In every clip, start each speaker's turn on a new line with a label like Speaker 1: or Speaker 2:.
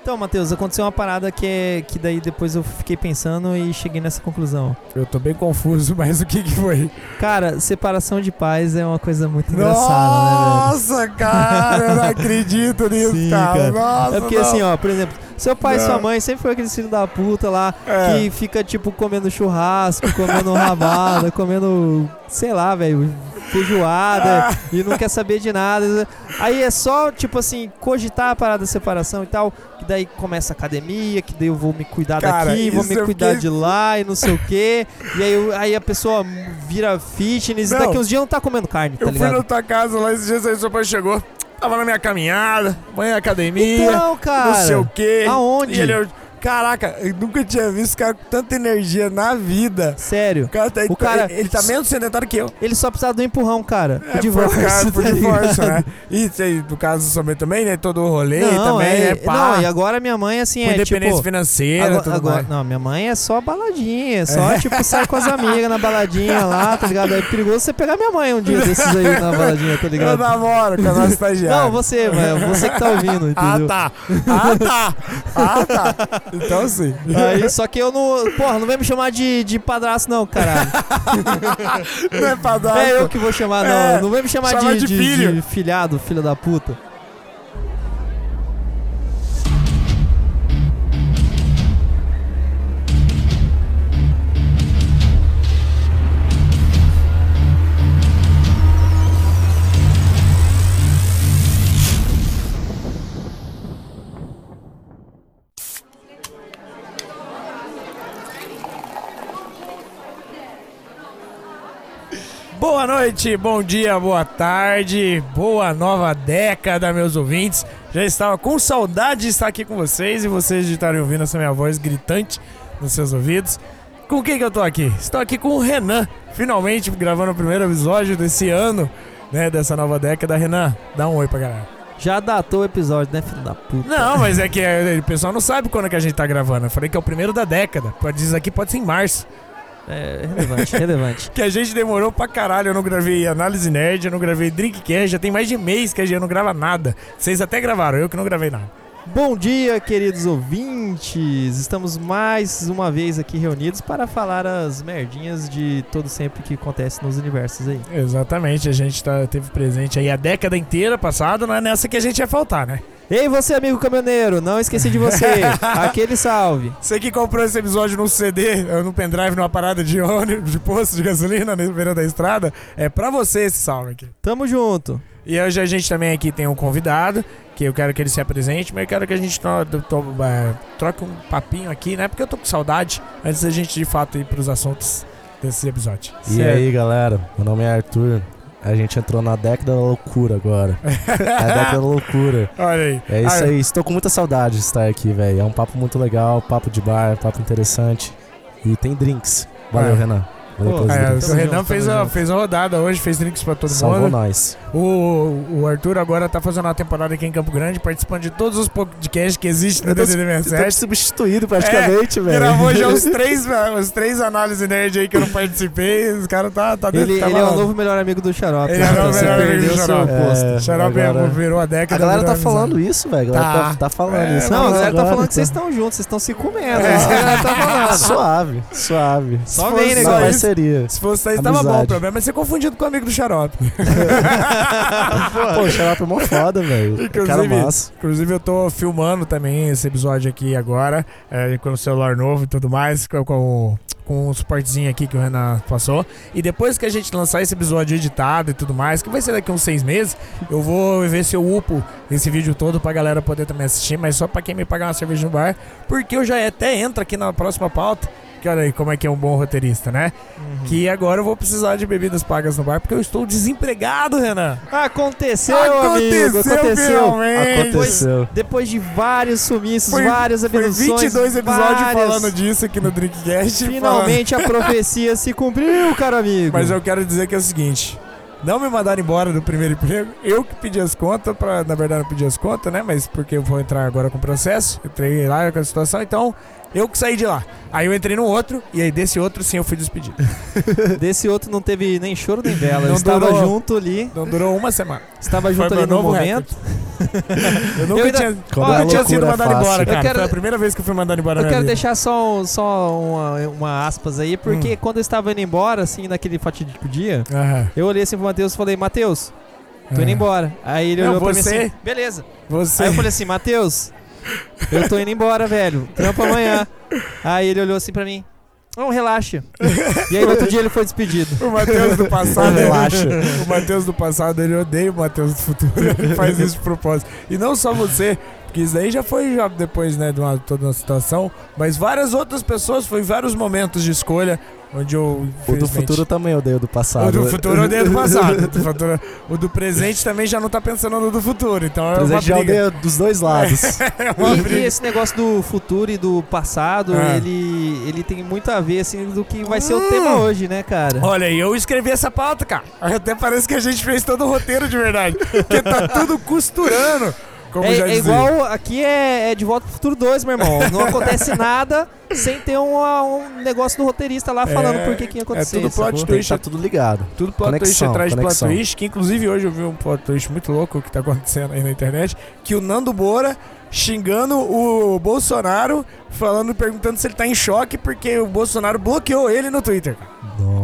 Speaker 1: Então, Matheus, aconteceu uma parada que, é- que daí depois eu fiquei pensando e cheguei nessa conclusão.
Speaker 2: Eu tô bem confuso, mas o que que foi?
Speaker 1: Cara, separação de pais é uma coisa muito engraçada, né,
Speaker 2: Nossa, cara, eu não acredito nisso,
Speaker 1: Sim,
Speaker 2: cara.
Speaker 1: cara.
Speaker 2: Nossa,
Speaker 1: velho? É porque
Speaker 2: não.
Speaker 1: assim, ó, por exemplo, seu pai e
Speaker 2: Não.
Speaker 1: sua mãe sempre foi aquele filho da puta lá
Speaker 2: É.
Speaker 1: que fica, tipo, comendo churrasco, comendo rabada, comendo, sei lá, velho,
Speaker 2: Ah,
Speaker 1: feijoada e não quer saber de nada. Aí é só, tipo assim, cogitar a parada da separação e tal, que daí começa a academia, que daí eu vou me cuidar
Speaker 2: Cara,
Speaker 1: daqui, vou
Speaker 2: isso
Speaker 1: me
Speaker 2: eu
Speaker 1: cuidar
Speaker 2: fiquei-
Speaker 1: de lá e não sei o quê. E aí, eu- aí a pessoa vira fitness
Speaker 2: Não.
Speaker 1: e daqui uns dias não tá comendo carne, tá
Speaker 2: Eu fui na
Speaker 1: ligado?
Speaker 2: tua casa lá esses dias aí seu pai chegou. Tava na minha caminhada, banho na academia,
Speaker 1: Então, cara,
Speaker 2: não sei o quê. E
Speaker 1: aonde?
Speaker 2: ele, é eu- caraca, eu nunca tinha visto esse cara com tanta energia na vida.
Speaker 1: Sério,
Speaker 2: O cara tá,
Speaker 1: O cara-
Speaker 2: ele tá menos sedentário que eu.
Speaker 1: ele só precisava do empurrão, cara.
Speaker 2: É,
Speaker 1: Pro divórcio,
Speaker 2: por causa-
Speaker 1: tá
Speaker 2: por divórcio,
Speaker 1: ligado?
Speaker 2: né? E sei, no caso da sua mãe também, né? Todo o rolê
Speaker 1: Não,
Speaker 2: também,
Speaker 1: é,
Speaker 2: né? Pá,
Speaker 1: não, e agora minha mãe, assim,
Speaker 2: com
Speaker 1: é
Speaker 2: independência
Speaker 1: tipo...
Speaker 2: financeira,
Speaker 1: Agora,
Speaker 2: tudo
Speaker 1: agora-
Speaker 2: mais.
Speaker 1: não, minha mãe é só baladinha, é só tipo sai com as amigas na baladinha lá, tá ligado? É perigoso você pegar minha mãe um dia desses aí na baladinha, tá
Speaker 2: Eu
Speaker 1: ligado?
Speaker 2: namoro com a nossa estagiária.
Speaker 1: Não, você, mano, você que tá ouvindo,
Speaker 2: Ah,
Speaker 1: entendeu?
Speaker 2: tá. Ah, tá. Ah, tá. Então, sim.
Speaker 1: Aí, só que eu não. Porra, não vem me chamar de, de padrasto, não, caralho.
Speaker 2: Não é pra dar.
Speaker 1: É eu que vou chamar, não.
Speaker 2: É,
Speaker 1: não vem me chamar
Speaker 2: chama
Speaker 1: de,
Speaker 2: de
Speaker 1: de-
Speaker 2: filho.
Speaker 1: de filhado, filha da puta.
Speaker 2: Boa noite, bom dia, boa tarde, boa nova década, meus ouvintes. Já estava com saudade de estar aqui com vocês e vocês de estarem ouvindo essa minha voz gritante nos seus ouvidos. Com quem que eu tô aqui? Estou aqui com o Renan, finalmente gravando o primeiro episódio desse ano, né, dessa nova década. Renan, dá um oi pra galera.
Speaker 1: Já datou o episódio, né, filho da puta?
Speaker 2: Não, mas é que é, o pessoal não sabe quando que a gente tá gravando. Eu falei que é o primeiro da década. Pode- Diz aqui pode ser em março.
Speaker 1: É relevante, relevante.
Speaker 2: Que a gente demorou pra caralho. Eu não gravei análise nerd, eu não gravei drinkcast. Já tem mais de mês que a gente não grava nada. Vocês até gravaram, eu que não gravei nada.
Speaker 1: Bom dia, queridos ouvintes! Estamos mais uma vez aqui reunidos para falar as merdinhas de todo sempre que acontece nos universos aí.
Speaker 2: Exatamente, a gente tá, teve presente aí a década inteira passada. Não é nessa que a gente ia faltar, né?
Speaker 1: Ei, você, amigo caminhoneiro, não esqueci de você! Aquele salve!
Speaker 2: Você que comprou esse episódio no CD, no pendrive, numa parada de ônibus, de posto de gasolina, na beira da estrada, é pra você esse salve aqui.
Speaker 1: Tamo junto!
Speaker 2: E hoje a gente também aqui tem um convidado, que eu quero que ele se apresente, mas eu quero que a gente to- to- eh, troque um papinho aqui, né? Porque eu tô com saudade, antes da gente de fato ir pros assuntos desse episódio.
Speaker 3: E aí, galera? Meu nome é Arthur. A gente entrou na década da loucura agora. a década da loucura.
Speaker 2: Olha aí.
Speaker 3: É isso
Speaker 2: Ah,
Speaker 3: aí. Estou com muita saudade de estar aqui, velho. É um papo muito legal, papo de bar, papo interessante. E tem drinks. Valeu,
Speaker 2: É.
Speaker 3: Renan. Valeu
Speaker 1: Pô,
Speaker 3: pelos
Speaker 2: é,
Speaker 3: drinks.
Speaker 2: o
Speaker 1: Tamo
Speaker 2: Renan tá né?
Speaker 1: junto,
Speaker 2: fez,
Speaker 1: tamo
Speaker 2: a,
Speaker 1: junto.
Speaker 2: fez a rodada hoje, fez drinks pra todo
Speaker 3: Salvou
Speaker 2: mundo.
Speaker 3: nós.
Speaker 2: O, o Arthur agora tá fazendo uma temporada aqui em Campo Grande, participando de todos os podcasts que existem no
Speaker 3: Eu tô- Eu tô
Speaker 2: DDD67.
Speaker 3: tá substituído praticamente, velho.
Speaker 2: É Gravou já um os três, os três análises nerd aí que eu não participei. Os caras tá, tá
Speaker 1: Ele,
Speaker 2: tá
Speaker 1: ele é o
Speaker 2: maluco.
Speaker 1: novo melhor amigo do Xarope.
Speaker 2: Ele é o
Speaker 1: então
Speaker 2: novo
Speaker 1: você
Speaker 2: melhor amigo do
Speaker 1: perdeu seu
Speaker 2: Xarope.
Speaker 1: posto.
Speaker 3: É,
Speaker 2: Xarope
Speaker 3: agora-
Speaker 2: virou a década. né?
Speaker 3: A galera
Speaker 2: virou
Speaker 3: tá falando isso, velho. A galera
Speaker 2: um Tá.
Speaker 3: tá, tá falando
Speaker 2: É,
Speaker 3: isso.
Speaker 1: Não, a
Speaker 3: mas
Speaker 1: galera tá
Speaker 3: agora,
Speaker 1: falando que
Speaker 3: então.
Speaker 1: vocês estão juntos, vocês estão se comendo.
Speaker 2: É.
Speaker 1: isso que a galera tá falando.
Speaker 3: Suave, suave.
Speaker 1: Só
Speaker 2: fosse
Speaker 1: vem, né,
Speaker 2: só
Speaker 3: Uma
Speaker 1: negócio.
Speaker 2: isso.
Speaker 3: parceria.
Speaker 2: Se fosse isso, tava bom. O
Speaker 3: Amizade.
Speaker 2: problema é ser confundido com o amigo do Xarope.
Speaker 3: Pô, o xarope é mó foda, velho. Cara é
Speaker 2: Inclusive-
Speaker 3: massa.
Speaker 2: Inclusive, eu tô filmando também esse episódio aqui agora, é, com o celular novo e tudo mais, com, com, com um suportezinho aqui que o Renan passou. E depois que a gente lançar esse episódio editado e tudo mais, que vai ser daqui uns seis meses, eu vou ver se eu upo esse vídeo todo pra galera poder também assistir, mas só pra quem me pagar uma cerveja no bar, porque eu já até entro aqui na próxima pauta. Que olha aí como é que é um bom roteirista, né?
Speaker 1: Uhum.
Speaker 2: Que agora eu vou precisar de bebidas pagas no bar porque eu estou desempregado, Renan.
Speaker 1: Uhum. Aconteceu, amigo! Aconteceu!
Speaker 2: finalmente.
Speaker 3: Aconteceu.
Speaker 1: Depois de vários sumiços,
Speaker 2: Foi-
Speaker 1: várias
Speaker 2: Foi
Speaker 1: abduções,
Speaker 2: 22 episódios
Speaker 1: várias...
Speaker 2: falando disso aqui no Drinkcast.
Speaker 1: Finalmente a profecia se cumpriu, caro
Speaker 2: falando-
Speaker 1: amigo.
Speaker 2: Mas eu quero dizer que é o seguinte. Não me mandaram embora do primeiro emprego. Eu que pedi as contas pra... Na verdade, não pedi as contas, né? Mas porque eu vou entrar agora com o processo. Entrei lá com a situação, então... Eu que saí de lá. Aí eu entrei no outro, e aí desse outro sim eu fui despedido.
Speaker 1: Desse outro não teve nem choro nem vela.
Speaker 2: Não
Speaker 1: eu estava
Speaker 2: durou.
Speaker 1: junto ali,
Speaker 2: Então durou uma semana.
Speaker 1: estava
Speaker 2: Foi
Speaker 1: junto
Speaker 2: meu
Speaker 1: ali no
Speaker 2: novo
Speaker 1: momento.
Speaker 2: recorde. Eu nunca
Speaker 1: Eu ainda-
Speaker 2: tinha,
Speaker 3: Quando
Speaker 1: Ó,
Speaker 2: nunca
Speaker 1: a
Speaker 2: tinha sido
Speaker 3: loucura é
Speaker 2: mandado
Speaker 3: fácil.
Speaker 2: embora,
Speaker 1: Eu
Speaker 2: cara.
Speaker 1: quero-
Speaker 2: Foi a primeira vez que eu fui mandado embora
Speaker 1: Eu
Speaker 2: na
Speaker 1: quero
Speaker 2: minha vida.
Speaker 1: deixar só, um- só uma, uma aspas aí, porque
Speaker 2: Hum.
Speaker 1: quando eu estava indo embora, assim, naquele fatídico dia,
Speaker 2: Aham.
Speaker 1: eu olhei assim pro Matheus e falei, Matheus, tô indo
Speaker 2: Ah.
Speaker 1: embora. Aí ele
Speaker 2: Não,
Speaker 1: olhou pra mim
Speaker 2: você-
Speaker 1: assim, beleza.
Speaker 2: Você.
Speaker 1: Aí eu falei assim, Matheus, eu tô indo embora, velho. Trampa amanhã. Aí ele olhou assim pra mim, não, relaxa. E aí no outro dia ele foi despedido.
Speaker 2: O Matheus do passado,
Speaker 3: Relaxa.
Speaker 2: O Matheus do passado, ele odeia o Matheus do futuro. Ele faz isso de propósito. E não só você, porque isso daí já foi já depois, né, de uma, toda uma situação. Mas várias outras pessoas, foi vários momentos de escolha onde eu.
Speaker 3: O do
Speaker 2: infelizmente,
Speaker 3: futuro também odeio o do passado.
Speaker 2: O do futuro odeia o do passado. O do, futuro- o do presente também já não tá pensando no do futuro. Então
Speaker 3: O
Speaker 2: é uma
Speaker 3: presente já
Speaker 2: briga.
Speaker 3: odeia dos dois lados.
Speaker 2: É uma
Speaker 1: E, e
Speaker 2: briga.
Speaker 1: esse negócio do futuro e do passado,
Speaker 2: É.
Speaker 1: ele, ele tem muito a ver, assim, do que vai ser
Speaker 2: Hum.
Speaker 1: o tema hoje, né, cara?
Speaker 2: Olha, aí, eu escrevi essa pauta, cara. Até parece que a gente fez todo o roteiro de verdade. Porque tá tudo costurando. Como
Speaker 1: É,
Speaker 2: já
Speaker 1: é
Speaker 2: dizia.
Speaker 1: igual, aqui é, é De Volta pro Futuro 2, meu irmão. Não acontece nada sem ter uma- um negócio do roteirista lá
Speaker 2: É,
Speaker 1: falando por que que ia acontecer.
Speaker 2: tudo plot
Speaker 1: sacou?
Speaker 3: Tem que tá tudo ligado.
Speaker 2: Tudo plot twist
Speaker 3: Conexão,
Speaker 2: atrás de plot
Speaker 3: conexão.
Speaker 2: twist, que inclusive hoje eu vi um plot twist muito louco que tá acontecendo aí na internet, que o Nando Moura xingando o Bolsonaro, falando, perguntando se ele tá em choque porque o Bolsonaro bloqueou ele no Twitter.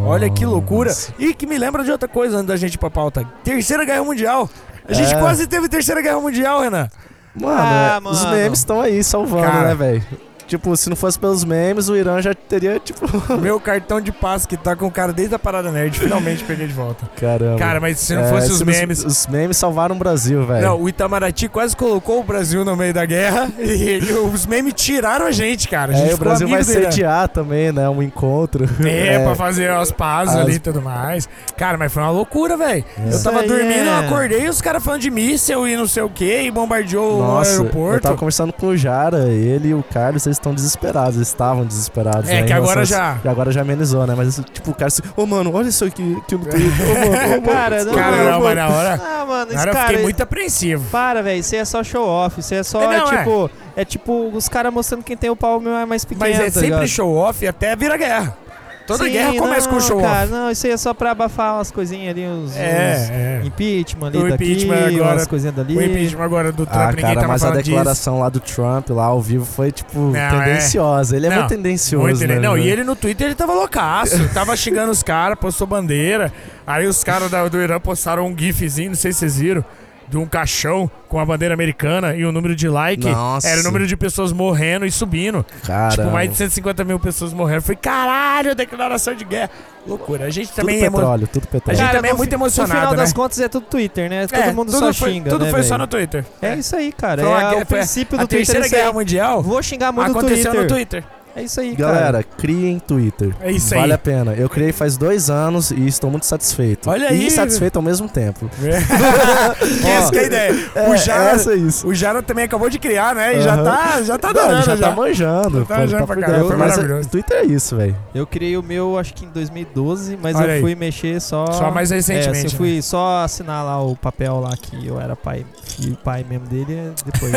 Speaker 2: Olha que loucura. E que me lembra de outra coisa antes da gente ir pra pauta. Terceira Guerra Mundial. A gente
Speaker 3: É.
Speaker 2: quase teve Terceira Guerra Mundial, Renan.
Speaker 3: Mano,
Speaker 1: Ah,
Speaker 3: é- os
Speaker 1: mano.
Speaker 3: memes estão aí salvando,
Speaker 2: Cara.
Speaker 3: né, velho? Tipo, se não fosse pelos memes, o Irã já teria, tipo.
Speaker 2: Meu cartão de passe que tá com o cara desde a Parada Nerd, finalmente peguei de volta.
Speaker 3: Caramba.
Speaker 2: Cara, mas se não
Speaker 3: É,
Speaker 2: fosse os
Speaker 3: nos-
Speaker 2: memes,
Speaker 3: Os memes salvaram o Brasil, velho.
Speaker 2: Não, o Itamaraty quase colocou o Brasil no meio da guerra e os memes tiraram a gente, cara. A gente
Speaker 3: É, o
Speaker 2: ficou
Speaker 3: Brasil
Speaker 2: amigo
Speaker 3: vai
Speaker 2: dele, né?
Speaker 3: sediar também, né? Um encontro.
Speaker 2: É, pra fazer as pazes
Speaker 3: As-
Speaker 2: ali e tudo mais. Cara, mas foi uma loucura, velho. Eu
Speaker 1: Isso
Speaker 2: tava
Speaker 1: aí é-
Speaker 2: dormindo, eu acordei os caras falando de míssel e não sei o que, e bombardeou
Speaker 3: Nossa,
Speaker 2: o aeroporto.
Speaker 3: eu tava conversando com o Jara, ele e o Carlos, eles estão desesperados, eles estavam desesperados.
Speaker 2: É,
Speaker 3: né,
Speaker 2: que
Speaker 3: em
Speaker 2: agora
Speaker 3: relação a-
Speaker 2: já-
Speaker 3: E agora já amenizou, né? Mas, tipo, o cara assim, ô mano, olha isso aqui, que no Twitter. Ô, mano, ô, mano.
Speaker 1: Cara, não,
Speaker 2: Cara,
Speaker 1: mano,
Speaker 2: não, mas na hora,
Speaker 1: Ah, mano,
Speaker 2: na
Speaker 1: esse
Speaker 2: hora eu
Speaker 1: cara...
Speaker 2: fiquei muito apreensivo.
Speaker 1: Para, velho, isso aí é só show off, isso aí é só,
Speaker 2: É, não,
Speaker 1: é
Speaker 2: é.
Speaker 1: tipo, é. tipo os caras mostrando quem tem o pau mais pequeno,
Speaker 2: Mas é
Speaker 1: tá
Speaker 2: sempre
Speaker 1: ligado?
Speaker 2: show-off até vira guerra. Toda
Speaker 1: Sim,
Speaker 2: guerra começa
Speaker 1: não, Cara,
Speaker 2: com show-off.
Speaker 1: não, isso aí é só pra abafar umas coisinhas ali, uns, uns
Speaker 2: É, é.
Speaker 1: impeachment ali
Speaker 2: O
Speaker 1: daqui,
Speaker 2: impeachment agora-
Speaker 1: umas coisinhas dali.
Speaker 2: O impeachment agora do Trump,
Speaker 3: Ah,
Speaker 2: ninguém
Speaker 3: cara,
Speaker 2: tava
Speaker 3: mas a
Speaker 2: falando disso.
Speaker 3: declaração lá do Trump, lá ao vivo, foi, tipo,
Speaker 2: é.
Speaker 3: tendenciosa. Ele é
Speaker 2: Não,
Speaker 3: muito tendencioso,
Speaker 2: Muito, né?
Speaker 3: né?
Speaker 2: Não,
Speaker 3: meu?
Speaker 2: e ele no Twitter ele tava loucaço, tava xingando os caras, postou bandeira. Aí os caras da- do Irã postaram um gifzinho, não sei se vocês viram, de um caixão com a bandeira americana e o número de like
Speaker 3: Nossa.
Speaker 2: era o número de pessoas morrendo e subindo.
Speaker 3: Cara,
Speaker 2: Tipo, mais de 150 mil pessoas morrendo. Foi caralho, declaração de guerra. Loucura. A gente
Speaker 3: tudo
Speaker 2: também é mo-
Speaker 3: petróleo, tudo
Speaker 2: A
Speaker 3: petróleo.
Speaker 2: gente
Speaker 1: Cara,
Speaker 2: também é
Speaker 1: no
Speaker 2: muito
Speaker 1: fi-
Speaker 2: emocionado,
Speaker 1: No final
Speaker 2: né?
Speaker 1: das contas é tudo Twitter, né? Todo
Speaker 2: É,
Speaker 1: mundo
Speaker 2: tudo
Speaker 1: só
Speaker 2: foi,
Speaker 1: xinga,
Speaker 2: Tudo
Speaker 1: né,
Speaker 2: foi só
Speaker 1: velho?
Speaker 2: no Twitter.
Speaker 1: É isso aí, cara.
Speaker 2: Foi uma
Speaker 1: É
Speaker 2: guerra-
Speaker 1: o princípio
Speaker 2: a
Speaker 1: do Twitter é
Speaker 2: terceira
Speaker 1: isso aí.
Speaker 2: guerra mundial
Speaker 1: Vou xingar muito o
Speaker 2: aconteceu
Speaker 1: Twitter.
Speaker 2: no Twitter.
Speaker 1: É isso aí, cara.
Speaker 3: Galera, criem Twitter.
Speaker 2: É isso aí.
Speaker 3: Vale a pena. Eu criei faz dois anos e estou muito satisfeito.
Speaker 2: Olha aí.
Speaker 3: E insatisfeito ao mesmo tempo.
Speaker 2: Essa que é a ideia.
Speaker 3: É,
Speaker 2: o Jara,
Speaker 3: essa é isso.
Speaker 2: O Jara também acabou de criar, né? E já
Speaker 3: Aham.
Speaker 2: tá, já tá
Speaker 3: Não, ele
Speaker 2: danando,
Speaker 3: já,
Speaker 2: já.
Speaker 3: tá manjando.
Speaker 2: Já tá manjando pra caralho,
Speaker 3: cuidando.
Speaker 1: foi
Speaker 3: Mas
Speaker 2: maravilhoso.
Speaker 3: é- Twitter é isso, velho.
Speaker 1: Eu criei o meu, acho que em 2012, mas
Speaker 2: Olha
Speaker 1: eu
Speaker 2: aí.
Speaker 1: fui mexer só...
Speaker 2: Só mais
Speaker 1: É, assim,
Speaker 2: recentemente.
Speaker 1: eu
Speaker 2: né?
Speaker 1: fui só assinar lá o papel lá que eu era pai, filho, pai mesmo dele, é depois.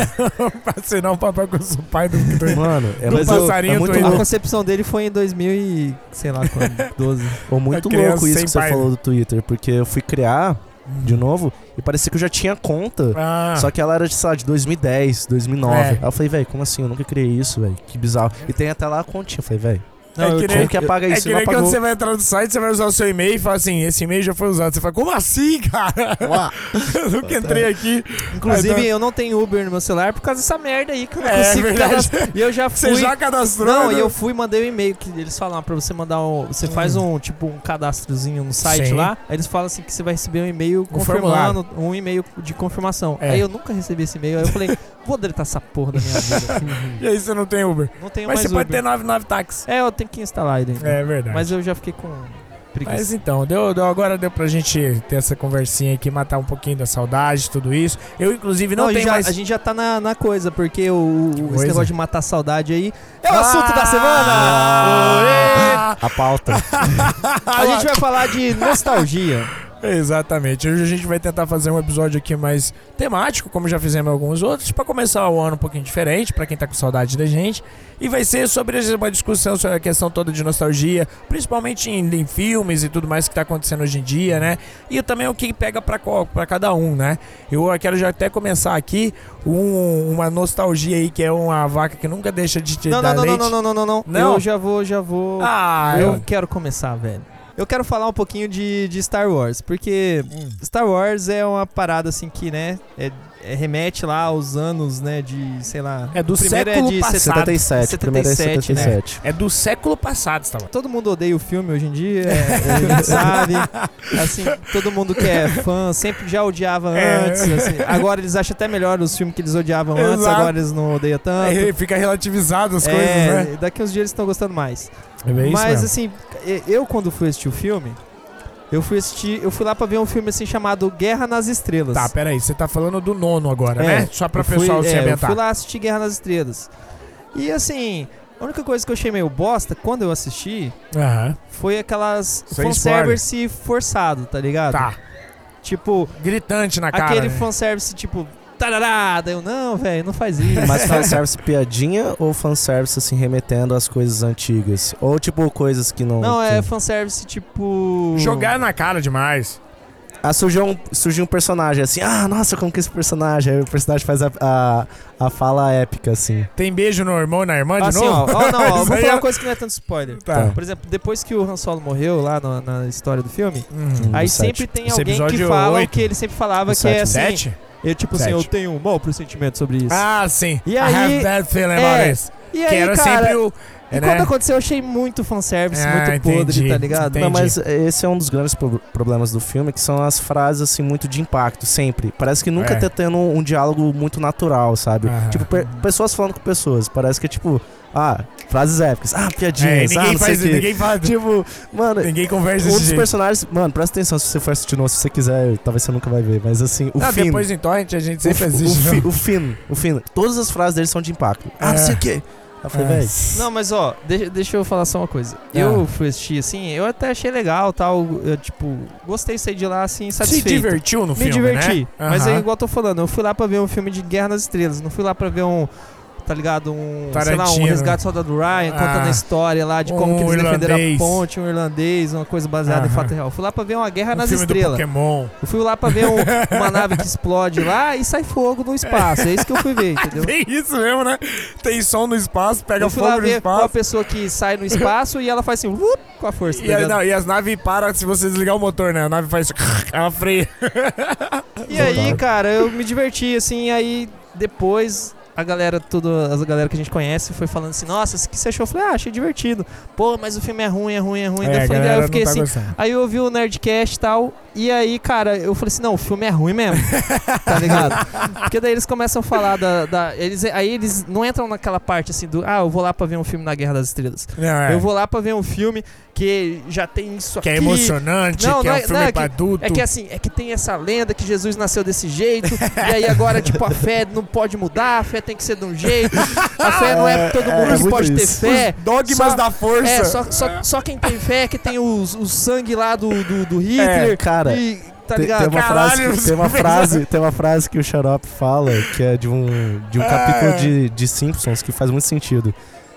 Speaker 2: pra assinar um papel com o pai do do-
Speaker 3: Mano, é,
Speaker 2: Do
Speaker 3: mas eu-
Speaker 2: passarinho
Speaker 3: é muito
Speaker 2: doido.
Speaker 1: a
Speaker 3: louco,
Speaker 1: concepção dele foi em 2000 e, sei lá, quando, 12.
Speaker 2: É
Speaker 3: ou é muito
Speaker 2: A criança
Speaker 3: louco isso
Speaker 2: sem
Speaker 3: que você
Speaker 2: pai,
Speaker 3: falou do Twitter, porque eu fui criar de novo e parecia que eu já tinha conta.
Speaker 2: Ah,
Speaker 3: Só que ela era, de, sei lá, de 2010, 2009.
Speaker 2: É.
Speaker 3: Aí eu falei, velho, como assim? Eu nunca criei isso, velho. Que bizarro. E tem até lá a continha. Eu falei, velho,
Speaker 2: É que
Speaker 1: eu-
Speaker 2: nem-
Speaker 3: como que apaga
Speaker 2: é
Speaker 3: isso?
Speaker 2: que
Speaker 3: Não
Speaker 2: nem quando
Speaker 3: apagou.
Speaker 2: você vai entrar no site, você vai usar o seu e-mail e fala assim: esse e-mail já foi usado. Você fala, como assim, cara?
Speaker 3: Uá.
Speaker 2: Eu nunca entrei aqui.
Speaker 1: inclusive,
Speaker 2: Aí tá-
Speaker 1: eu não tenho Uber no meu celular por causa dessa merda aí que eu não
Speaker 2: É,
Speaker 1: consigo
Speaker 2: verdade.
Speaker 1: cadastrar. E eu já fui...
Speaker 2: Você já cadastrou?
Speaker 1: Não,
Speaker 2: né?
Speaker 1: e eu fui e mandei um e-mail que eles falam pra você mandar um. Você faz um tipo um cadastrozinho no site
Speaker 2: Hum. Sim.
Speaker 1: lá, aí eles falam assim que você vai receber um e-mail
Speaker 2: Um formulário.
Speaker 1: confirmando, um e-mail de confirmação.
Speaker 2: É.
Speaker 1: Aí eu nunca recebi esse e-mail, aí eu falei, vou deletar essa porra da minha vida.
Speaker 2: E aí você não tem Uber.
Speaker 1: Não tenho
Speaker 2: Mas
Speaker 1: mais
Speaker 2: você pode ter
Speaker 1: Uber.
Speaker 2: 99 táxis.
Speaker 1: É, eu tenho que instalar ele ainda.
Speaker 2: É verdade.
Speaker 1: Mas eu já fiquei com preguiça.
Speaker 2: Mas então, deu, deu- agora deu pra gente ter essa conversinha aqui, matar um pouquinho da saudade, tudo isso. Eu, inclusive, não,
Speaker 1: a gente
Speaker 2: tenho
Speaker 1: já,
Speaker 2: mais.
Speaker 1: a gente já tá na, na coisa, porque o, o-
Speaker 2: Coisa.
Speaker 1: esse negócio de matar saudade aí é o
Speaker 2: Ah!
Speaker 1: assunto da semana!
Speaker 2: Ah!
Speaker 3: A pauta.
Speaker 1: A gente vai falar de nostalgia.
Speaker 2: Exatamente. Hoje a gente vai tentar fazer um episódio aqui mais temático, como já fizemos alguns outros, pra começar o ano um pouquinho diferente, pra quem tá com saudade da gente. E vai ser sobre uma discussão sobre a questão toda de nostalgia, principalmente em, em filmes e tudo mais que tá acontecendo hoje em dia, né? E também o que pega pra, co- pra cada um, né? Eu quero já até começar aqui um- uma nostalgia aí, que é uma vaca que nunca deixa de te
Speaker 1: Não,
Speaker 2: dar
Speaker 1: não, não,
Speaker 2: leite.
Speaker 1: não, não, não, não, não, não.
Speaker 2: Não?
Speaker 1: Eu já vou, já vou.
Speaker 2: Ah,
Speaker 1: eu
Speaker 2: eu...
Speaker 1: quero começar, velho. Eu quero falar um pouquinho de, de Star Wars, porque
Speaker 2: Hum.
Speaker 1: Star Wars é uma parada assim que, né, é- é- remete lá aos anos, né, de, sei lá,
Speaker 2: É do
Speaker 1: Primeiro é
Speaker 2: século
Speaker 1: de
Speaker 2: passado.
Speaker 3: 77, primeiro é
Speaker 1: 77, né?
Speaker 3: 77.
Speaker 2: É do século passado, Star Wars.
Speaker 1: Todo mundo odeia o filme hoje em dia, é, a gente sabe. Assim, todo mundo que é fã sempre já odiava
Speaker 2: É.
Speaker 1: antes. assim. Agora eles acham até melhor os filmes que eles odiavam antes,
Speaker 2: Exato.
Speaker 1: agora eles não odeiam tanto.
Speaker 2: É, fica relativizado as
Speaker 1: Ah, É,
Speaker 2: coisas, né?
Speaker 1: Daqui uns dias eles estão gostando mais.
Speaker 2: É bem
Speaker 1: Mas assim, eu quando fui assistir o filme, eu fui assistir, eu fui lá pra ver um filme assim chamado Guerra nas Estrelas.
Speaker 2: Tá, peraí, você tá falando do nono agora,
Speaker 1: É,
Speaker 2: né? Só pra
Speaker 1: Eu fui-
Speaker 2: pessoal se
Speaker 1: é, Eu
Speaker 2: ambientar.
Speaker 1: fui lá assistir Guerra nas Estrelas. E assim, a única coisa que eu achei meio bosta quando eu assisti
Speaker 2: Aham.
Speaker 1: foi aquelas
Speaker 2: Sem
Speaker 1: fanservice forçado, tá ligado?
Speaker 2: Tá.
Speaker 1: Tipo,
Speaker 2: Gritante na cara.
Speaker 1: aquele
Speaker 2: né?
Speaker 1: fanservice tipo, tarará, daí eu, não, velho, não faz isso.
Speaker 3: Mas fanservice piadinha ou fanservice assim remetendo às coisas antigas? Ou tipo coisas que não.
Speaker 1: Não, é
Speaker 3: que-
Speaker 1: fanservice tipo.
Speaker 2: Jogar na cara demais.
Speaker 3: Ah, surgiu um, surgiu um personagem assim, ah, nossa, como que é esse personagem? Aí o personagem faz a, a, a fala épica, assim.
Speaker 2: Tem beijo no irmão e na irmã de
Speaker 1: Assim, ó,
Speaker 2: novo?
Speaker 1: ó, não, ó, eu
Speaker 2: Isso
Speaker 1: vou
Speaker 2: aí
Speaker 1: falar
Speaker 2: é-
Speaker 1: uma coisa que não é tanto spoiler.
Speaker 2: Tá.
Speaker 1: Por exemplo, depois que o Han Solo morreu lá na- na história do filme,
Speaker 2: Hum.
Speaker 1: aí
Speaker 3: No sete.
Speaker 1: sempre tem
Speaker 2: Esse
Speaker 1: alguém que
Speaker 2: episódio
Speaker 1: fala o
Speaker 2: oito.
Speaker 1: que ele sempre falava,
Speaker 3: No
Speaker 1: que
Speaker 3: sete,
Speaker 1: é
Speaker 3: no
Speaker 1: assim.
Speaker 2: Sete?
Speaker 1: Eu, tipo assim,
Speaker 2: Sete.
Speaker 1: eu tenho um mau pressentimento sobre isso.
Speaker 2: Ah, sim.
Speaker 1: E
Speaker 2: I
Speaker 1: aí-
Speaker 2: have that feeling about
Speaker 1: é,
Speaker 2: this.
Speaker 1: e
Speaker 2: Que
Speaker 1: aí,
Speaker 2: era
Speaker 1: cara,
Speaker 2: sempre o...
Speaker 1: e
Speaker 2: é,
Speaker 1: quando
Speaker 2: né?
Speaker 1: aconteceu, eu achei muito fanservice,
Speaker 2: Ah,
Speaker 1: muito
Speaker 2: entendi,
Speaker 1: podre, tá ligado?
Speaker 2: entendi.
Speaker 3: Não, mas esse é um dos grandes pro- problemas do filme, que são as frases, assim, muito de impacto, sempre. Parece que nunca
Speaker 2: É.
Speaker 3: tá tendo um, um diálogo muito natural, sabe?
Speaker 2: Aham.
Speaker 3: Tipo, pe- pessoas falando com pessoas. Parece que é tipo, ah, frases épicas, ah,
Speaker 2: É,
Speaker 3: piadinhas, ah,
Speaker 2: ninguém
Speaker 3: não
Speaker 2: faz
Speaker 3: sei o quê.
Speaker 2: ninguém fala,
Speaker 3: Tipo, mano,
Speaker 2: ninguém conversa
Speaker 3: um
Speaker 2: desse
Speaker 3: dos
Speaker 2: jeito.
Speaker 3: personagens. Mano, presta atenção se você for assistir novo, se você quiser, talvez você nunca vai ver, mas assim, o
Speaker 2: Não,
Speaker 3: fim.
Speaker 2: Ah, depois tá em torrent a gente
Speaker 3: O,
Speaker 2: sempre
Speaker 3: fi-
Speaker 2: existe.
Speaker 3: o, fi-
Speaker 2: não.
Speaker 3: o Finn, o Finn. Todas as frases dele são de impacto. Ah, não
Speaker 2: É.
Speaker 3: sei o quê. Eu falei,
Speaker 2: É.
Speaker 3: velho.
Speaker 1: Não, mas ó, deixa, deixa eu falar só uma coisa.
Speaker 2: Ah.
Speaker 1: Eu fui assistir assim, eu até achei legal tal. Eu, tipo, gostei de sair de lá assim,
Speaker 2: Se
Speaker 1: satisfeito.
Speaker 2: divertiu no
Speaker 1: Me
Speaker 2: filme,
Speaker 1: diverti.
Speaker 2: né?
Speaker 1: Mas é
Speaker 2: Aham.
Speaker 1: igual eu tô falando, eu fui lá pra ver um filme de Guerra nas Estrelas, não fui lá pra ver um. Tá ligado? Um. Sei lá,
Speaker 2: Tarantino.
Speaker 1: um resgate do soldado Ryan,
Speaker 2: Ah.
Speaker 1: contando a história lá de como
Speaker 2: Um
Speaker 1: que eles defenderam
Speaker 2: irlandês.
Speaker 1: a ponte, um irlandês, uma coisa baseada em
Speaker 2: Aham.
Speaker 1: fato real. Eu Fui lá pra ver uma guerra
Speaker 2: O
Speaker 1: nas
Speaker 2: filme do
Speaker 1: estrelas.
Speaker 2: Pokémon.
Speaker 1: Eu fui lá pra ver um- uma nave que explode lá e sai fogo no espaço. É isso que eu fui ver, entendeu?
Speaker 2: Tem isso mesmo, né? Tem som no espaço, pega
Speaker 1: Eu fui lá
Speaker 2: um fogo no
Speaker 1: ver uma
Speaker 2: espaço.
Speaker 1: pessoa que sai no espaço e ela faz assim, "Wup", com a força.
Speaker 2: E,
Speaker 1: tá
Speaker 2: aí,
Speaker 1: ligado?
Speaker 2: não, e as naves param se você desligar o motor, né? A nave faz. Ela freia.
Speaker 1: E aí, cara, eu me diverti, assim, aí depois a galera, tudo, a galera que a gente conhece foi falando assim, nossa, o que você achou? Eu falei, ah, achei divertido. Pô, mas o filme é ruim, é ruim, é ruim. Daí eu falei, daí eu fiquei
Speaker 2: tá
Speaker 1: assim. Aí eu ouvi o Nerdcast e tal, e aí, cara, eu falei assim, não, o filme é ruim mesmo, tá ligado? Porque daí eles começam a falar da... da- eles, aí eles não entram naquela parte, assim, do, ah, eu vou lá pra ver um filme na Guerra das Estrelas. Eu vou lá pra ver um filme que já tem isso
Speaker 2: É, Que é
Speaker 1: aqui,
Speaker 2: emocionante,
Speaker 1: Não,
Speaker 2: que
Speaker 1: não
Speaker 2: é um
Speaker 1: é-
Speaker 2: filme
Speaker 1: não, é
Speaker 2: pra
Speaker 1: que-
Speaker 2: adulto.
Speaker 1: é que assim, é que tem essa lenda que Jesus nasceu desse jeito, e aí agora, tipo, a fé não pode mudar, a fé tem que ser de um jeito, a fé não é todo
Speaker 3: É,
Speaker 1: mundo
Speaker 3: é
Speaker 1: que
Speaker 3: muito
Speaker 1: pode
Speaker 3: isso.
Speaker 1: ter fé.
Speaker 2: Os dogmas
Speaker 1: só-
Speaker 2: da força.
Speaker 1: É, só, só, só quem tem fé é que tem os, o sangue lá do, do, do Hitler.
Speaker 3: É, cara.
Speaker 1: e, tá
Speaker 3: Tem, tem
Speaker 1: ligado?
Speaker 3: uma
Speaker 2: Caralho,
Speaker 3: frase que,
Speaker 2: você
Speaker 3: tem, uma
Speaker 2: fez-
Speaker 3: frase, tem uma frase que o Xarope fala, que é de um, de um
Speaker 2: Ah.
Speaker 3: capítulo de, de Simpsons, que faz muito sentido.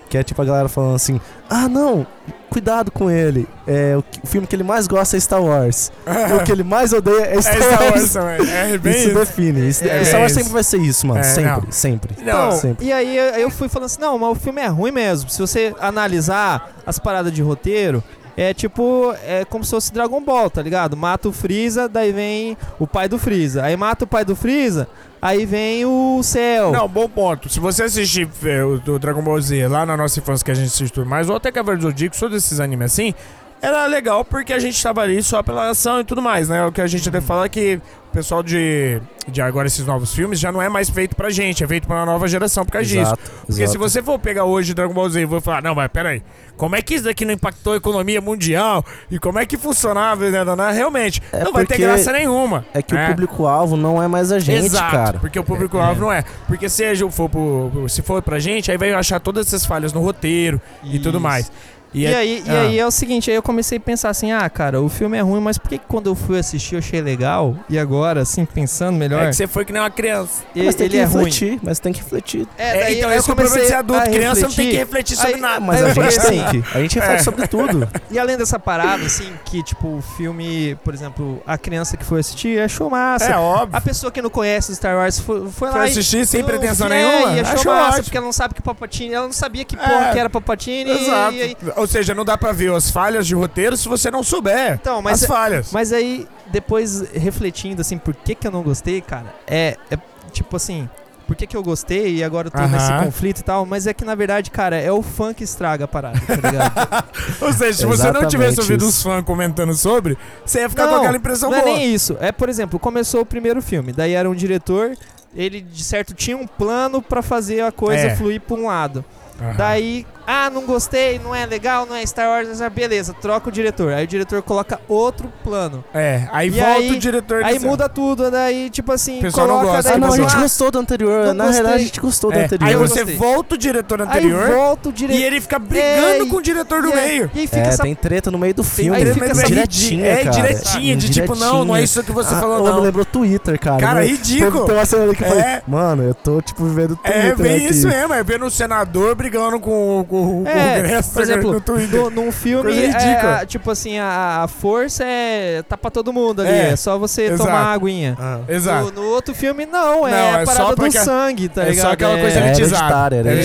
Speaker 3: Que é tipo a galera falando assim: Ah, não, cuidado com ele. É, o, que- o filme que ele mais gosta é Star Wars. E o que ele mais odeia é
Speaker 2: É
Speaker 3: Star,
Speaker 2: Star Wars,
Speaker 3: Wars.
Speaker 2: velho. É bem
Speaker 3: Isso
Speaker 2: isso.
Speaker 3: define. Isso,
Speaker 1: É,
Speaker 3: Star Wars
Speaker 2: isso.
Speaker 3: sempre vai ser isso, mano.
Speaker 2: É,
Speaker 3: sempre,
Speaker 2: não. é
Speaker 3: sempre.
Speaker 1: Então,
Speaker 2: Não,
Speaker 3: sempre.
Speaker 1: e aí eu eu fui falando assim, não, mas o filme é ruim mesmo. Se você analisar as paradas de roteiro, é tipo, é como se fosse Dragon Ball, tá ligado? Mata o Freeza, daí vem o pai do Freeza. Aí mata o pai do Freeza, aí vem o Cell.
Speaker 2: Não, bom ponto. Se você assistir é, o, o Dragon Ball Z lá na nossa infância que a gente assistiu mais, ou até Cavaleiro do Zodíaco, todos esses animes assim, era legal porque a gente tava ali só pela ação e tudo mais, né? O que a gente até fala é que o pessoal de, de agora, esses novos filmes, já não é mais feito pra gente, é feito pra uma nova geração por causa disso.
Speaker 3: Exato,
Speaker 2: Porque
Speaker 3: exato.
Speaker 2: se você for pegar hoje Dragon Ball Z e for falar, não, mas peraí, como é que isso daqui não impactou a economia mundial? E como é que funcionava, né, Naná? Realmente,
Speaker 3: É
Speaker 2: não vai ter
Speaker 3: porque
Speaker 2: graça nenhuma.
Speaker 3: É que
Speaker 2: né?
Speaker 3: o público-alvo não é mais a gente,
Speaker 2: Exato,
Speaker 3: cara.
Speaker 2: porque o público-alvo não é. Porque se for, pro, se for pra gente, aí vai achar todas essas falhas no roteiro e tudo mais.
Speaker 1: E,
Speaker 2: é-
Speaker 1: aí, e
Speaker 2: ah.
Speaker 1: aí é o seguinte, aí eu comecei a pensar assim, ah, cara, o filme é ruim, mas por que que quando eu fui assistir eu achei legal? E agora, assim, pensando melhor,
Speaker 2: É que você foi que nem uma criança.
Speaker 1: e-
Speaker 3: mas tem
Speaker 1: ele
Speaker 3: que
Speaker 1: é ruim.
Speaker 3: refletir, mas tem que refletir.
Speaker 1: É,
Speaker 2: É,
Speaker 1: daí
Speaker 2: então,
Speaker 1: eu
Speaker 2: esse que é o problema de ser
Speaker 1: comecei
Speaker 2: adulto.
Speaker 1: a
Speaker 2: Criança não tem que
Speaker 1: refletir.
Speaker 2: refletir sobre
Speaker 1: Aí-
Speaker 2: nada.
Speaker 3: Ah, Mas
Speaker 1: eu
Speaker 3: a gente
Speaker 1: falei
Speaker 3: tem
Speaker 1: assim,
Speaker 3: que. A
Speaker 2: É.
Speaker 3: gente reflete sobre tudo.
Speaker 1: E além dessa parada, assim, que tipo, o filme, por exemplo, a criança que foi assistir achou massa.
Speaker 2: É óbvio.
Speaker 1: A pessoa que não conhece Star Wars foi, foi lá
Speaker 2: Foi
Speaker 1: e-
Speaker 2: assistir sem
Speaker 1: eu-
Speaker 2: pretensão
Speaker 1: é,
Speaker 2: nenhuma.
Speaker 1: E achou,
Speaker 2: Achou
Speaker 1: massa,
Speaker 2: ótimo.
Speaker 1: porque ela não sabe que Papatini, ela não sabia que
Speaker 2: É.
Speaker 1: porra que era Papatini. e-
Speaker 2: Exato.
Speaker 1: e aí-
Speaker 2: Ou seja, não dá pra ver as falhas de roteiro se você não souber
Speaker 1: então, mas
Speaker 2: as falhas.
Speaker 1: Mas aí, depois, refletindo, assim, por que que eu não gostei, cara, é, é tipo assim, por que que eu gostei e agora eu tô nesse
Speaker 2: Aham.
Speaker 1: conflito e tal, mas é que, na verdade, cara, é o fã que estraga a parada, tá ligado?
Speaker 2: Ou seja, se você não
Speaker 3: Exatamente
Speaker 2: tivesse ouvido
Speaker 3: isso.
Speaker 2: os fãs comentando sobre, você ia ficar
Speaker 1: Não,
Speaker 2: com aquela impressão
Speaker 1: não é
Speaker 2: boa.
Speaker 1: nem isso. É, por exemplo, começou o primeiro filme, daí era um diretor, ele, de certo, tinha um plano pra fazer a coisa
Speaker 2: É.
Speaker 1: fluir pra um lado.
Speaker 2: Aham.
Speaker 1: Daí, ah, não gostei, não é legal, não é Star Wars, ah, beleza, troca o diretor. Aí o diretor coloca outro plano.
Speaker 2: É, aí
Speaker 1: E
Speaker 2: volta
Speaker 1: aí-
Speaker 2: o diretor assim,
Speaker 1: Aí
Speaker 2: desse-
Speaker 1: muda tudo, daí, tipo assim,
Speaker 2: O pessoal não
Speaker 1: coloca...
Speaker 2: gosta,
Speaker 1: daí,
Speaker 3: Ah, não, a
Speaker 1: você
Speaker 3: gente
Speaker 1: fala,
Speaker 3: gostou do anterior.
Speaker 1: Não
Speaker 3: Na realidade, a
Speaker 1: gostei.
Speaker 3: gente gostou do
Speaker 2: É,
Speaker 3: anterior.
Speaker 2: Aí
Speaker 1: Eu
Speaker 2: você
Speaker 1: gostei.
Speaker 2: volta o diretor
Speaker 1: Aí
Speaker 2: Ah, anterior
Speaker 1: volta o diretor.
Speaker 2: e ele fica brigando
Speaker 1: É,
Speaker 2: com o diretor do
Speaker 1: e aí-
Speaker 2: meio.
Speaker 1: E aí fica
Speaker 3: É,
Speaker 1: essa.
Speaker 3: tem treta no meio do filme.
Speaker 1: treta no meio do-
Speaker 3: diretinha,
Speaker 2: é,
Speaker 3: cara.
Speaker 2: diretinha, de tipo, não, não é isso que você
Speaker 3: Ah,
Speaker 2: falou,
Speaker 3: ô,
Speaker 2: não.
Speaker 3: Me lembrou Twitter, cara.
Speaker 2: Cara, é
Speaker 3: Me-
Speaker 2: ridículo.
Speaker 3: Tem- Tem uma cena ali que eu falei,
Speaker 2: É.
Speaker 3: mano, eu tô, tipo, vivendo Twitter
Speaker 2: É bem
Speaker 3: aqui.
Speaker 2: isso mesmo, é vendo o senador brigando com, com, com o
Speaker 1: É,
Speaker 2: Congresso
Speaker 1: por exemplo,
Speaker 2: no Twitter.
Speaker 1: no, num filme,
Speaker 2: Coisa
Speaker 1: é,
Speaker 2: ridícula.
Speaker 1: a- tipo assim, a, a força é. tá pra todo mundo ali,
Speaker 2: É,
Speaker 1: é, só você
Speaker 2: exato.
Speaker 1: tomar uma aguinha.
Speaker 3: Ah.
Speaker 2: Exato.
Speaker 1: No, no outro filme, não, é
Speaker 2: Não, é
Speaker 1: a
Speaker 2: só
Speaker 1: parada
Speaker 2: pra
Speaker 1: do
Speaker 2: que-
Speaker 1: sangue, tá
Speaker 2: é só
Speaker 1: ligado?
Speaker 2: aquela
Speaker 1: é,
Speaker 2: coisa
Speaker 3: É
Speaker 2: elitizada.
Speaker 3: hereditário,
Speaker 1: é
Speaker 3: hereditário.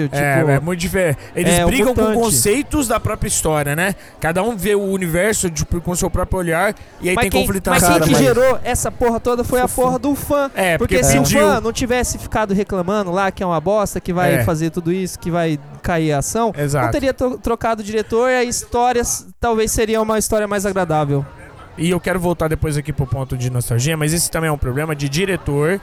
Speaker 1: hereditário, tipo.
Speaker 2: É, é muito diferente. Eles
Speaker 1: é, o
Speaker 2: brigam com
Speaker 1: mutante.
Speaker 2: conceitos da própria história, né? Cada um vê o universo tipo, com seu próprio olhar e aí
Speaker 1: mas
Speaker 2: tem
Speaker 1: quem,
Speaker 2: conflito
Speaker 1: mas
Speaker 2: na
Speaker 1: quem
Speaker 3: cara,
Speaker 1: que
Speaker 3: mas-
Speaker 1: gerou essa porra toda foi a porra do fã.
Speaker 2: É, porque,
Speaker 1: Porque se o
Speaker 2: pediu.
Speaker 1: fã não tivesse ficado reclamando lá que é uma bosta, que vai
Speaker 2: É.
Speaker 1: fazer tudo isso, que vai cair a ação,
Speaker 2: Exato.
Speaker 1: não teria to- trocado o diretor e a história s- talvez seria uma história mais agradável.
Speaker 2: E eu quero voltar depois aqui pro ponto de nostalgia, mas esse também é um problema de diretor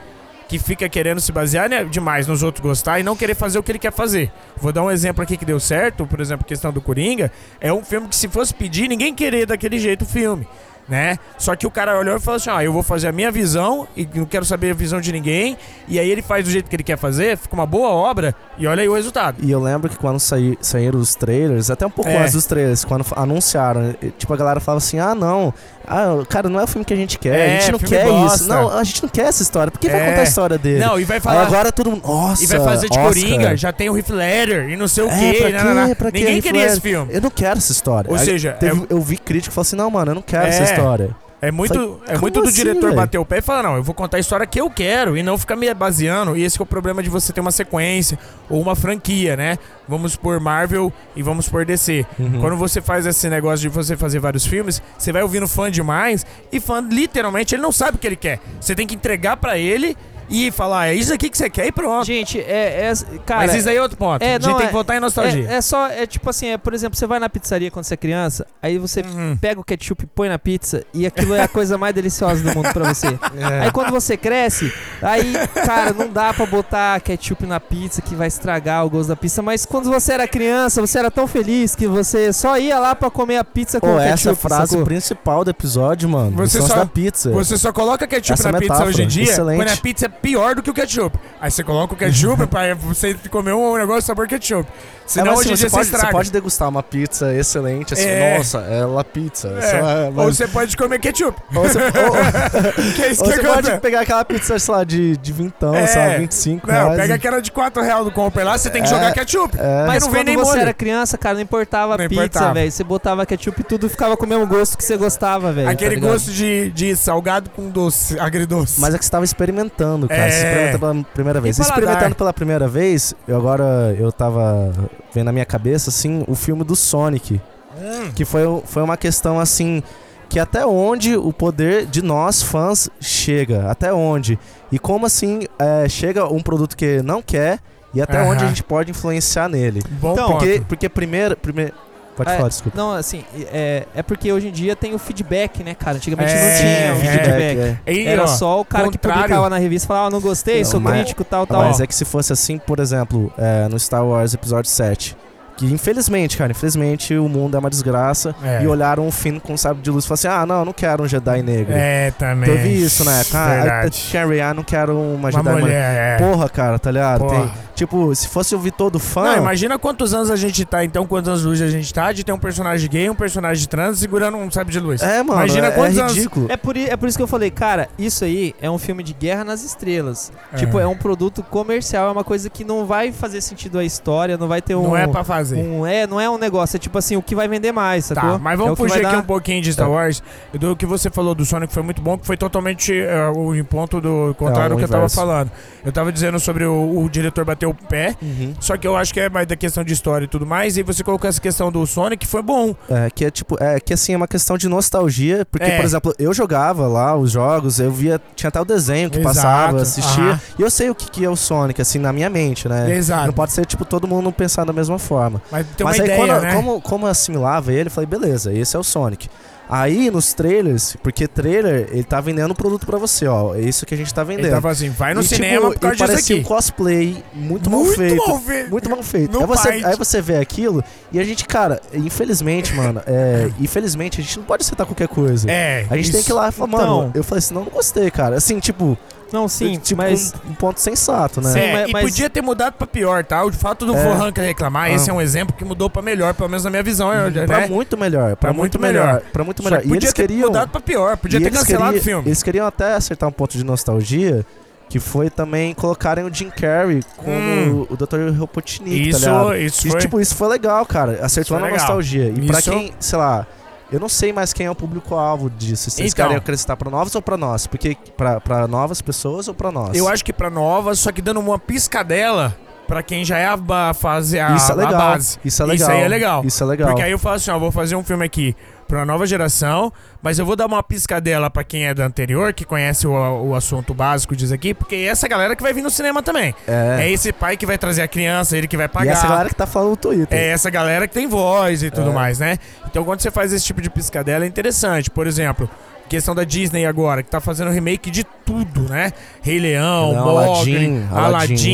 Speaker 2: que fica querendo se basear né, demais nos outros gostar e não querer fazer o que ele quer fazer. Vou dar um exemplo aqui que deu certo, por exemplo, questão do Coringa, é um filme que se fosse pedir, ninguém queria daquele jeito o filme, né? Só que o cara olhou e falou assim: "Ó, eu vou fazer a minha visão e não quero saber a visão de ninguém". E aí ele faz do jeito que ele quer fazer, fica uma boa obra e olha aí o resultado.
Speaker 3: E eu lembro que quando saí- saíram os trailers, até um pouco
Speaker 2: É.
Speaker 3: antes dos trailers, quando f- anunciaram, e, tipo, a galera falava assim: ah, não, ah, cara, não é o filme que a gente quer,
Speaker 2: É,
Speaker 3: a gente não
Speaker 2: filme
Speaker 3: quer
Speaker 2: bosta."
Speaker 3: isso. Não, a gente não quer essa história, por que
Speaker 2: É.
Speaker 3: vai contar a história dele?
Speaker 2: Não, e vai
Speaker 3: Aí
Speaker 2: falar
Speaker 3: agora todo mundo, nossa,
Speaker 2: e vai fazer de
Speaker 3: Oscar,
Speaker 2: Coringa, já tem o Heath Ledger e não sei o
Speaker 3: É,
Speaker 2: quê,
Speaker 3: pra
Speaker 2: né,
Speaker 3: quê?
Speaker 2: né, né.
Speaker 3: Pra quê,
Speaker 2: Ninguém
Speaker 3: Heath
Speaker 2: queria esse
Speaker 3: Ledger?
Speaker 2: filme.
Speaker 3: Eu não quero essa história.
Speaker 2: Ou
Speaker 3: Aí
Speaker 2: seja,
Speaker 3: teve- eu vi crítico e falei assim: não, mano, eu não quero essa
Speaker 2: É.
Speaker 3: história.
Speaker 2: é, é muito, é
Speaker 3: como
Speaker 2: muito do
Speaker 3: assim,
Speaker 2: diretor
Speaker 3: velho?
Speaker 2: bater o pé e falar, não, eu vou contar a história que eu quero e não ficar me baseando. E esse que é o problema de você ter uma sequência ou uma franquia, né? Vamos por Marvel e vamos por DC. Uhum.
Speaker 3: Hum.
Speaker 2: Quando você faz esse negócio de você fazer vários filmes, você vai ouvindo fã demais e fã, literalmente, ele não sabe o que ele quer. Você tem que entregar pra ele e falar, é isso aqui que você quer e pronto.
Speaker 1: Gente, é, é cara,
Speaker 2: Mas isso daí é outro ponto.
Speaker 1: é,
Speaker 2: a gente
Speaker 1: não,
Speaker 2: tem
Speaker 1: é-
Speaker 2: que voltar em nostalgia.
Speaker 1: é, é só é tipo assim, é, por exemplo, você vai na pizzaria quando você é criança, aí você
Speaker 2: Uhum.
Speaker 1: pega o ketchup e põe na pizza e aquilo é a coisa mais deliciosa do mundo pra você.
Speaker 3: É.
Speaker 1: Aí quando você cresce, aí, cara, não dá pra botar ketchup na pizza que vai estragar o gosto da pizza, mas quando você era criança, você era tão feliz que você só ia lá pra comer a pizza com
Speaker 3: Pô,
Speaker 1: ketchup.
Speaker 3: essa é a frase
Speaker 1: sacou?
Speaker 3: principal do episódio, mano.
Speaker 2: Você
Speaker 3: Você só...
Speaker 2: só-
Speaker 3: da pizza.
Speaker 2: Você só coloca ketchup
Speaker 3: É. Essa
Speaker 2: na pizza
Speaker 3: metáfora,
Speaker 2: hoje em dia,
Speaker 3: excelente.
Speaker 2: quando a pizza é pior do que o ketchup. Aí você coloca o ketchup pra você comer um negócio sabor ketchup.
Speaker 3: É,
Speaker 2: Senão
Speaker 3: mas,
Speaker 2: hoje em
Speaker 3: assim,
Speaker 2: dia
Speaker 3: você,
Speaker 2: você
Speaker 3: pode, você
Speaker 2: estraga.
Speaker 3: pode degustar uma pizza excelente, assim,
Speaker 2: É.
Speaker 3: nossa, ela pizza.
Speaker 2: É.
Speaker 3: sei lá, mas-
Speaker 2: Ou você pode comer ketchup.
Speaker 3: ou você- ou-
Speaker 2: Que é isso
Speaker 3: ou
Speaker 2: que
Speaker 3: você pode
Speaker 2: acontece.
Speaker 3: pegar aquela pizza, sei lá, de, de vintão,
Speaker 2: É.
Speaker 3: sei lá, 25
Speaker 2: Não,
Speaker 3: reais.
Speaker 2: pega aquela de 4 reais do compra lá, você tem que
Speaker 3: É,
Speaker 2: jogar ketchup.
Speaker 3: é.
Speaker 2: Mas
Speaker 1: né? Mas
Speaker 2: não vem
Speaker 1: quando
Speaker 2: nem
Speaker 1: você
Speaker 2: molho.
Speaker 1: era criança, cara, não importava a
Speaker 2: Não
Speaker 1: pizza,
Speaker 2: importava.
Speaker 1: velho. Você botava ketchup e tudo ficava com o mesmo gosto que você gostava,
Speaker 3: É,
Speaker 1: velho. tá
Speaker 2: Aquele
Speaker 1: ligado?
Speaker 2: gosto de, de salgado com doce, agridoce.
Speaker 3: Mas é que você tava experimentando, cara. Você
Speaker 2: É.
Speaker 3: experimentando pela primeira vez.
Speaker 1: E paladar.
Speaker 3: Experimentando pela primeira vez, eu agora eu tava vendo na minha cabeça, assim, o filme do Sonic.
Speaker 2: Hum.
Speaker 3: Que foi, o- foi uma questão assim. Que até onde o poder de nós, fãs, chega? Até onde? E como assim é, chega um produto que não quer e até
Speaker 2: Aham.
Speaker 3: onde a gente pode influenciar nele?
Speaker 2: Bom
Speaker 1: Então,
Speaker 2: ponto.
Speaker 3: Porque, porque primeiro. primeiro... Pode
Speaker 1: É,
Speaker 3: falar, desculpa.
Speaker 1: Não, assim, é, é porque hoje em dia tem o feedback, né, cara? Antigamente
Speaker 2: É,
Speaker 1: não tinha o
Speaker 2: é,
Speaker 1: feedback.
Speaker 3: é.
Speaker 2: E,
Speaker 1: Era
Speaker 2: ó,
Speaker 1: só o cara que
Speaker 2: contrário.
Speaker 1: publicava na revista e falava, "Ah, não gostei,
Speaker 3: Não,
Speaker 1: sou
Speaker 3: mas-
Speaker 1: crítico, tal,
Speaker 2: Então,
Speaker 1: tal.
Speaker 3: Mas é que se fosse assim, por exemplo, é, no Star Wars Episódio 7. Que infelizmente, cara, infelizmente o mundo é uma desgraça.
Speaker 2: É.
Speaker 3: E olharam o Finn com um sábio de luz e falaram assim: ah, não, não quero um Jedi negro.
Speaker 2: É, também.
Speaker 3: Teve isso, né? Cara,
Speaker 2: Verdade.
Speaker 3: Sherry, ah, não quero uma,
Speaker 2: Uma
Speaker 3: Jedi mulher.
Speaker 2: mulher, é.
Speaker 3: Porra, cara, tá ligado?
Speaker 2: Porra.
Speaker 3: Tem- Tipo, se fosse ouvir todo fã.
Speaker 2: Não, imagina quantos anos a gente tá, então, quantos anos de luz a gente tá, de ter um personagem gay, um personagem trans segurando um sabre de luz.
Speaker 3: É, mano.
Speaker 2: Imagina
Speaker 3: é,
Speaker 2: quantos
Speaker 3: é
Speaker 2: anos-
Speaker 3: ridículo.
Speaker 1: É por, i- é por isso que eu falei, cara, isso aí é um filme de guerra nas estrelas. Tipo, é um produto comercial, é uma coisa que não vai fazer sentido à história, não vai ter um.
Speaker 2: Não é pra fazer.
Speaker 1: um- é, não é um negócio, é tipo assim, o que vai vender mais, sacou?
Speaker 2: Tá, mas
Speaker 1: É
Speaker 2: vamos
Speaker 1: o que
Speaker 2: fugir
Speaker 1: vai
Speaker 2: aqui
Speaker 1: dar-
Speaker 2: um pouquinho de Star
Speaker 3: É.
Speaker 2: Wars. Do que você falou do Sonic foi muito bom, que foi totalmente eh, o ponto do contrário
Speaker 3: É, o
Speaker 2: do que eu tava
Speaker 3: inverso.
Speaker 2: falando. Eu tava dizendo sobre o, o diretor bater o pé,
Speaker 3: Uhum.
Speaker 2: só que eu acho que é mais da questão de história e tudo mais, e você colocou essa questão do Sonic, que foi bom.
Speaker 3: É, que é tipo, é que assim, é uma questão de nostalgia, porque,
Speaker 2: É.
Speaker 3: por exemplo, eu jogava lá os jogos, eu via, tinha até o desenho que
Speaker 2: Exato,
Speaker 3: passava, assistia,
Speaker 2: aham.
Speaker 3: e eu sei o que, que é o Sonic, assim, na minha mente, né?
Speaker 2: Exato.
Speaker 3: Não pode ser, tipo, todo mundo pensar da mesma forma.
Speaker 2: Mas tem uma
Speaker 3: Mas aí,
Speaker 2: ideia,
Speaker 3: quando,
Speaker 2: né?
Speaker 3: como, como eu assimilava ele, eu falei, beleza, esse é o Sonic. Aí, nos trailers, porque trailer, ele tá vendendo um produto pra você, ó, é isso que a gente tá vendendo.
Speaker 2: Ele tava assim, vai no
Speaker 3: E, tipo,
Speaker 2: cinema por
Speaker 3: e
Speaker 2: causa disso
Speaker 3: parecia um
Speaker 2: aqui.
Speaker 3: cosplay muito, tá mal feito.
Speaker 2: mal feito.
Speaker 3: Muito mal feito.
Speaker 2: No
Speaker 3: Aí você,
Speaker 2: Paint.
Speaker 3: aí você vê aquilo e a gente, cara, infelizmente, mano, é, infelizmente a gente não pode aceitar qualquer coisa.
Speaker 2: É.
Speaker 3: a gente tem
Speaker 2: isso.
Speaker 3: que ir lá e falar,
Speaker 1: Então-
Speaker 3: mano, eu falei assim, não, não gostei, cara. Assim, tipo,
Speaker 1: Não, sim,
Speaker 3: tipo
Speaker 1: mas.
Speaker 3: um, um ponto sensato, né?
Speaker 1: Sim,
Speaker 2: É,
Speaker 1: mas-
Speaker 2: e
Speaker 1: mas-
Speaker 2: podia ter mudado pra pior, tá? O fato do
Speaker 3: É.
Speaker 2: Forran querer reclamar,
Speaker 3: Ah.
Speaker 2: esse é um exemplo que mudou pra melhor, pelo menos na minha visão, né?
Speaker 3: Pra muito melhor, pra,
Speaker 2: Pra
Speaker 3: muito
Speaker 2: muito
Speaker 3: melhor,
Speaker 2: melhor.
Speaker 3: pra muito
Speaker 2: Só
Speaker 3: melhor.
Speaker 2: que
Speaker 3: E
Speaker 2: podia
Speaker 3: eles
Speaker 2: ter
Speaker 3: queriam.
Speaker 2: mudado pra pior, podia
Speaker 3: e
Speaker 2: ter
Speaker 3: eles
Speaker 2: cancelado
Speaker 3: queriam-
Speaker 2: o filme.
Speaker 3: Eles queriam até acertar um ponto de nostalgia, que foi também colocarem o Jim Carrey como
Speaker 2: Hum.
Speaker 3: o Dr. Robotnik, tá
Speaker 2: Isso,
Speaker 3: ligado?
Speaker 2: isso
Speaker 3: E,
Speaker 2: foi.
Speaker 3: tipo, isso foi legal, cara. Acertou
Speaker 2: Isso foi
Speaker 3: na
Speaker 2: legal.
Speaker 3: nostalgia. E pra
Speaker 2: Isso-
Speaker 3: quem, sei lá, eu não sei mais quem é o público-alvo disso. Se eles
Speaker 2: Então.
Speaker 3: querem acrescentar pra novos ou pra nós? Porque pra, pra novas pessoas ou pra nós?
Speaker 2: Eu acho que pra nova, só que dando uma piscadela pra quem já é a ba- fase a,
Speaker 3: isso é
Speaker 2: a
Speaker 3: legal.
Speaker 2: base.
Speaker 3: Isso é legal.
Speaker 2: Isso aí é legal.
Speaker 3: Isso é legal.
Speaker 2: Porque aí eu falo assim, ó, vou fazer um filme aqui pra nova geração, mas eu vou dar uma piscadela pra quem é da anterior, que conhece o, o assunto básico diz aqui, porque é essa galera que vai vir no cinema também. É,
Speaker 3: É.
Speaker 2: esse pai que vai trazer a criança, ele que vai
Speaker 3: e
Speaker 2: pagar.
Speaker 3: essa galera que tá falando no Twitter.
Speaker 2: É essa galera que tem voz e tudo
Speaker 3: É.
Speaker 2: mais, né? Então quando você faz esse tipo de piscadela é interessante. Por exemplo, questão da Disney agora, que tá fazendo remake de tudo, né? Rei Leão,
Speaker 3: Não,
Speaker 2: Mogli,
Speaker 3: Aladdin,
Speaker 2: Aladdin,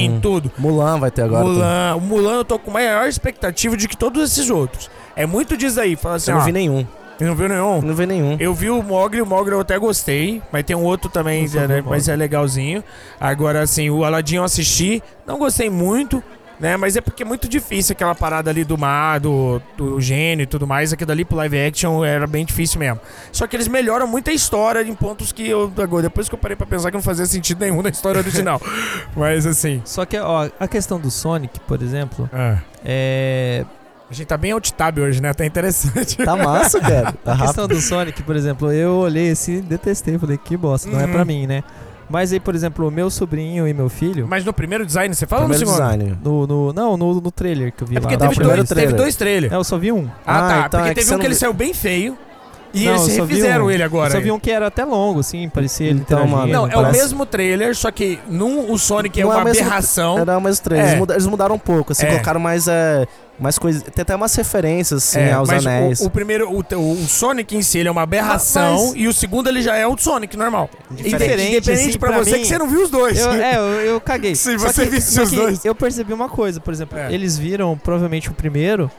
Speaker 3: Aladdin.
Speaker 2: tudo.
Speaker 3: Mulan vai ter agora. também.
Speaker 2: Mulan. O Mulan eu tô com maior expectativa de que todos esses outros. É muito disso aí. Fala assim,
Speaker 3: Eu
Speaker 2: ó,
Speaker 3: não vi nenhum.
Speaker 2: eu não viu nenhum?
Speaker 3: Eu não vi nenhum.
Speaker 2: Eu vi o Mogli, o Mogli eu até gostei, mas tem um outro também,
Speaker 3: Não sou
Speaker 2: né,
Speaker 3: do
Speaker 2: mas é legalzinho. Agora, assim, o Aladdin eu assisti, não gostei muito, né? Mas é porque é muito difícil aquela parada ali do mar, do, do gênio e tudo mais. Aquilo ali pro live action era bem difícil mesmo. Só que eles melhoram muito a história em pontos que eu. agora, Depois que eu parei pra pensar que não fazia sentido nenhum na história original. mas assim.
Speaker 1: Só que, ó, a questão do Sonic, por exemplo,
Speaker 2: ah,
Speaker 1: é.
Speaker 2: A gente tá bem out-tab hoje, né? Tá interessante.
Speaker 3: Tá massa, cara. Tá
Speaker 1: A
Speaker 3: rápido.
Speaker 1: questão do Sonic, por exemplo, eu olhei assim, detestei, falei, que bosta, não é
Speaker 2: Uhum.
Speaker 1: pra mim, né? Mas aí, por exemplo, o meu sobrinho e meu filho,
Speaker 2: Mas no primeiro design, você fala ou no
Speaker 3: Primeiro
Speaker 2: segundo?
Speaker 3: design.
Speaker 1: no, no- não, no, no trailer que eu vi
Speaker 2: É porque
Speaker 1: lá.
Speaker 3: Não,
Speaker 2: teve,
Speaker 1: o
Speaker 2: dois,
Speaker 1: primeiro-
Speaker 2: teve
Speaker 3: trailer.
Speaker 2: dois trailers.
Speaker 1: É, eu só vi um.
Speaker 2: Ah,
Speaker 3: Ah,
Speaker 2: tá.
Speaker 3: então
Speaker 2: porque
Speaker 3: é que
Speaker 2: teve
Speaker 3: você
Speaker 2: um que
Speaker 3: não
Speaker 2: ele
Speaker 3: vê-
Speaker 2: saiu bem feio. E
Speaker 1: Não,
Speaker 2: eles
Speaker 1: eu
Speaker 2: se
Speaker 1: só vi
Speaker 2: refizeram
Speaker 1: um.
Speaker 2: ele
Speaker 1: Eu
Speaker 2: agora.
Speaker 1: só
Speaker 2: aí.
Speaker 1: vi um que era até longo, assim, parecia ele
Speaker 3: Então,
Speaker 1: interagindo,
Speaker 3: mano,
Speaker 2: Não, é o
Speaker 3: Parece-
Speaker 2: mesmo trailer, só que num o Sonic é
Speaker 3: Não é
Speaker 2: uma
Speaker 3: o mesmo-
Speaker 2: aberração.
Speaker 3: Era o mesmo trailer.
Speaker 2: É.
Speaker 3: Eles, muda- eles mudaram um pouco, assim,
Speaker 2: É.
Speaker 3: colocaram mais, é, mais coisas. Tem até umas referências, assim,
Speaker 2: É,
Speaker 3: aos
Speaker 2: mas o-
Speaker 3: anéis.
Speaker 2: O, primeiro, o, te- o Sonic em si, ele é uma aberração.
Speaker 1: Mas-
Speaker 2: E o segundo, ele já é o Sonic normal.
Speaker 1: Diferente,
Speaker 2: Independente
Speaker 1: assim,
Speaker 2: pra,
Speaker 1: pra
Speaker 2: você
Speaker 1: mim-
Speaker 2: que você não viu os dois.
Speaker 1: Eu, é, eu, eu caguei.
Speaker 2: Se
Speaker 1: Só
Speaker 2: você
Speaker 1: que-
Speaker 2: visse
Speaker 1: só
Speaker 2: os
Speaker 1: que
Speaker 2: dois.
Speaker 1: Eu percebi uma coisa, por exemplo,
Speaker 2: É.
Speaker 1: eles viram provavelmente o primeiro.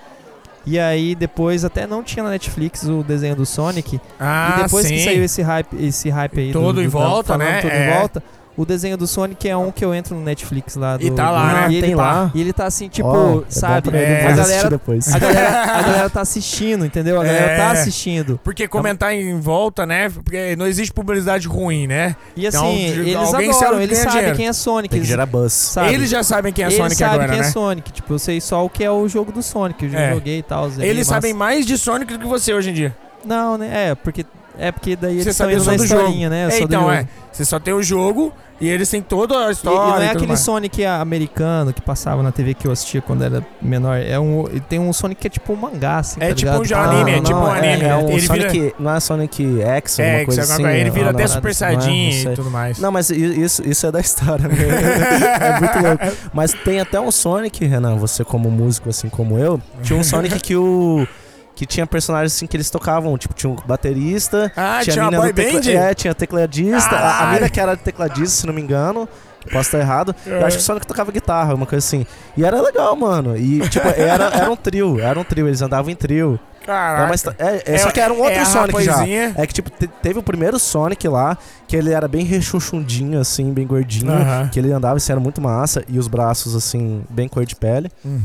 Speaker 1: E aí depois até não tinha na Netflix o desenho do Sonic.
Speaker 2: Ah,
Speaker 1: e depois
Speaker 2: sim.
Speaker 1: que saiu esse hype, esse hype aí
Speaker 2: Todo
Speaker 1: do,
Speaker 2: em
Speaker 1: do-
Speaker 2: volta,
Speaker 1: falando
Speaker 2: né?
Speaker 1: Todo em
Speaker 2: É.
Speaker 1: volta. O desenho do Sonic é um que eu entro no Netflix lá do,
Speaker 2: E tá lá,
Speaker 1: do-
Speaker 2: né?
Speaker 1: E ele
Speaker 3: Tem
Speaker 1: tá,
Speaker 3: lá.
Speaker 1: E ele tá assim, tipo,
Speaker 3: Ó, é bom
Speaker 1: sabe?
Speaker 3: pra-
Speaker 2: É.
Speaker 1: A
Speaker 3: Mas
Speaker 1: galera
Speaker 3: assistir depois.
Speaker 1: a galera, a galera tá assistindo, entendeu? A galera
Speaker 2: É.
Speaker 1: tá assistindo.
Speaker 2: Porque comentar em volta, né? Porque não existe publicidade ruim, né?
Speaker 1: E assim,
Speaker 2: Então, de-
Speaker 1: eles
Speaker 2: alguém
Speaker 1: adoram,
Speaker 2: sabe
Speaker 1: eles
Speaker 2: ganhar
Speaker 1: sabem
Speaker 2: dinheiro.
Speaker 1: quem é Sonic.
Speaker 3: Tem que
Speaker 1: Eles,
Speaker 3: gerar buzz.
Speaker 1: sabe?
Speaker 2: Eles já sabem quem é
Speaker 1: Eles
Speaker 2: Sonic
Speaker 1: sabem
Speaker 2: agora,
Speaker 1: quem
Speaker 2: né?
Speaker 1: é Sonic. Tipo, eu sei só o que é o jogo do Sonic. Eu já
Speaker 2: É.
Speaker 1: joguei e tal. zerei,
Speaker 2: Eles
Speaker 1: mas-
Speaker 2: sabem mais de Sonic do que você hoje em dia.
Speaker 1: Não, né? É, porque, é porque daí
Speaker 2: Você
Speaker 1: eles estão
Speaker 2: sabe
Speaker 1: indo
Speaker 2: só
Speaker 1: na
Speaker 2: do
Speaker 1: historinha, né?
Speaker 2: É,
Speaker 1: só do
Speaker 2: então,
Speaker 1: jogo.
Speaker 2: é. Você só tem o jogo e eles têm toda a
Speaker 1: E, e
Speaker 2: história.
Speaker 1: não é
Speaker 2: tudo
Speaker 1: aquele
Speaker 2: mais.
Speaker 1: Sonic americano que passava na TV que eu assistia quando era menor. É um, tem um Sonic que é tipo um mangá, assim,
Speaker 2: É
Speaker 1: tá
Speaker 2: tipo
Speaker 1: ligado?
Speaker 2: um de anime, é
Speaker 3: não,
Speaker 2: tipo um
Speaker 3: é-
Speaker 2: anime,
Speaker 3: É,
Speaker 2: né?
Speaker 3: um
Speaker 2: Ele
Speaker 3: Sonic, Não é Sonic X, alguma
Speaker 2: É, que
Speaker 3: coisa
Speaker 2: você
Speaker 3: assim.
Speaker 2: agora ele vira
Speaker 3: ou
Speaker 2: até
Speaker 3: não,
Speaker 2: Super
Speaker 3: não, não
Speaker 2: Saiyajin
Speaker 3: sei.
Speaker 2: e tudo mais.
Speaker 3: Não, mas i- isso, isso é da história mesmo. é muito louco. Mas tem até um Sonic, Renan, você como músico, assim como eu. Tinha um Sonic que o... Que tinha personagens assim que eles tocavam, tipo, tinha um baterista,
Speaker 2: Ah,
Speaker 3: tinha,
Speaker 2: tinha uma
Speaker 3: mina
Speaker 2: boy
Speaker 3: do tecla-
Speaker 2: band?
Speaker 3: É, tinha tecladista. A, a
Speaker 2: Caralho!
Speaker 3: mina que era tecladista, se não me engano. Posso estar errado. Eu
Speaker 2: É.
Speaker 3: acho que o Sonic tocava guitarra, uma coisa assim. E era legal, mano. E, tipo, era, era um trio. Era um trio. Eles andavam em trio.
Speaker 2: Caraca.
Speaker 3: É uma histó- é- é- só que era um outro
Speaker 2: é a
Speaker 3: Sonic já.
Speaker 2: rapazinha.
Speaker 3: É que, tipo, te- teve o primeiro Sonic lá, que ele era bem rechuchundinho, assim, bem gordinho.
Speaker 2: Aham.
Speaker 3: Que ele andava, isso era muito massa. E os braços, assim, bem cor de pele.
Speaker 2: Uhum.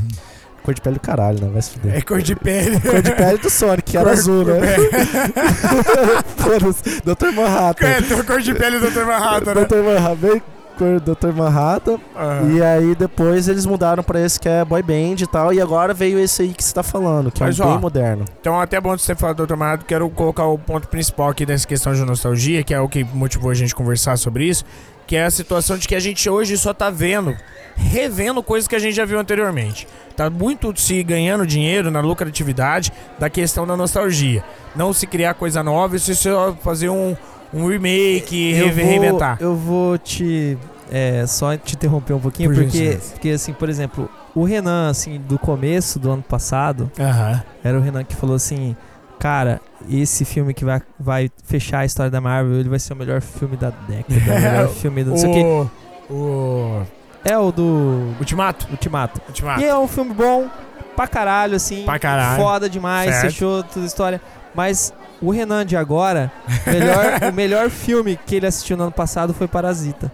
Speaker 3: Cor de pele do caralho, né? Vai se
Speaker 2: É
Speaker 3: fuder.
Speaker 2: cor de pele.
Speaker 3: Cor de pele do Sonic, que era
Speaker 2: Cor-
Speaker 3: azul, né? Foda-se. Dr. Manhattan.
Speaker 2: É, cor de pele do Dr. Manhattan, né?
Speaker 3: Dr. Manhattan, bem cor Dr. Manhattan.
Speaker 2: Aham.
Speaker 3: E aí depois eles mudaram pra esse que é boy band e tal. E agora veio esse aí que você tá falando, que
Speaker 2: Mas,
Speaker 3: é um
Speaker 2: ó,
Speaker 3: bem moderno.
Speaker 2: Então, até bom você falar do Dr. Manhattan, quero colocar o ponto principal aqui nessa questão de nostalgia, que é o que motivou a gente conversar sobre isso, que é a situação de que a gente hoje só tá vendo, revendo coisas que a gente já viu anteriormente. Tá muito se ganhando dinheiro na lucratividade da questão da nostalgia. Não se criar coisa nova, e se só fazer um, um remake,
Speaker 1: Eu
Speaker 2: re-
Speaker 1: vou-
Speaker 2: reinventar.
Speaker 1: Eu vou te. é, só te interromper um pouquinho,
Speaker 2: Por
Speaker 1: porque,
Speaker 2: gentileza.
Speaker 1: porque, assim, por exemplo, o Renan, assim, do começo do ano passado,
Speaker 2: Aham.
Speaker 1: era o Renan que falou assim: Cara, esse filme que vai, vai fechar a história da Marvel, ele vai ser o melhor filme da década, o melhor filme do. Não sei o quê.
Speaker 2: O, o
Speaker 1: É o do
Speaker 2: Ultimato.
Speaker 1: Ultimato.
Speaker 2: Ultimato.
Speaker 1: E é um filme bom pra caralho, assim.
Speaker 2: Pra caralho.
Speaker 1: Foda demais,
Speaker 2: Certo.
Speaker 1: fechou toda a história. Mas o Renan de agora, melhor- o melhor filme que ele assistiu no ano passado foi Parasita.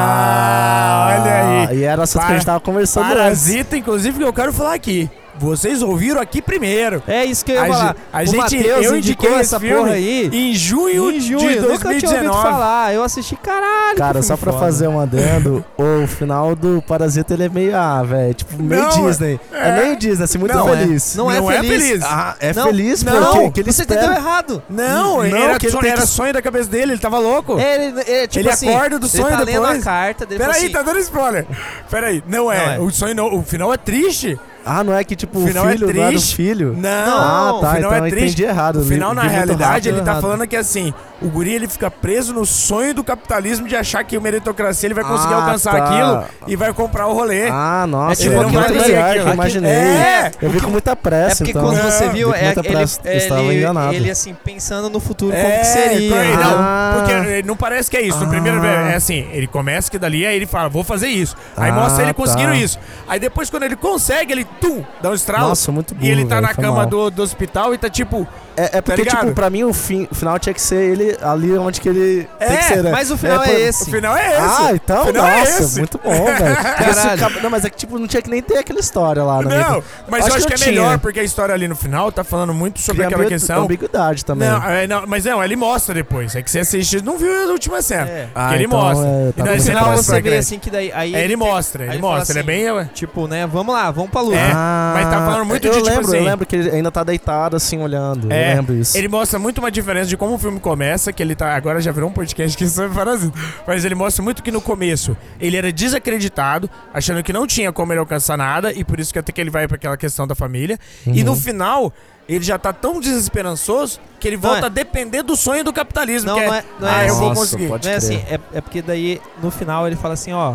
Speaker 2: Ah, olha aí.
Speaker 3: E era essas que a gente tava conversando antes.
Speaker 2: Parasita, inclusive, que eu quero falar aqui. Vocês ouviram aqui primeiro.
Speaker 1: É isso que eu ia
Speaker 2: A
Speaker 1: falar.
Speaker 2: ge- a
Speaker 1: o
Speaker 2: gente-
Speaker 1: Matheus
Speaker 2: eu
Speaker 1: indicou
Speaker 2: indiquei
Speaker 1: essa
Speaker 2: esse filme
Speaker 1: porra aí
Speaker 2: Em junho,
Speaker 1: em junho.
Speaker 2: de
Speaker 1: nunca tinha
Speaker 2: 2019.
Speaker 1: ouvido falar. Eu assisti, caralho.
Speaker 2: é
Speaker 3: Cara,
Speaker 1: que
Speaker 3: só
Speaker 1: filme
Speaker 3: pra
Speaker 1: foda.
Speaker 3: fazer um adendo, o final do Parasita ele é meio, ah, velho, tipo, meio
Speaker 2: Não,
Speaker 3: Disney. É,
Speaker 2: é.
Speaker 3: meio Disney, assim, muito
Speaker 2: Não, é.
Speaker 3: feliz.
Speaker 1: Não é
Speaker 2: Não é
Speaker 1: feliz.
Speaker 2: feliz.
Speaker 3: Ah, é
Speaker 1: Não,
Speaker 3: feliz,
Speaker 1: não,
Speaker 3: porque que ele
Speaker 1: você
Speaker 3: espera.
Speaker 1: entendeu errado.
Speaker 2: Não,
Speaker 3: Não,
Speaker 2: era,
Speaker 3: que ele
Speaker 2: sonho,
Speaker 3: tem que-
Speaker 2: era sonho da cabeça dele, ele tava louco.
Speaker 1: É, ele, é, tipo
Speaker 2: Ele
Speaker 1: assim,
Speaker 2: acorda do sonho
Speaker 1: ele tá lendo
Speaker 2: depois.
Speaker 1: a carta. Dele,
Speaker 2: Peraí,
Speaker 1: assim,
Speaker 2: tá dando spoiler. Peraí, não é.
Speaker 1: Não é.
Speaker 2: O sonho não. O final é triste.
Speaker 3: Ah, não é que tipo
Speaker 2: O
Speaker 3: o
Speaker 2: final é
Speaker 3: filho não era o
Speaker 2: triste.
Speaker 3: filho?
Speaker 2: Não.
Speaker 3: Ah,
Speaker 2: o
Speaker 3: tá,
Speaker 2: final
Speaker 3: então
Speaker 2: é
Speaker 3: eu
Speaker 2: triste.
Speaker 3: entendi errado.
Speaker 2: O final,
Speaker 3: Li-
Speaker 2: na
Speaker 3: li muito
Speaker 2: realidade,
Speaker 3: rápido.
Speaker 2: ele tá
Speaker 1: errado.
Speaker 2: falando que assim, o guri ele fica preso no sonho do capitalismo de achar que o meritocracia ele vai conseguir
Speaker 3: Ah,
Speaker 2: alcançar
Speaker 3: tá.
Speaker 2: aquilo e vai comprar o rolê.
Speaker 3: Ah, nossa,
Speaker 1: tipo
Speaker 3: é
Speaker 1: aquilo
Speaker 3: muito
Speaker 1: ali,
Speaker 3: melhor que
Speaker 1: aquilo-
Speaker 3: eu imaginei.
Speaker 2: É,
Speaker 3: Eu vi com muita
Speaker 1: É
Speaker 3: pressa,
Speaker 1: porque
Speaker 3: então.
Speaker 1: quando você
Speaker 2: Não,
Speaker 1: viu,
Speaker 3: vi com
Speaker 1: é,
Speaker 3: muita
Speaker 1: ele,
Speaker 3: pressa, eu estava enganado.
Speaker 1: ele, ele, assim, pensando no futuro,
Speaker 2: É,
Speaker 1: como que seria.
Speaker 2: claro, não,
Speaker 3: Ah.
Speaker 2: porque eh, não parece que é isso. No
Speaker 3: Ah.
Speaker 2: primeiro é assim, ele começa que dali, aí ele fala, vou fazer isso. Aí
Speaker 3: Ah,
Speaker 2: mostra ele
Speaker 3: tá.
Speaker 2: conseguindo isso. Aí depois, quando ele consegue, ele tum, dá um estralo.
Speaker 3: Nossa, muito bom.
Speaker 2: e ele tá na cama do, do hospital e tá tipo.
Speaker 3: É, é porque,
Speaker 2: ligado?
Speaker 3: tipo, pra mim o, fim, o final tinha que ser ele ali onde que ele tem
Speaker 2: É,
Speaker 3: que ser, né?
Speaker 1: Mas o final é,
Speaker 3: por-
Speaker 2: O
Speaker 1: esse.
Speaker 2: final é esse.
Speaker 3: Ah, então,
Speaker 2: Final é esse.
Speaker 3: nossa, muito bom, velho. Porque se
Speaker 1: Caralho.
Speaker 3: o cab- Não, mas é que, tipo, não tinha que nem ter aquela história lá, na minha-
Speaker 2: não, mas
Speaker 3: Acho
Speaker 2: eu acho que,
Speaker 3: que
Speaker 2: é
Speaker 3: eu tinha.
Speaker 2: melhor, porque a história ali no final tá falando muito sobre
Speaker 3: Cria
Speaker 2: aquela
Speaker 3: meio
Speaker 2: questão.
Speaker 3: ambiguidade também. né?
Speaker 2: Não, é, não, mas não, ele mostra depois. É que você assiste, não viu a última cena.
Speaker 1: É.
Speaker 3: Ah,
Speaker 2: que ele
Speaker 3: então,
Speaker 2: mostra.
Speaker 3: é, tá
Speaker 2: e daí
Speaker 3: bom.
Speaker 1: No
Speaker 2: você
Speaker 1: final
Speaker 2: passa pra
Speaker 1: você vê
Speaker 2: crédito.
Speaker 1: assim que daí. Aí
Speaker 2: É,
Speaker 1: tem-
Speaker 2: ele mostra,
Speaker 1: aí
Speaker 2: ele
Speaker 1: fala
Speaker 2: mostra.
Speaker 1: assim,
Speaker 2: Ele é bem.
Speaker 1: Tipo, né? Vamos lá, vamos pra luta.
Speaker 2: É, mas tá falando muito
Speaker 3: Ah, eu
Speaker 2: de, tipo
Speaker 3: lembro,
Speaker 2: assim-
Speaker 3: Eu lembro que ele ainda tá deitado, assim, olhando.
Speaker 2: É,
Speaker 3: eu lembro isso.
Speaker 2: Ele mostra muito uma diferença de como o filme começa, que ele tá. Agora já virou um podcast que isso é parasita. Mas ele mostra muito que no começo ele era desacreditado, achando que não tinha como ele alcançar nada, e por isso que até que ele vai pra aquela questão da família. E
Speaker 3: Uhum.
Speaker 2: no final, ele já tá tão desesperançoso que ele
Speaker 1: Não,
Speaker 2: volta
Speaker 1: é-
Speaker 2: a depender do sonho do capitalismo.
Speaker 1: Não,
Speaker 2: que é,
Speaker 1: não é- não é
Speaker 2: ah, eu vou
Speaker 3: Uhum. Nossa,
Speaker 2: conseguir.
Speaker 3: pode
Speaker 1: Não é
Speaker 3: crer.
Speaker 2: né?
Speaker 1: assim, é, é porque daí no final ele fala assim, ó.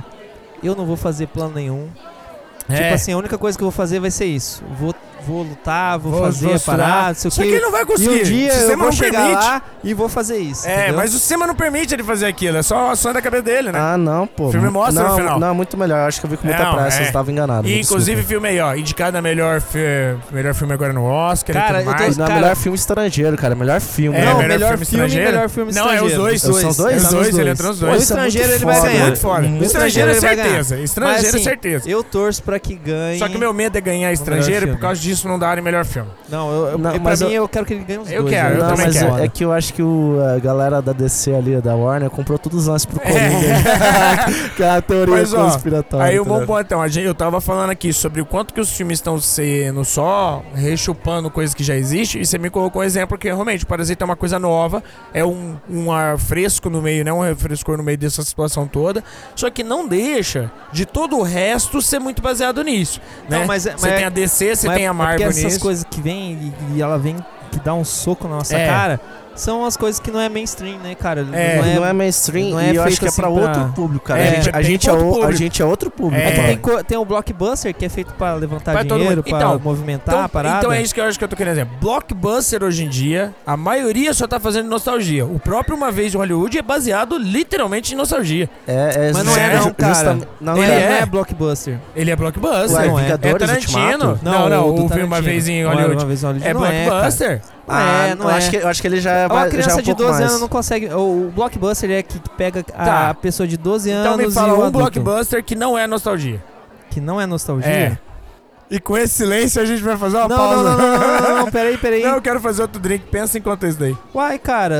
Speaker 1: Eu não vou fazer plano nenhum. Tipo
Speaker 2: É.
Speaker 1: assim, a única coisa que eu vou fazer vai ser isso. Vou, vou lutar, vou,
Speaker 2: Vou-
Speaker 1: fazer
Speaker 2: vou
Speaker 1: a parada, não sei o
Speaker 2: Só que
Speaker 1: quê.
Speaker 2: ele não vai
Speaker 1: E
Speaker 2: conseguir.
Speaker 1: um dia
Speaker 2: o
Speaker 1: eu
Speaker 2: sistema
Speaker 1: vou
Speaker 2: não
Speaker 1: chegar
Speaker 2: permite.
Speaker 1: lá e vou fazer isso.
Speaker 2: É,
Speaker 1: entendeu?
Speaker 2: mas o sistema não permite ele fazer aquilo, é só o sonho da cabeça dele, né?
Speaker 3: Ah, não, pô.
Speaker 2: O filme mostra no
Speaker 3: não,
Speaker 2: final.
Speaker 3: Não, muito melhor. Eu acho que eu vi com muita
Speaker 2: Não,
Speaker 3: pressa,
Speaker 2: é.
Speaker 3: eu tava enganado.
Speaker 2: E
Speaker 3: me
Speaker 2: inclusive
Speaker 3: desculpa.
Speaker 2: filme aí, ó, indicado a melhor, fi- melhor filme agora no Oscar
Speaker 1: Cara,
Speaker 2: e tudo
Speaker 1: eu tô-
Speaker 2: mais.
Speaker 3: E Não é
Speaker 1: cara-
Speaker 3: melhor filme estrangeiro, cara. É melhor filme.
Speaker 2: É,
Speaker 1: não,
Speaker 2: melhor
Speaker 1: melhor,
Speaker 2: filme
Speaker 1: filme, e
Speaker 2: estrangeiro?
Speaker 1: melhor filme
Speaker 2: Não, é os
Speaker 1: estrangeiro.
Speaker 2: dois.
Speaker 3: São os dois?
Speaker 2: É os
Speaker 3: Tá
Speaker 2: dois,
Speaker 3: nos
Speaker 2: ele
Speaker 3: dois.
Speaker 2: entrou nos
Speaker 1: O
Speaker 2: dois.
Speaker 3: Isso é muito
Speaker 1: estrangeiro ele vai
Speaker 3: foda.
Speaker 1: ganhar.
Speaker 2: Muito foda.
Speaker 3: Muito
Speaker 2: O estrangeiro
Speaker 1: estrangeiro
Speaker 2: é
Speaker 1: ele vai
Speaker 2: certeza. Estrangeiro
Speaker 1: Mas, assim,
Speaker 2: é certeza.
Speaker 1: Eu torço pra que ganhe.
Speaker 2: Só que meu medo é ganhar estrangeiro e
Speaker 1: filme.
Speaker 2: por causa disso não darem melhor filme.
Speaker 1: Não, eu, eu-
Speaker 3: Não,
Speaker 1: pra
Speaker 3: mas
Speaker 1: mim
Speaker 3: eu-
Speaker 1: eu... quero que ele ganhe os
Speaker 2: Eu
Speaker 1: dois.
Speaker 2: quero,
Speaker 1: né?
Speaker 2: eu
Speaker 3: Não,
Speaker 2: também
Speaker 3: mas
Speaker 2: quero.
Speaker 3: é, é que eu acho que o, a galera da DC ali, da Warner, comprou todos os lances pro
Speaker 2: É.
Speaker 3: Coringa. que é a teoria
Speaker 2: Mas, ó,
Speaker 3: conspiratória.
Speaker 2: Aí o
Speaker 3: entendeu?
Speaker 2: bom ponto, então, a gente, eu tava falando aqui sobre o quanto que os filmes estão sendo só rechupando coisas que já existem, e você me colocou um exemplo que realmente o Parasita é uma coisa nova, é um, um ar fresco no meio, né? Um refrescor no meio dessa situação toda, só que não deixa de todo o resto ser muito baseado nisso, né?
Speaker 1: Não, mas é-
Speaker 2: você
Speaker 1: mas-
Speaker 2: tem a DC, você
Speaker 1: Mas
Speaker 2: tem a
Speaker 1: é porque
Speaker 2: Marvel
Speaker 1: essas
Speaker 2: nisso.
Speaker 1: coisas que vem e, e ela vem que dá um soco na nossa
Speaker 2: É.
Speaker 1: cara, são as coisas que não é mainstream, né, cara?
Speaker 2: É,
Speaker 1: não é,
Speaker 3: não é mainstream
Speaker 1: não é
Speaker 3: e eu acho
Speaker 1: feito
Speaker 3: que é pra
Speaker 1: assim
Speaker 3: outro
Speaker 1: pra-
Speaker 3: público, cara.
Speaker 2: É,
Speaker 3: a, gente, a,
Speaker 2: tem
Speaker 3: gente é
Speaker 2: outro
Speaker 3: o- a
Speaker 2: público.
Speaker 3: gente é outro público,
Speaker 2: É.
Speaker 1: É que tem,
Speaker 3: mano.
Speaker 1: co- tem o blockbuster que é feito pra levantar
Speaker 2: Pra todo
Speaker 1: dinheiro,
Speaker 2: mundo.
Speaker 1: pra
Speaker 2: Então,
Speaker 1: movimentar
Speaker 2: Então,
Speaker 1: a tá parada.
Speaker 2: então é isso que eu acho que eu tô querendo dizer. Blockbuster hoje em dia, a maioria só tá fazendo nostalgia. O próprio Uma Vez em Hollywood é baseado literalmente em nostalgia.
Speaker 3: É, é
Speaker 1: Mas não é
Speaker 3: justa-
Speaker 1: não, cara.
Speaker 3: justamente- não,
Speaker 1: Ele
Speaker 3: cara.
Speaker 1: não
Speaker 2: é.
Speaker 1: é blockbuster.
Speaker 2: Ele é blockbuster.
Speaker 3: Ué,
Speaker 1: não é.
Speaker 2: é
Speaker 3: Vingadores
Speaker 2: Tarantino.
Speaker 3: Ultimato?
Speaker 2: Não, não,
Speaker 1: o do
Speaker 2: o filme Uma
Speaker 1: Tarantino.
Speaker 2: Vez em
Speaker 1: Não é
Speaker 2: Hollywood.
Speaker 1: Uma Vez em Hollywood.
Speaker 2: É
Speaker 1: não é, cara.
Speaker 2: blockbuster.
Speaker 1: Não é,
Speaker 3: Ah,
Speaker 1: não
Speaker 3: eu
Speaker 1: é.
Speaker 3: Acho que, eu acho que ele já é
Speaker 1: Uma
Speaker 3: vai- já é
Speaker 1: criança
Speaker 3: um
Speaker 1: de
Speaker 3: pouco
Speaker 1: 12
Speaker 3: mais.
Speaker 1: anos não consegue. O, o blockbuster é que pega a
Speaker 2: Tá.
Speaker 1: pessoa de 12
Speaker 2: então
Speaker 1: anos
Speaker 2: me
Speaker 1: e
Speaker 2: fala
Speaker 1: o
Speaker 2: um
Speaker 1: adulto,
Speaker 2: blockbuster que não é nostalgia.
Speaker 1: que não é nostalgia.
Speaker 2: E com esse silêncio a gente vai fazer uma
Speaker 1: Não, não, não, não, não, não, não, não, peraí, peraí.
Speaker 2: Não, eu quero fazer outro drink. Pensa enquanto isso daí.
Speaker 1: Uai, cara,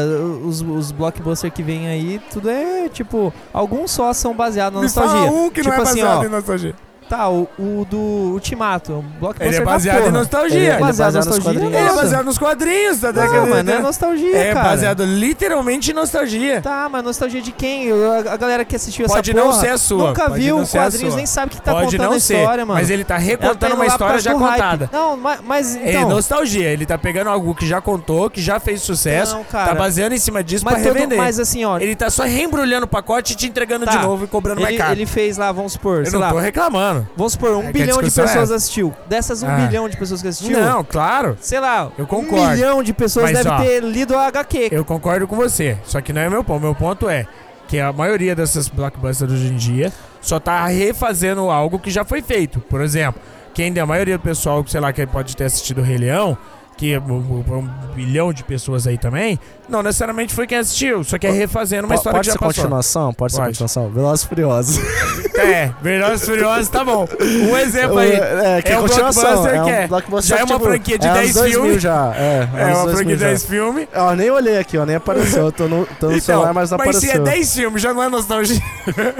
Speaker 1: os, os blockbusters que vem aí, tudo é tipo. Alguns só são baseados na
Speaker 2: Me
Speaker 1: nostalgia.
Speaker 2: fala um que não
Speaker 1: Tipo
Speaker 2: é
Speaker 1: assim,
Speaker 2: baseado
Speaker 1: ó.
Speaker 2: em nostalgia.
Speaker 1: Tá, o, o do Ultimato. é um Blockbuster
Speaker 2: Ele é
Speaker 1: da
Speaker 2: baseado em
Speaker 1: porra.
Speaker 2: nostalgia.
Speaker 1: Ele
Speaker 2: Ele
Speaker 1: é baseado em
Speaker 3: baseado nos
Speaker 1: nostalgia.
Speaker 2: é,
Speaker 3: quadrinhos.
Speaker 1: nossa.
Speaker 2: baseado nos quadrinhos da década
Speaker 1: Não, mas não é
Speaker 2: de-
Speaker 1: nostalgia,
Speaker 2: É
Speaker 1: cara.
Speaker 2: baseado literalmente em nostalgia.
Speaker 1: Tá, mas nostalgia de quem? Eu- A a galera que assistiu
Speaker 2: Pode
Speaker 1: essa
Speaker 2: não
Speaker 1: porra
Speaker 2: ser a sua.
Speaker 1: nunca
Speaker 2: pode
Speaker 1: viu
Speaker 2: não
Speaker 1: os
Speaker 2: ser a
Speaker 1: quadrinhos,
Speaker 2: sua.
Speaker 1: nem sabe que tá
Speaker 2: Pode
Speaker 1: contando
Speaker 2: não
Speaker 1: a história,
Speaker 2: ser,
Speaker 1: mano.
Speaker 2: Mas ele tá
Speaker 1: Ela tá
Speaker 2: recontando
Speaker 1: indo
Speaker 2: uma
Speaker 1: lá por
Speaker 2: história
Speaker 1: causa
Speaker 2: já
Speaker 1: do hype.
Speaker 2: contada.
Speaker 1: Não, ma- mas
Speaker 2: é
Speaker 1: então...
Speaker 2: nostalgia, ele tá pegando algo que já contou, que já fez sucesso,
Speaker 1: Não, então, cara.
Speaker 2: tá baseando em cima disso
Speaker 1: mas
Speaker 2: pra
Speaker 1: todo-
Speaker 2: revender.
Speaker 1: Mas assim, ó, ele,
Speaker 2: Ele tá só reembrulhando o pacote e te entregando
Speaker 1: Tá.
Speaker 2: de novo e cobrando mais caro.
Speaker 1: ele fez lá, vamos supor,
Speaker 2: Eu
Speaker 1: sei
Speaker 2: não
Speaker 1: lá,
Speaker 2: tô reclamando.
Speaker 1: vamos supor, um
Speaker 2: É que a
Speaker 1: bilhão de
Speaker 2: discussão é
Speaker 1: pessoas
Speaker 2: essa.
Speaker 1: assistiu. Dessas um
Speaker 2: Ah.
Speaker 1: bilhão de pessoas que assistiu,
Speaker 2: Não, claro.
Speaker 1: sei lá,
Speaker 2: Eu
Speaker 1: um
Speaker 2: concordo.
Speaker 1: milhão de pessoas
Speaker 2: Mas,
Speaker 1: deve
Speaker 2: ó,
Speaker 1: ter lido a HQ.
Speaker 2: Eu concordo com você. Só que não é meu ponto. Meu ponto é que a maioria dessas blockbusters hoje em dia só tá refazendo algo que já foi feito. Por exemplo, quem a maioria do pessoal, sei lá, que pode ter assistido o Rei Leão, que é um um- um bilhão de pessoas aí também, não necessariamente foi quem assistiu, só que é refazendo uma
Speaker 3: Po-
Speaker 2: história
Speaker 3: pode
Speaker 2: que já
Speaker 3: ser
Speaker 2: passou.
Speaker 3: continuação? Pode, ser
Speaker 2: Pode.
Speaker 3: continuação? Velozes e Furiosos.
Speaker 2: É, Velozes e Furiosos, tá bom. Um exemplo aí.
Speaker 3: É, que é,
Speaker 2: É um
Speaker 3: continuação.
Speaker 2: blockbuster que
Speaker 3: é
Speaker 2: é.
Speaker 3: um blockbuster
Speaker 2: Já é uma
Speaker 3: tipo,
Speaker 2: franquia de
Speaker 3: é anos
Speaker 2: 10
Speaker 3: 2000
Speaker 2: filmes.
Speaker 3: já. É,
Speaker 2: É
Speaker 3: anos
Speaker 2: uma
Speaker 3: 2000
Speaker 2: franquia de
Speaker 3: já.
Speaker 2: 10 filmes. Então,
Speaker 3: Ó, nem olhei aqui, ó, nem apareceu. Eu tô no, tô no celular, mas não
Speaker 2: se
Speaker 3: apareceu.
Speaker 2: é 10 filmes, já não é nostalgia.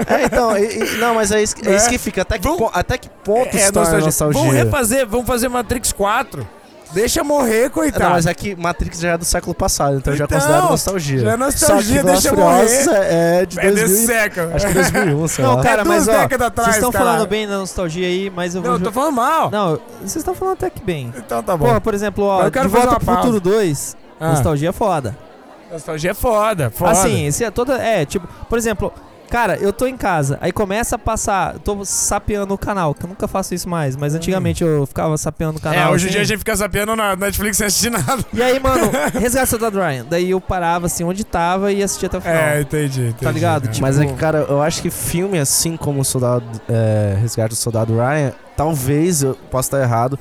Speaker 3: É, então, e- e- não, mas é isso, é isso
Speaker 2: É.
Speaker 3: que fica. Até que,
Speaker 2: Vão-
Speaker 3: pon- até que ponto
Speaker 2: É,
Speaker 3: se torna
Speaker 2: nostalgia.
Speaker 3: nostalgia?
Speaker 2: Vamos refazer, vamos fazer Matrix 4. Deixa morrer,
Speaker 3: É,
Speaker 2: coitado.
Speaker 3: não, mas é que Matrix já é do século passado, então, eu já
Speaker 2: Então,
Speaker 3: considero nostalgia.
Speaker 2: já é nostalgia,
Speaker 3: Só que Velozes e
Speaker 2: deixa morrer.
Speaker 3: Furiosos É, é de
Speaker 2: É
Speaker 3: 2000
Speaker 2: desse
Speaker 3: e-
Speaker 2: século.
Speaker 3: Acho que 2001, sei
Speaker 1: Não,
Speaker 3: lá.
Speaker 1: cara,
Speaker 2: é duas
Speaker 1: mas ó,
Speaker 2: décadas atrás,
Speaker 1: vocês estão
Speaker 2: caralho.
Speaker 1: falando bem da nostalgia aí, mas eu vou...
Speaker 2: Não, eu tô falando mal.
Speaker 1: Não, vocês estão falando até que bem.
Speaker 2: Então tá bom.
Speaker 1: Porra, por exemplo, ó,
Speaker 2: Eu quero
Speaker 1: De
Speaker 2: fazer
Speaker 1: Volta
Speaker 2: uma
Speaker 1: pro
Speaker 2: pausa.
Speaker 1: Futuro 2,
Speaker 2: Ah,
Speaker 1: nostalgia é foda.
Speaker 2: Nostalgia é foda, foda.
Speaker 1: Assim, esse é toda. É, tipo, por exemplo, cara, eu tô em casa, aí começa a passar. Tô sapeando o canal, que eu nunca faço isso mais, mas antigamente eu ficava sapeando o canal.
Speaker 2: Hum. é, hoje em
Speaker 1: assim.
Speaker 2: dia a gente fica sabendo na Netflix sem assistir nada.
Speaker 1: E aí, mano, resgata Soldado Ryan. Daí eu parava assim onde tava e assistia até o final.
Speaker 2: É, entendi, entendi.
Speaker 1: ligado?
Speaker 2: É.
Speaker 1: Tipo,
Speaker 3: Mas é que, cara, eu acho que filme assim como o Soldado, é, Resgate do Soldado Ryan, talvez, eu posso estar errado,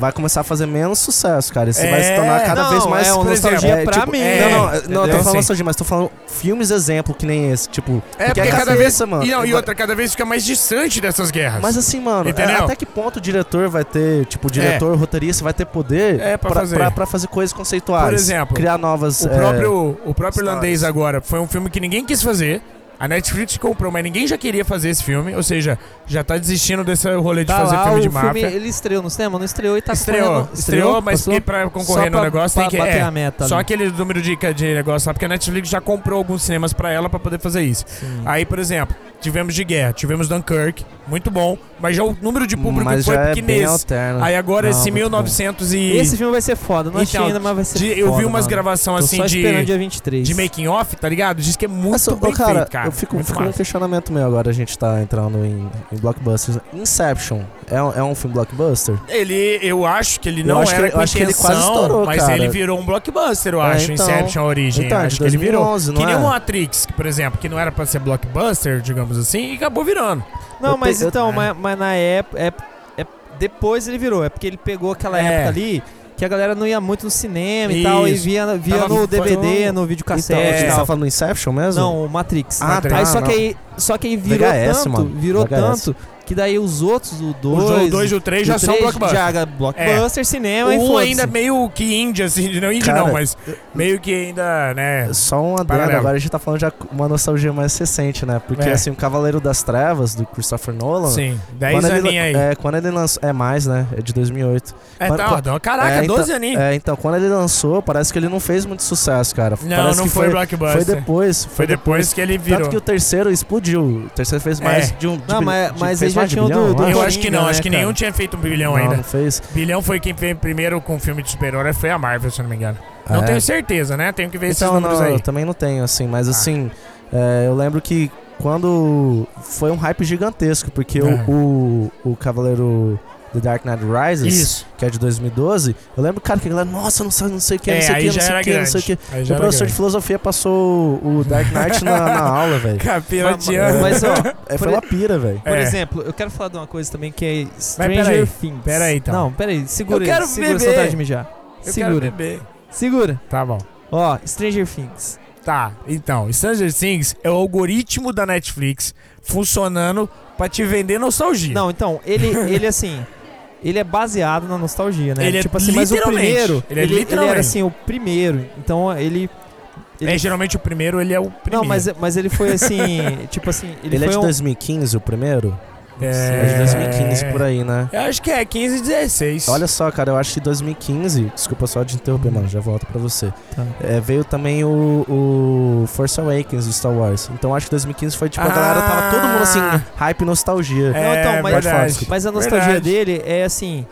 Speaker 3: vai começar a fazer menos sucesso, cara. Isso vai se
Speaker 2: É,
Speaker 3: tornar cada
Speaker 1: não,
Speaker 3: vez mais...
Speaker 1: é uma
Speaker 3: por
Speaker 1: nostalgia
Speaker 3: exemplo,
Speaker 1: pra mim.
Speaker 3: Não,
Speaker 2: É,
Speaker 3: não, não, eu tô
Speaker 2: entendeu?
Speaker 3: falando
Speaker 2: Sim.
Speaker 3: nostalgia, mas tô falando filmes exemplo que nem esse, tipo...
Speaker 2: É, porque
Speaker 3: porque a
Speaker 2: cada vez.
Speaker 3: cabeça, mano,
Speaker 2: e, não, e
Speaker 3: vai-
Speaker 2: outra, cada vez fica mais distante dessas guerras.
Speaker 3: Mas assim, mano, é,
Speaker 2: Entendeu?
Speaker 3: até que ponto o diretor vai ter, tipo, o diretor, roteirista vai ter poder
Speaker 2: É, pra fazer.
Speaker 3: pra, pra fazer coisas conceituais.
Speaker 2: Por exemplo,
Speaker 3: Criar novas...
Speaker 2: O
Speaker 3: é,
Speaker 2: próprio, o próprio
Speaker 3: Stories.
Speaker 2: Irlandês agora foi um filme que ninguém quis fazer. A Netflix comprou, mas ninguém já queria fazer esse filme. Ou seja, já tá desistindo desse rolê de
Speaker 1: Tá
Speaker 2: fazer
Speaker 1: lá,
Speaker 2: filme de
Speaker 1: o filme,
Speaker 2: máfia.
Speaker 1: ele estreou no cinema? Não estreou e tá
Speaker 2: Estreou,
Speaker 1: concorrendo-
Speaker 2: estreou, mas
Speaker 1: Passou?
Speaker 2: que pra concorrer
Speaker 1: Só
Speaker 2: no
Speaker 1: pra-
Speaker 2: negócio
Speaker 1: pra
Speaker 2: tem que.
Speaker 1: bater
Speaker 2: É,
Speaker 1: a meta.
Speaker 2: só
Speaker 1: né?
Speaker 2: aquele número de, de negócio lá, porque a Netflix já comprou alguns cinemas pra ela pra poder fazer isso.
Speaker 3: é,
Speaker 1: Sim.
Speaker 2: Aí, por exemplo, tivemos de guerra, tivemos Dunkirk, muito bom, mas já o número de público
Speaker 3: mas
Speaker 2: foi
Speaker 3: já é bem
Speaker 2: pequenês.
Speaker 3: alterno.
Speaker 2: Aí agora
Speaker 3: Não,
Speaker 2: esse
Speaker 3: muito bom.
Speaker 2: 1900 e.
Speaker 1: Esse filme vai ser foda. Não achei
Speaker 2: Então,
Speaker 1: ainda, mas vai ser
Speaker 2: de-
Speaker 1: foda.
Speaker 2: eu vi umas
Speaker 1: mano. Tô
Speaker 2: gravações assim
Speaker 1: só esperando
Speaker 2: de.
Speaker 1: dia 23.
Speaker 2: de making off, tá ligado? Diz que é muito
Speaker 3: Mas, ô,
Speaker 2: bem
Speaker 3: cara,
Speaker 2: feito, cara.
Speaker 3: eu fico,
Speaker 2: muito
Speaker 3: fico com um
Speaker 2: massa.
Speaker 3: questionamento meu agora, a gente tá entrando em, em blockbusters. Inception é um, é um filme blockbuster?
Speaker 2: Ele, eu acho que ele
Speaker 3: Eu
Speaker 2: não
Speaker 3: acho que
Speaker 2: era
Speaker 3: ele- eu
Speaker 2: com
Speaker 3: acho que ele
Speaker 2: intenção,
Speaker 3: quase estourou,
Speaker 2: mas
Speaker 3: cara.
Speaker 2: ele virou um blockbuster, eu
Speaker 3: É,
Speaker 2: acho,
Speaker 3: então.
Speaker 2: Inception a origem.
Speaker 3: então,
Speaker 2: eu
Speaker 3: é
Speaker 2: acho
Speaker 3: de
Speaker 2: que ele virou.
Speaker 3: 2011,
Speaker 2: que nem o
Speaker 3: não é?
Speaker 2: Matrix, que, por exemplo, que não era pra ser blockbuster, digamos assim, e acabou virando.
Speaker 1: Não,
Speaker 3: Eu
Speaker 1: mas
Speaker 3: te- eu-
Speaker 1: então,
Speaker 2: é.
Speaker 1: mas, mas na época. É, é- depois ele virou. É porque ele pegou aquela
Speaker 2: É.
Speaker 1: época ali que a galera não ia muito no cinema e tal, e
Speaker 2: Isso.
Speaker 1: via, via
Speaker 2: Tava
Speaker 1: no
Speaker 2: fo-
Speaker 1: DVD, no
Speaker 3: Então,
Speaker 1: videocassete
Speaker 2: é.
Speaker 3: você
Speaker 1: e
Speaker 3: tá
Speaker 1: tal.
Speaker 3: falando Inception mesmo?
Speaker 1: Não, o Matrix.
Speaker 3: Ah,
Speaker 2: tá.
Speaker 1: Aí só
Speaker 3: Ah,
Speaker 1: que aí, só que aí virou
Speaker 3: VHS,
Speaker 1: tanto,
Speaker 3: mano.
Speaker 1: virou
Speaker 3: VHS.
Speaker 1: tanto, que daí os outros, o
Speaker 2: O
Speaker 1: 2.
Speaker 2: 2 e o 3 já são blockbuster.
Speaker 1: Já era blockbuster, cinema e
Speaker 2: um
Speaker 1: foda-se.
Speaker 2: ainda meio que indie, assim, não indie
Speaker 3: Cara,
Speaker 2: não, mas meio que ainda, né...
Speaker 3: Só um adendo,
Speaker 2: Paralelo.
Speaker 3: agora a gente tá falando já uma nostalgia mais recente, né? Porque
Speaker 2: É.
Speaker 3: assim, o Cavaleiro das Trevas, do Christopher Nolan.
Speaker 2: Sim, 10
Speaker 3: quando ele,
Speaker 2: aninhos aí.
Speaker 3: É, quando ele lançou. É mais, né? É de 2008.
Speaker 2: É,
Speaker 3: quando-
Speaker 2: tá,
Speaker 3: quando-
Speaker 2: ó, caraca,
Speaker 3: é, então,
Speaker 2: 12 aninhos.
Speaker 3: É, então, quando ele lançou, parece que ele não fez muito sucesso, cara.
Speaker 2: não,
Speaker 3: é, parece
Speaker 2: não
Speaker 3: que
Speaker 2: foi,
Speaker 3: Foi
Speaker 2: blockbuster.
Speaker 3: depois. Foi,
Speaker 2: Foi depois que ele virou.
Speaker 3: Tanto que o terceiro explodiu. O terceiro fez mais
Speaker 2: É.
Speaker 3: de um. de
Speaker 1: Não,
Speaker 3: bilhão-
Speaker 1: mas,
Speaker 3: de-
Speaker 1: mas aí
Speaker 3: fez
Speaker 1: eles já
Speaker 3: mais de
Speaker 1: tinham
Speaker 3: bilhão,
Speaker 1: do, do
Speaker 3: eu
Speaker 2: Eu
Speaker 1: Coringa,
Speaker 2: acho que não,
Speaker 1: né,
Speaker 2: acho que
Speaker 1: cara?
Speaker 2: nenhum tinha feito um bilhão
Speaker 3: Não,
Speaker 2: ainda.
Speaker 3: não fez.
Speaker 2: Bilhão foi quem fez primeiro com filme de super-herói, foi a Marvel, se eu não me engano. Não
Speaker 3: É.
Speaker 2: tenho certeza, né? Tenho que ver esses
Speaker 3: Então,
Speaker 2: números
Speaker 3: não, eu
Speaker 2: aí.
Speaker 3: também não tenho, assim, mas
Speaker 2: Ah.
Speaker 3: assim, é, eu lembro que quando foi um hype gigantesco, porque o-
Speaker 2: É.
Speaker 3: o, o, Cavaleiro The Dark Knight Rises, que é de 2012, eu lembro, cara, que a galera, nossa, não sei, não sei o que, não
Speaker 2: É,
Speaker 3: sei o
Speaker 2: aí
Speaker 3: que, não
Speaker 2: já
Speaker 3: sei
Speaker 2: era
Speaker 3: o que, não sei o que.
Speaker 2: grande. Aí já
Speaker 3: Meu
Speaker 2: era
Speaker 3: professor de
Speaker 2: grande.
Speaker 3: filosofia passou o Dark Knight na, na aula, velho.
Speaker 2: Capira de
Speaker 3: Mano,
Speaker 2: ano.
Speaker 1: Mas, ó, por-
Speaker 3: É, foi uma pira, velho.
Speaker 1: Por
Speaker 2: É.
Speaker 1: exemplo, eu quero falar de uma coisa também que é
Speaker 2: peraí,
Speaker 1: Stranger Things.
Speaker 2: peraí, então.
Speaker 1: Não, peraí, segura
Speaker 2: Eu
Speaker 1: aí,
Speaker 2: quero
Speaker 1: segura a
Speaker 2: beber.
Speaker 1: saudade de mijar.
Speaker 2: Eu quero
Speaker 1: segura,
Speaker 2: beber.
Speaker 1: segura.
Speaker 2: Tá bom.
Speaker 1: Ó, Stranger Things.
Speaker 2: Tá, então, Stranger Things é o algoritmo da Netflix funcionando pra te vender nostalgia.
Speaker 1: Não, então, ele, ele assim. Ele é baseado na nostalgia, né?
Speaker 2: Ele é
Speaker 1: tipo assim, mas o
Speaker 2: literalmente,
Speaker 1: primeiro.
Speaker 2: ele é
Speaker 1: era
Speaker 2: literalmente.
Speaker 1: assim, o primeiro. Então ele.
Speaker 2: É, geralmente o primeiro ele é o primeiro.
Speaker 1: Não, mas, mas ele foi assim. tipo assim, ele,
Speaker 3: Ele, é
Speaker 1: foi
Speaker 3: de
Speaker 1: um.
Speaker 3: 2015, o primeiro?
Speaker 2: É.
Speaker 3: É de 2015, por aí, né?
Speaker 2: Eu acho que é 15 e 16.
Speaker 3: Olha só, cara, eu acho que 2015, desculpa só de interromper, mano, já volto pra você.
Speaker 1: Tá.
Speaker 3: É, veio também o, o Force Awakens do Star Wars. Então acho que 2015 foi tipo, a galera tava todo mundo assim,
Speaker 2: Ah.
Speaker 3: hype e nostalgia.
Speaker 2: É,
Speaker 1: Não, então, mas-
Speaker 2: verdade.
Speaker 3: Pode falar, desculpa.
Speaker 1: Mas a nostalgia
Speaker 2: Verdade.
Speaker 1: dele é assim.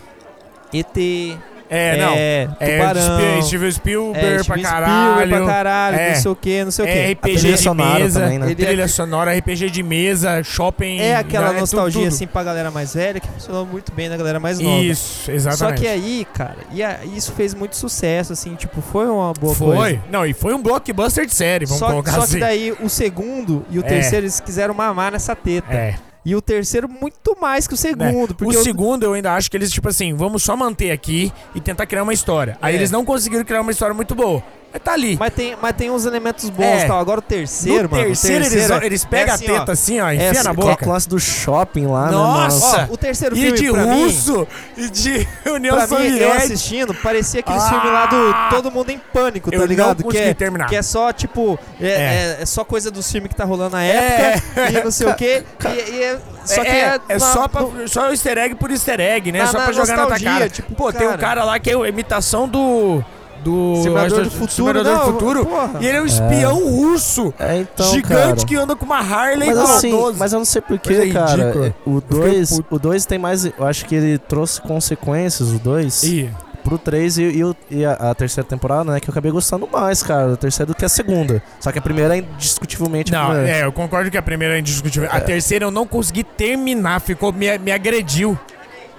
Speaker 1: ET.
Speaker 2: É, não. É,
Speaker 1: Tubarão.
Speaker 2: Spi- Steven Spielberg
Speaker 1: é,
Speaker 2: pra
Speaker 1: Steven
Speaker 2: caralho.
Speaker 1: Spielberg pra caralho,
Speaker 2: É.
Speaker 1: não sei o que, não sei
Speaker 2: é
Speaker 1: o que.
Speaker 3: A
Speaker 2: RPG de
Speaker 3: sonora
Speaker 2: mesa.
Speaker 3: também, né?
Speaker 1: ele-
Speaker 2: Trilha sonora, RPG de mesa, shopping.
Speaker 1: É aquela
Speaker 2: né, tu-
Speaker 1: nostalgia,
Speaker 2: tudo.
Speaker 1: assim, pra galera mais velha, que funcionou muito bem na galera mais nova.
Speaker 2: Isso, exatamente.
Speaker 1: Só que é aí, cara, e a- isso fez muito sucesso, assim, tipo, foi uma boa
Speaker 2: foi.
Speaker 1: coisa.
Speaker 2: Não, e foi um blockbuster de série, vamos
Speaker 1: Só,
Speaker 2: colocar
Speaker 1: só
Speaker 2: assim.
Speaker 1: que daí o segundo e o
Speaker 2: É.
Speaker 1: terceiro eles quiseram mamar nessa teta.
Speaker 2: É. Né?
Speaker 1: E o terceiro muito mais que o segundo.
Speaker 2: O
Speaker 1: Porque o-
Speaker 2: segundo eu ainda acho que eles, tipo assim, vamos só manter aqui e tentar criar uma história. Aí
Speaker 1: É.
Speaker 2: eles não conseguiram criar uma história muito boa. Mas tá ali.
Speaker 1: mas, tem, mas tem uns elementos bons
Speaker 2: É.
Speaker 1: e tal. Agora o terceiro,
Speaker 2: no
Speaker 1: mano. o
Speaker 2: terceiro,
Speaker 1: terceiro
Speaker 2: eles,
Speaker 1: é-
Speaker 2: eles pegam
Speaker 1: é assim,
Speaker 2: a
Speaker 1: ó.
Speaker 2: teta assim, ó, enfia
Speaker 1: assim,
Speaker 2: na
Speaker 1: ó,
Speaker 3: Coloca
Speaker 2: boca.
Speaker 3: o lance do shopping lá,
Speaker 2: Nossa!
Speaker 3: né? mano?
Speaker 1: é- Ó, o terceiro
Speaker 2: E
Speaker 1: filme
Speaker 2: de
Speaker 1: pra mim...
Speaker 2: russo e de União
Speaker 1: Pra mim, eu
Speaker 2: Soviética.
Speaker 1: assistindo, parecia aqueles
Speaker 2: Ah!
Speaker 1: filmes lá do Todo Mundo em Pânico, tá
Speaker 2: Eu
Speaker 1: ligado?
Speaker 2: não
Speaker 1: Que
Speaker 2: consegui
Speaker 1: é,
Speaker 2: terminar.
Speaker 1: que é só, tipo, é,
Speaker 2: É.
Speaker 1: é- é só coisa dos filmes que tá rolando na
Speaker 2: É.
Speaker 1: época e não sei o quê. E, e é, só
Speaker 2: é,
Speaker 1: que é, na-
Speaker 2: é só, pra,
Speaker 1: no-
Speaker 2: só o easter egg por easter egg, né?
Speaker 1: na-
Speaker 2: só
Speaker 1: na
Speaker 2: pra jogar na tua
Speaker 1: nostalgia,
Speaker 2: cara.
Speaker 1: tipo,
Speaker 2: Pô, tem um
Speaker 1: cara.
Speaker 2: cara lá que é a imitação do. Do.
Speaker 1: Simulador do
Speaker 2: do
Speaker 1: futuro,
Speaker 2: Simulador do
Speaker 1: não,
Speaker 2: futuro.
Speaker 1: porra.
Speaker 2: E ele é um espião russo.
Speaker 3: É, então,
Speaker 2: gigante
Speaker 3: cara.
Speaker 2: que anda com uma Harley
Speaker 3: Mas
Speaker 2: com
Speaker 3: assim,
Speaker 2: 12.
Speaker 3: mas eu não sei
Speaker 2: Coisa
Speaker 3: porquê, cara.
Speaker 2: ridícula.
Speaker 3: O
Speaker 2: fiquei
Speaker 3: 2,
Speaker 2: puto.
Speaker 3: o 2 tem mais, eu acho que ele trouxe consequências, o 2,
Speaker 2: Ih,
Speaker 3: pro 3 e, e o- e a, a terceira temporada, né, que eu acabei gostando mais, cara, o terceiro do que a segunda. Só que a primeira é indiscutivelmente a
Speaker 2: Não,
Speaker 3: primeira.
Speaker 2: é, eu concordo que a primeira é indiscutível. A terceira eu não consegui terminar, ficou. Me, me agrediu.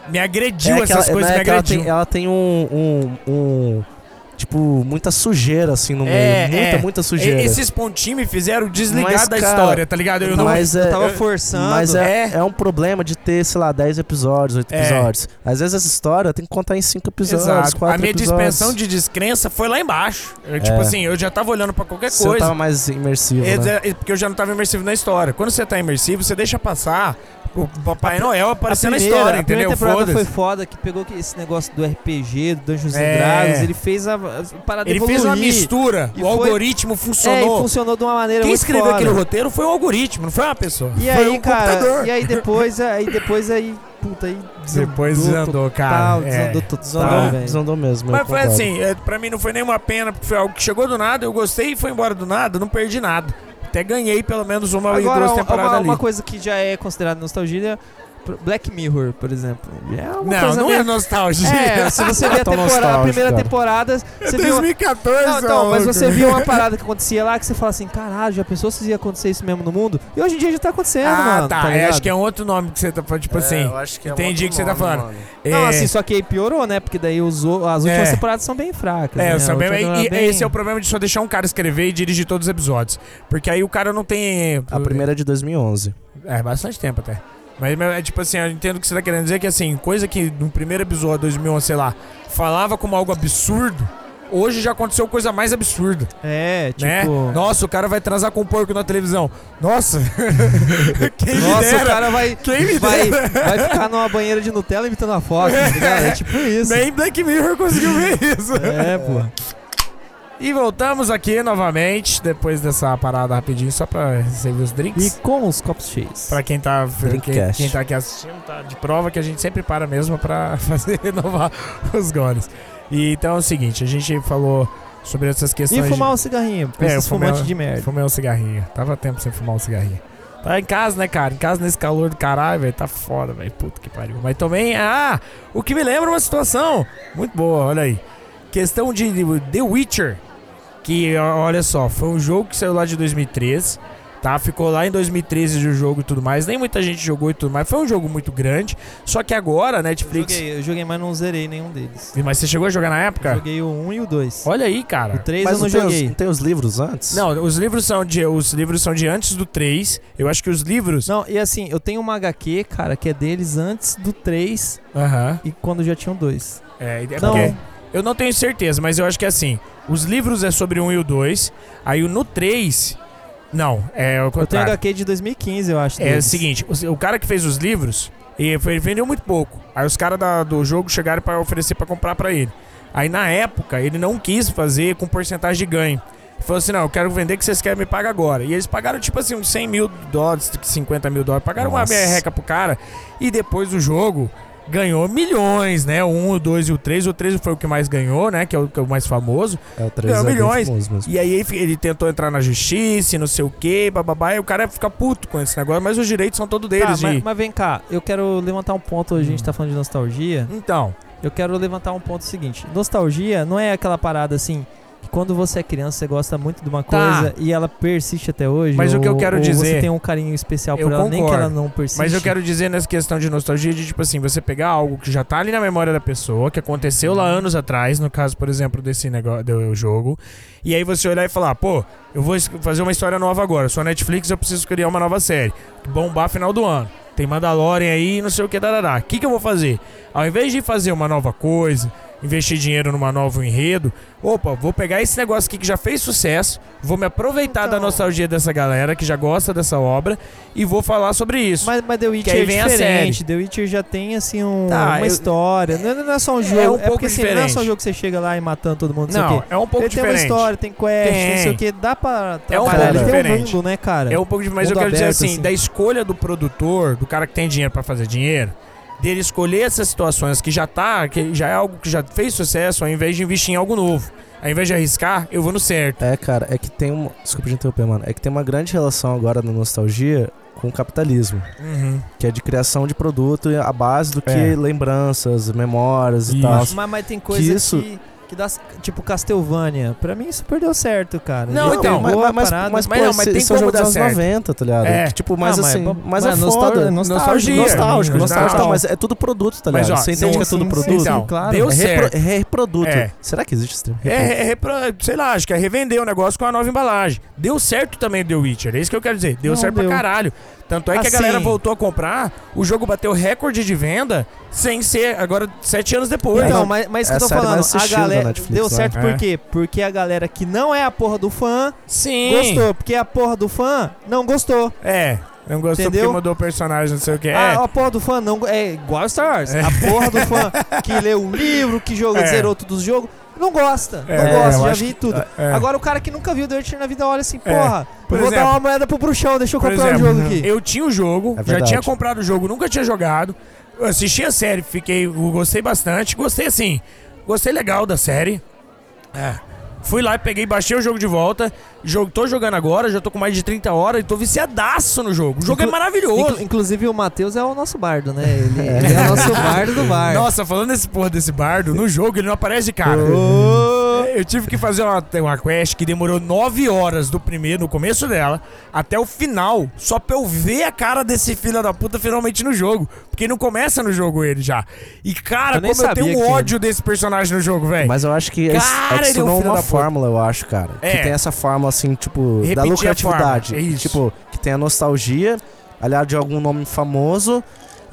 Speaker 2: Me agrediu
Speaker 3: É que ela-
Speaker 2: essas coisas,
Speaker 3: né,
Speaker 2: me
Speaker 3: que ela
Speaker 2: agrediu.
Speaker 3: tem, ela tem um, um- um, tipo, muita sujeira, assim, no meio.
Speaker 2: É,
Speaker 3: muita,
Speaker 2: é.
Speaker 3: muita sujeira.
Speaker 2: E- Esses pontinhos me fizeram desligar
Speaker 3: Mas,
Speaker 2: da
Speaker 3: cara,
Speaker 2: história, tá ligado? Eu não.
Speaker 3: mas
Speaker 1: eu
Speaker 3: é,
Speaker 1: tava
Speaker 2: eu-
Speaker 1: forçando.
Speaker 3: Mas
Speaker 2: É.
Speaker 3: é, é um problema de ter, sei lá, 10 episódios, 8
Speaker 2: É.
Speaker 3: episódios. Às vezes essa história tem que contar em 5 episódios, 4
Speaker 2: Exato.
Speaker 3: episódios.
Speaker 2: A minha dispensão de descrença foi lá embaixo. Eu,
Speaker 3: É.
Speaker 2: Tipo assim, eu já tava olhando pra qualquer
Speaker 3: Você
Speaker 2: coisa.
Speaker 3: tava mais imersivo,
Speaker 2: É,
Speaker 3: né?
Speaker 2: é, Porque eu já não tava imersivo na história. Quando você tá imersivo, você deixa passar o Papai Noel aparecer na história,
Speaker 1: a primeira
Speaker 2: entendeu?
Speaker 1: temporada foi
Speaker 2: Foda-se.
Speaker 1: foda, que pegou que- esse negócio do RPG, do Dungeons
Speaker 2: É.
Speaker 1: and Dragons, ele fez a, a parada
Speaker 2: Ele fez uma
Speaker 1: evoluir.
Speaker 2: mistura,
Speaker 1: E
Speaker 2: o
Speaker 1: foi-
Speaker 2: algoritmo
Speaker 1: É, e
Speaker 2: funcionou.
Speaker 1: funcionou de uma maneira
Speaker 2: Quem
Speaker 1: muito
Speaker 2: escreveu
Speaker 1: foda.
Speaker 2: aquele roteiro foi o algoritmo, não foi uma pessoa.
Speaker 1: E
Speaker 2: foi
Speaker 1: aí,
Speaker 2: um
Speaker 1: cara,
Speaker 2: computador.
Speaker 1: e aí depois, aí depois, aí, puta, aí desandou total,
Speaker 2: Ah, É.
Speaker 1: desandou
Speaker 3: Desandou,
Speaker 1: total, velho.
Speaker 3: desandou Tá, mesmo. eu
Speaker 2: Mas foi
Speaker 3: concordo.
Speaker 2: assim, é, pra mim não foi nenhuma pena, porque foi algo que chegou do nada, eu gostei e foi embora do nada, não perdi nada. Até ganhei pelo menos uma e
Speaker 1: Agora,
Speaker 2: duas
Speaker 1: uma,
Speaker 2: temporadas
Speaker 1: uma,
Speaker 2: ali.
Speaker 1: uma coisa que já é considerada nostalgia, pr- Black Mirror, por exemplo. É uma
Speaker 2: não,
Speaker 1: coisa
Speaker 2: não
Speaker 1: meio-
Speaker 2: é nostalgia.
Speaker 1: É, se você vê a,
Speaker 3: Tão
Speaker 1: temporada, a
Speaker 3: nostálgico,
Speaker 1: primeira
Speaker 3: cara.
Speaker 1: temporada,
Speaker 2: É
Speaker 1: você viu...
Speaker 2: 2014,
Speaker 1: Não, então, mas
Speaker 2: maluco.
Speaker 1: você viu uma parada que acontecia lá que você fala assim, caralho, já pensou se ia acontecer isso mesmo no mundo? E hoje em dia já tá acontecendo,
Speaker 2: Ah,
Speaker 1: mano.
Speaker 2: tá. é,
Speaker 1: ligado?
Speaker 2: acho que é um outro nome que você tá falando, tipo assim.
Speaker 3: eu acho que é um
Speaker 2: entendi
Speaker 3: outro
Speaker 2: o que você tá
Speaker 3: nome,
Speaker 2: falando.
Speaker 3: mano.
Speaker 1: Não,
Speaker 2: é-
Speaker 1: assim, só que aí piorou, né? Porque daí os, o- as últimas
Speaker 2: É.
Speaker 1: temporadas são bem fracas.
Speaker 2: É,
Speaker 1: né?
Speaker 2: eu sou
Speaker 1: A
Speaker 2: bem-
Speaker 1: última
Speaker 2: e,
Speaker 1: era bem-
Speaker 2: esse é o problema de só deixar um cara escrever e dirigir todos os episódios. Porque aí o cara não tem.
Speaker 3: A primeira é de 2011.
Speaker 2: É, bastante tempo até. Mas mas, é tipo assim, eu entendo o que você tá querendo dizer que assim, coisa que no primeiro episódio 2011, sei lá, falava como algo absurdo, hoje já aconteceu coisa mais absurda,
Speaker 1: É, tipo...
Speaker 2: né? Nossa, o cara vai transar com um porco na televisão. Nossa! Quem me
Speaker 1: Nossa,
Speaker 2: dera.
Speaker 1: o cara vai,
Speaker 2: Quem me
Speaker 1: vai,
Speaker 2: dera.
Speaker 1: vai ficar numa banheira de Nutella imitando a foto, tá ligado? É tipo isso.
Speaker 2: Nem Black Mirror conseguiu ver isso.
Speaker 1: É, pô.
Speaker 2: E voltamos aqui novamente, depois dessa parada rapidinho, só pra receber os drinks.
Speaker 1: E com os copos cheios.
Speaker 2: Pra quem tá, quem,
Speaker 3: Drinkcast.
Speaker 2: quem tá aqui assistindo, tá de prova que a gente sempre para mesmo pra fazer renovar os goles. E então é o seguinte, a gente falou sobre essas
Speaker 1: E
Speaker 2: questões.
Speaker 1: fumar um cigarrinho, pra
Speaker 2: É, eu
Speaker 1: esses
Speaker 2: fumei
Speaker 1: fumantes
Speaker 2: um-
Speaker 1: de
Speaker 2: de...
Speaker 1: merda.
Speaker 2: Fumei um cigarrinho. Tava tempo sem fumar um cigarrinho. Tá em casa, né, cara? Em casa nesse calor do caralho, velho. Tá foda, velho. Puta que pariu. Mas também, ah, o que me lembra uma situação muito boa, olha aí. Questão de The Witcher. Que, ó, olha só, foi um jogo que saiu lá de 2013. Tá, ficou lá em 2013 o jogo e tudo mais. Nem muita gente jogou e tudo mais. Foi um jogo muito grande. Só que agora, a
Speaker 1: Eu
Speaker 2: Netflix.
Speaker 1: joguei, eu joguei, mas não zerei nenhum deles.
Speaker 2: Mas você chegou a jogar na época?
Speaker 1: Joguei o 1 e o 2.
Speaker 2: Olha aí,
Speaker 1: O
Speaker 2: cara.
Speaker 1: 3
Speaker 3: Mas
Speaker 1: eu não
Speaker 3: não tem, os,
Speaker 1: joguei.
Speaker 3: não tem os livros antes?
Speaker 2: Não, os livros são de os livros são de antes do 3. Eu acho que os livros.
Speaker 1: Não, e assim, eu tenho uma HQ, cara, que é deles antes do 3
Speaker 2: Aham.
Speaker 1: e quando já tinham dois.
Speaker 2: É, é
Speaker 1: não,
Speaker 2: porque eu não tenho certeza, mas eu acho que é assim. Os livros é sobre um e o 2, aí o no 3 não, é o
Speaker 1: eu tenho
Speaker 2: contrário.
Speaker 1: HQ de 2015, eu acho.
Speaker 2: É o
Speaker 1: deles.
Speaker 2: seguinte, o, o cara que fez os livros, e foi- ele vendeu muito pouco. Aí os caras da- do jogo chegaram pra oferecer pra comprar pra ele. Aí na época ele não quis fazer com porcentagem de ganho. Ele Falou assim, não, eu quero vender que vocês querem me pagar agora. E eles pagaram tipo assim uns 100 mil dólares, 50 mil dólares. Pagaram
Speaker 3: Nossa.
Speaker 2: uma merreca pro cara. E depois do jogo ganhou milhões, né? O 1, o 2 e o 3. O 3 foi o que mais ganhou, né? Que é o, que é o mais famoso.
Speaker 3: É o 3
Speaker 2: Não,
Speaker 3: é bem
Speaker 2: milhões.
Speaker 3: famoso mesmo.
Speaker 2: E aí ele fi- ele tentou entrar na justiça e não sei o que, bababá, e o cara fica puto com esse negócio, mas os direitos são todos
Speaker 1: Tá, mas,
Speaker 2: deles. de... Hum.
Speaker 1: mas vem cá, eu quero levantar um ponto, a gente tá falando de nostalgia.
Speaker 2: Então,
Speaker 1: Eu quero levantar um ponto seguinte. Nostalgia não é aquela parada assim que quando você é criança você gosta muito de uma
Speaker 2: Tá.
Speaker 1: coisa e ela persiste até hoje.
Speaker 2: Mas o que eu
Speaker 1: ou-
Speaker 2: quero
Speaker 1: ou Você
Speaker 2: dizer-
Speaker 1: tem um carinho especial
Speaker 2: Eu
Speaker 1: por ela, nem que
Speaker 2: concordo.
Speaker 1: ela não persiste.
Speaker 2: mas eu quero dizer nessa questão de nostalgia, de tipo assim, você pegar algo que já tá ali na memória da pessoa, que aconteceu
Speaker 1: Uhum.
Speaker 2: lá anos atrás, no caso, por exemplo, desse negócio do jogo, e aí você olhar e falar, pô, eu vou es- fazer uma história nova agora, sou a Netflix, eu preciso criar uma nova série, bombar final do ano. Tem Mandalorian aí, não sei o que, darará. O que, que eu vou fazer? Ao invés de fazer uma nova coisa, investir dinheiro numa nova enredo, opa, vou pegar esse negócio aqui que já fez sucesso, vou me aproveitar da
Speaker 1: Então-
Speaker 2: nostalgia dessa galera que já gosta dessa obra e vou falar sobre isso.
Speaker 1: Mas, mas The Witcher
Speaker 2: aí
Speaker 1: é
Speaker 2: vem a
Speaker 1: diferente. The Witcher já tem, assim, um-
Speaker 2: Tá,
Speaker 1: uma
Speaker 2: eu-
Speaker 1: história. Não, não é só um
Speaker 2: É
Speaker 1: jogo.
Speaker 2: um pouco
Speaker 1: porque, assim, não é só um
Speaker 2: diferente.
Speaker 1: jogo que você chega lá e matando todo mundo. sei o
Speaker 2: não,
Speaker 1: quê.
Speaker 2: é um pouco
Speaker 1: ele tem uma
Speaker 2: diferente.
Speaker 1: história, tem quest, não sei
Speaker 2: Tem.
Speaker 1: o que. Dá pra
Speaker 2: É um
Speaker 1: trabalhar.
Speaker 3: pouco
Speaker 1: Ele tem um
Speaker 2: diferente.
Speaker 1: mundo, né, cara?
Speaker 2: É um pouco de, mas eu
Speaker 1: Mundo
Speaker 2: quero dizer
Speaker 1: aberto,
Speaker 2: assim,
Speaker 1: assim.
Speaker 2: da escolha do produtor, do cara que tem dinheiro pra fazer dinheiro, dele escolher essas situações que já tá, que já é algo que já fez sucesso, ao invés de investir em algo novo. Ao invés de arriscar, eu vou no certo.
Speaker 3: É, cara, é que tem um. Desculpa de interromper, mano. É que tem uma grande relação agora da nostalgia com o capitalismo.
Speaker 1: Uhum.
Speaker 3: Que é de criação de produto e a base do que
Speaker 2: É.
Speaker 3: lembranças, memórias e
Speaker 2: Isso.
Speaker 3: tal.
Speaker 1: Mas, mas tem coisa que,
Speaker 3: isso-
Speaker 1: que, dá. Tipo, Castlevania. Pra mim, super deu certo, cara.
Speaker 2: Não,
Speaker 1: Ele
Speaker 2: então,
Speaker 1: pegou a
Speaker 3: mas,
Speaker 1: parada.
Speaker 3: mas,
Speaker 2: Mas
Speaker 3: pô,
Speaker 2: não, mas
Speaker 3: esse-
Speaker 2: tem
Speaker 3: esse é um
Speaker 2: como
Speaker 3: jogo
Speaker 2: dar
Speaker 3: dos anos
Speaker 2: certo.
Speaker 3: 90, tá ligado?
Speaker 2: É.
Speaker 3: Que, Tipo, mas
Speaker 1: Ah, mas
Speaker 3: assim,
Speaker 1: é bom-
Speaker 3: mas, é
Speaker 1: mas nostal- nostalgia.
Speaker 3: foda.
Speaker 2: Nostálgico,
Speaker 3: Nostálgico, nostálgico.
Speaker 2: nostálgico.
Speaker 3: Mas é tudo produto, tá
Speaker 2: Mas,
Speaker 3: ligado?
Speaker 2: ó,
Speaker 3: Você entende
Speaker 2: não-
Speaker 3: que é tudo
Speaker 1: sim,
Speaker 3: produto?
Speaker 1: sim,
Speaker 2: Então,
Speaker 1: claro.
Speaker 2: deu
Speaker 3: É repro-
Speaker 2: certo.
Speaker 3: é reproduto.
Speaker 2: É.
Speaker 3: Será que existe esse termo?
Speaker 2: É,
Speaker 3: Reproduto.
Speaker 2: é, é pra- sei lá, acho que é revender o negócio com a nova embalagem. Deu certo também o The Witcher, é isso que eu quero dizer. Deu
Speaker 1: Não,
Speaker 2: certo
Speaker 1: deu.
Speaker 2: pra caralho. Tanto é que
Speaker 1: Assim.
Speaker 2: a galera voltou a comprar, o jogo bateu recorde de venda, sem ser agora sete anos depois.
Speaker 1: Então, mas, mas isso que eu tô
Speaker 3: Essa série
Speaker 1: falando,
Speaker 3: mais
Speaker 1: a
Speaker 3: assistida
Speaker 1: galera.
Speaker 3: da Netflix,
Speaker 1: deu
Speaker 3: né?
Speaker 1: certo
Speaker 2: É.
Speaker 1: por quê? Porque a galera que não é a porra do fã
Speaker 2: Sim.
Speaker 1: gostou. Porque a porra do fã não gostou.
Speaker 2: É, não gostou
Speaker 1: Entendeu? Ah,
Speaker 2: porque mudou o personagem, não sei o que. é.
Speaker 1: A, a porra do fã não. É igual a Star Wars. A porra do fã que leu o livro, que jogou,
Speaker 2: É.
Speaker 1: zerou todos os jogos, não gosta.
Speaker 2: É,
Speaker 1: não
Speaker 2: eu
Speaker 1: gosta, já
Speaker 2: acho
Speaker 1: vi tudo.
Speaker 2: É.
Speaker 1: Agora o cara que nunca viu The Witcher na vida olha assim,
Speaker 2: É.
Speaker 1: porra,
Speaker 2: Por
Speaker 1: vou
Speaker 2: exemplo-
Speaker 1: dar uma moeda pro bruxão, deixa eu
Speaker 2: Por
Speaker 1: comprar o
Speaker 2: exemplo,
Speaker 1: um
Speaker 2: né?
Speaker 1: jogo aqui.
Speaker 2: Eu tinha o jogo,
Speaker 3: É
Speaker 2: já
Speaker 3: verdade.
Speaker 2: tinha comprado o jogo, nunca tinha jogado. Eu assisti a série, fiquei, eu gostei bastante. Gostei assim, gostei legal da série. É. Fui lá, peguei, baixei o jogo de volta. Jogo, tô jogando agora, já tô com mais de 30 horas e tô viciadaço no jogo. O jogo
Speaker 1: Inclu-
Speaker 2: é maravilhoso.
Speaker 1: Inclu- inclusive o Matheus é o nosso bardo, né? Ele, ele é o nosso bardo do bar.
Speaker 2: Nossa, falando desse porra desse bardo, no jogo ele não aparece de cara. É, Eu tive que fazer uma, uma quest que demorou 9 horas do primeiro, no começo dela, até o final, só pra eu ver a cara desse filho da puta finalmente no jogo. Porque não começa no jogo ele já. E cara,
Speaker 1: Eu nem
Speaker 2: como eu
Speaker 1: sabia
Speaker 2: tenho
Speaker 1: que
Speaker 2: um ódio desse personagem no jogo, velho.
Speaker 3: Mas eu acho que
Speaker 2: É. Cara,
Speaker 3: é,
Speaker 2: ele é
Speaker 3: isso
Speaker 2: um
Speaker 3: não é
Speaker 2: filho
Speaker 3: uma
Speaker 2: da puta.
Speaker 3: fórmula, eu acho, cara.
Speaker 2: É.
Speaker 3: Que tem essa fórmula, assim, tipo, da
Speaker 2: Repetir a
Speaker 3: lucratividade.
Speaker 2: fórmula, é isso.
Speaker 3: Tipo, que tem a nostalgia, aliado de algum nome famoso.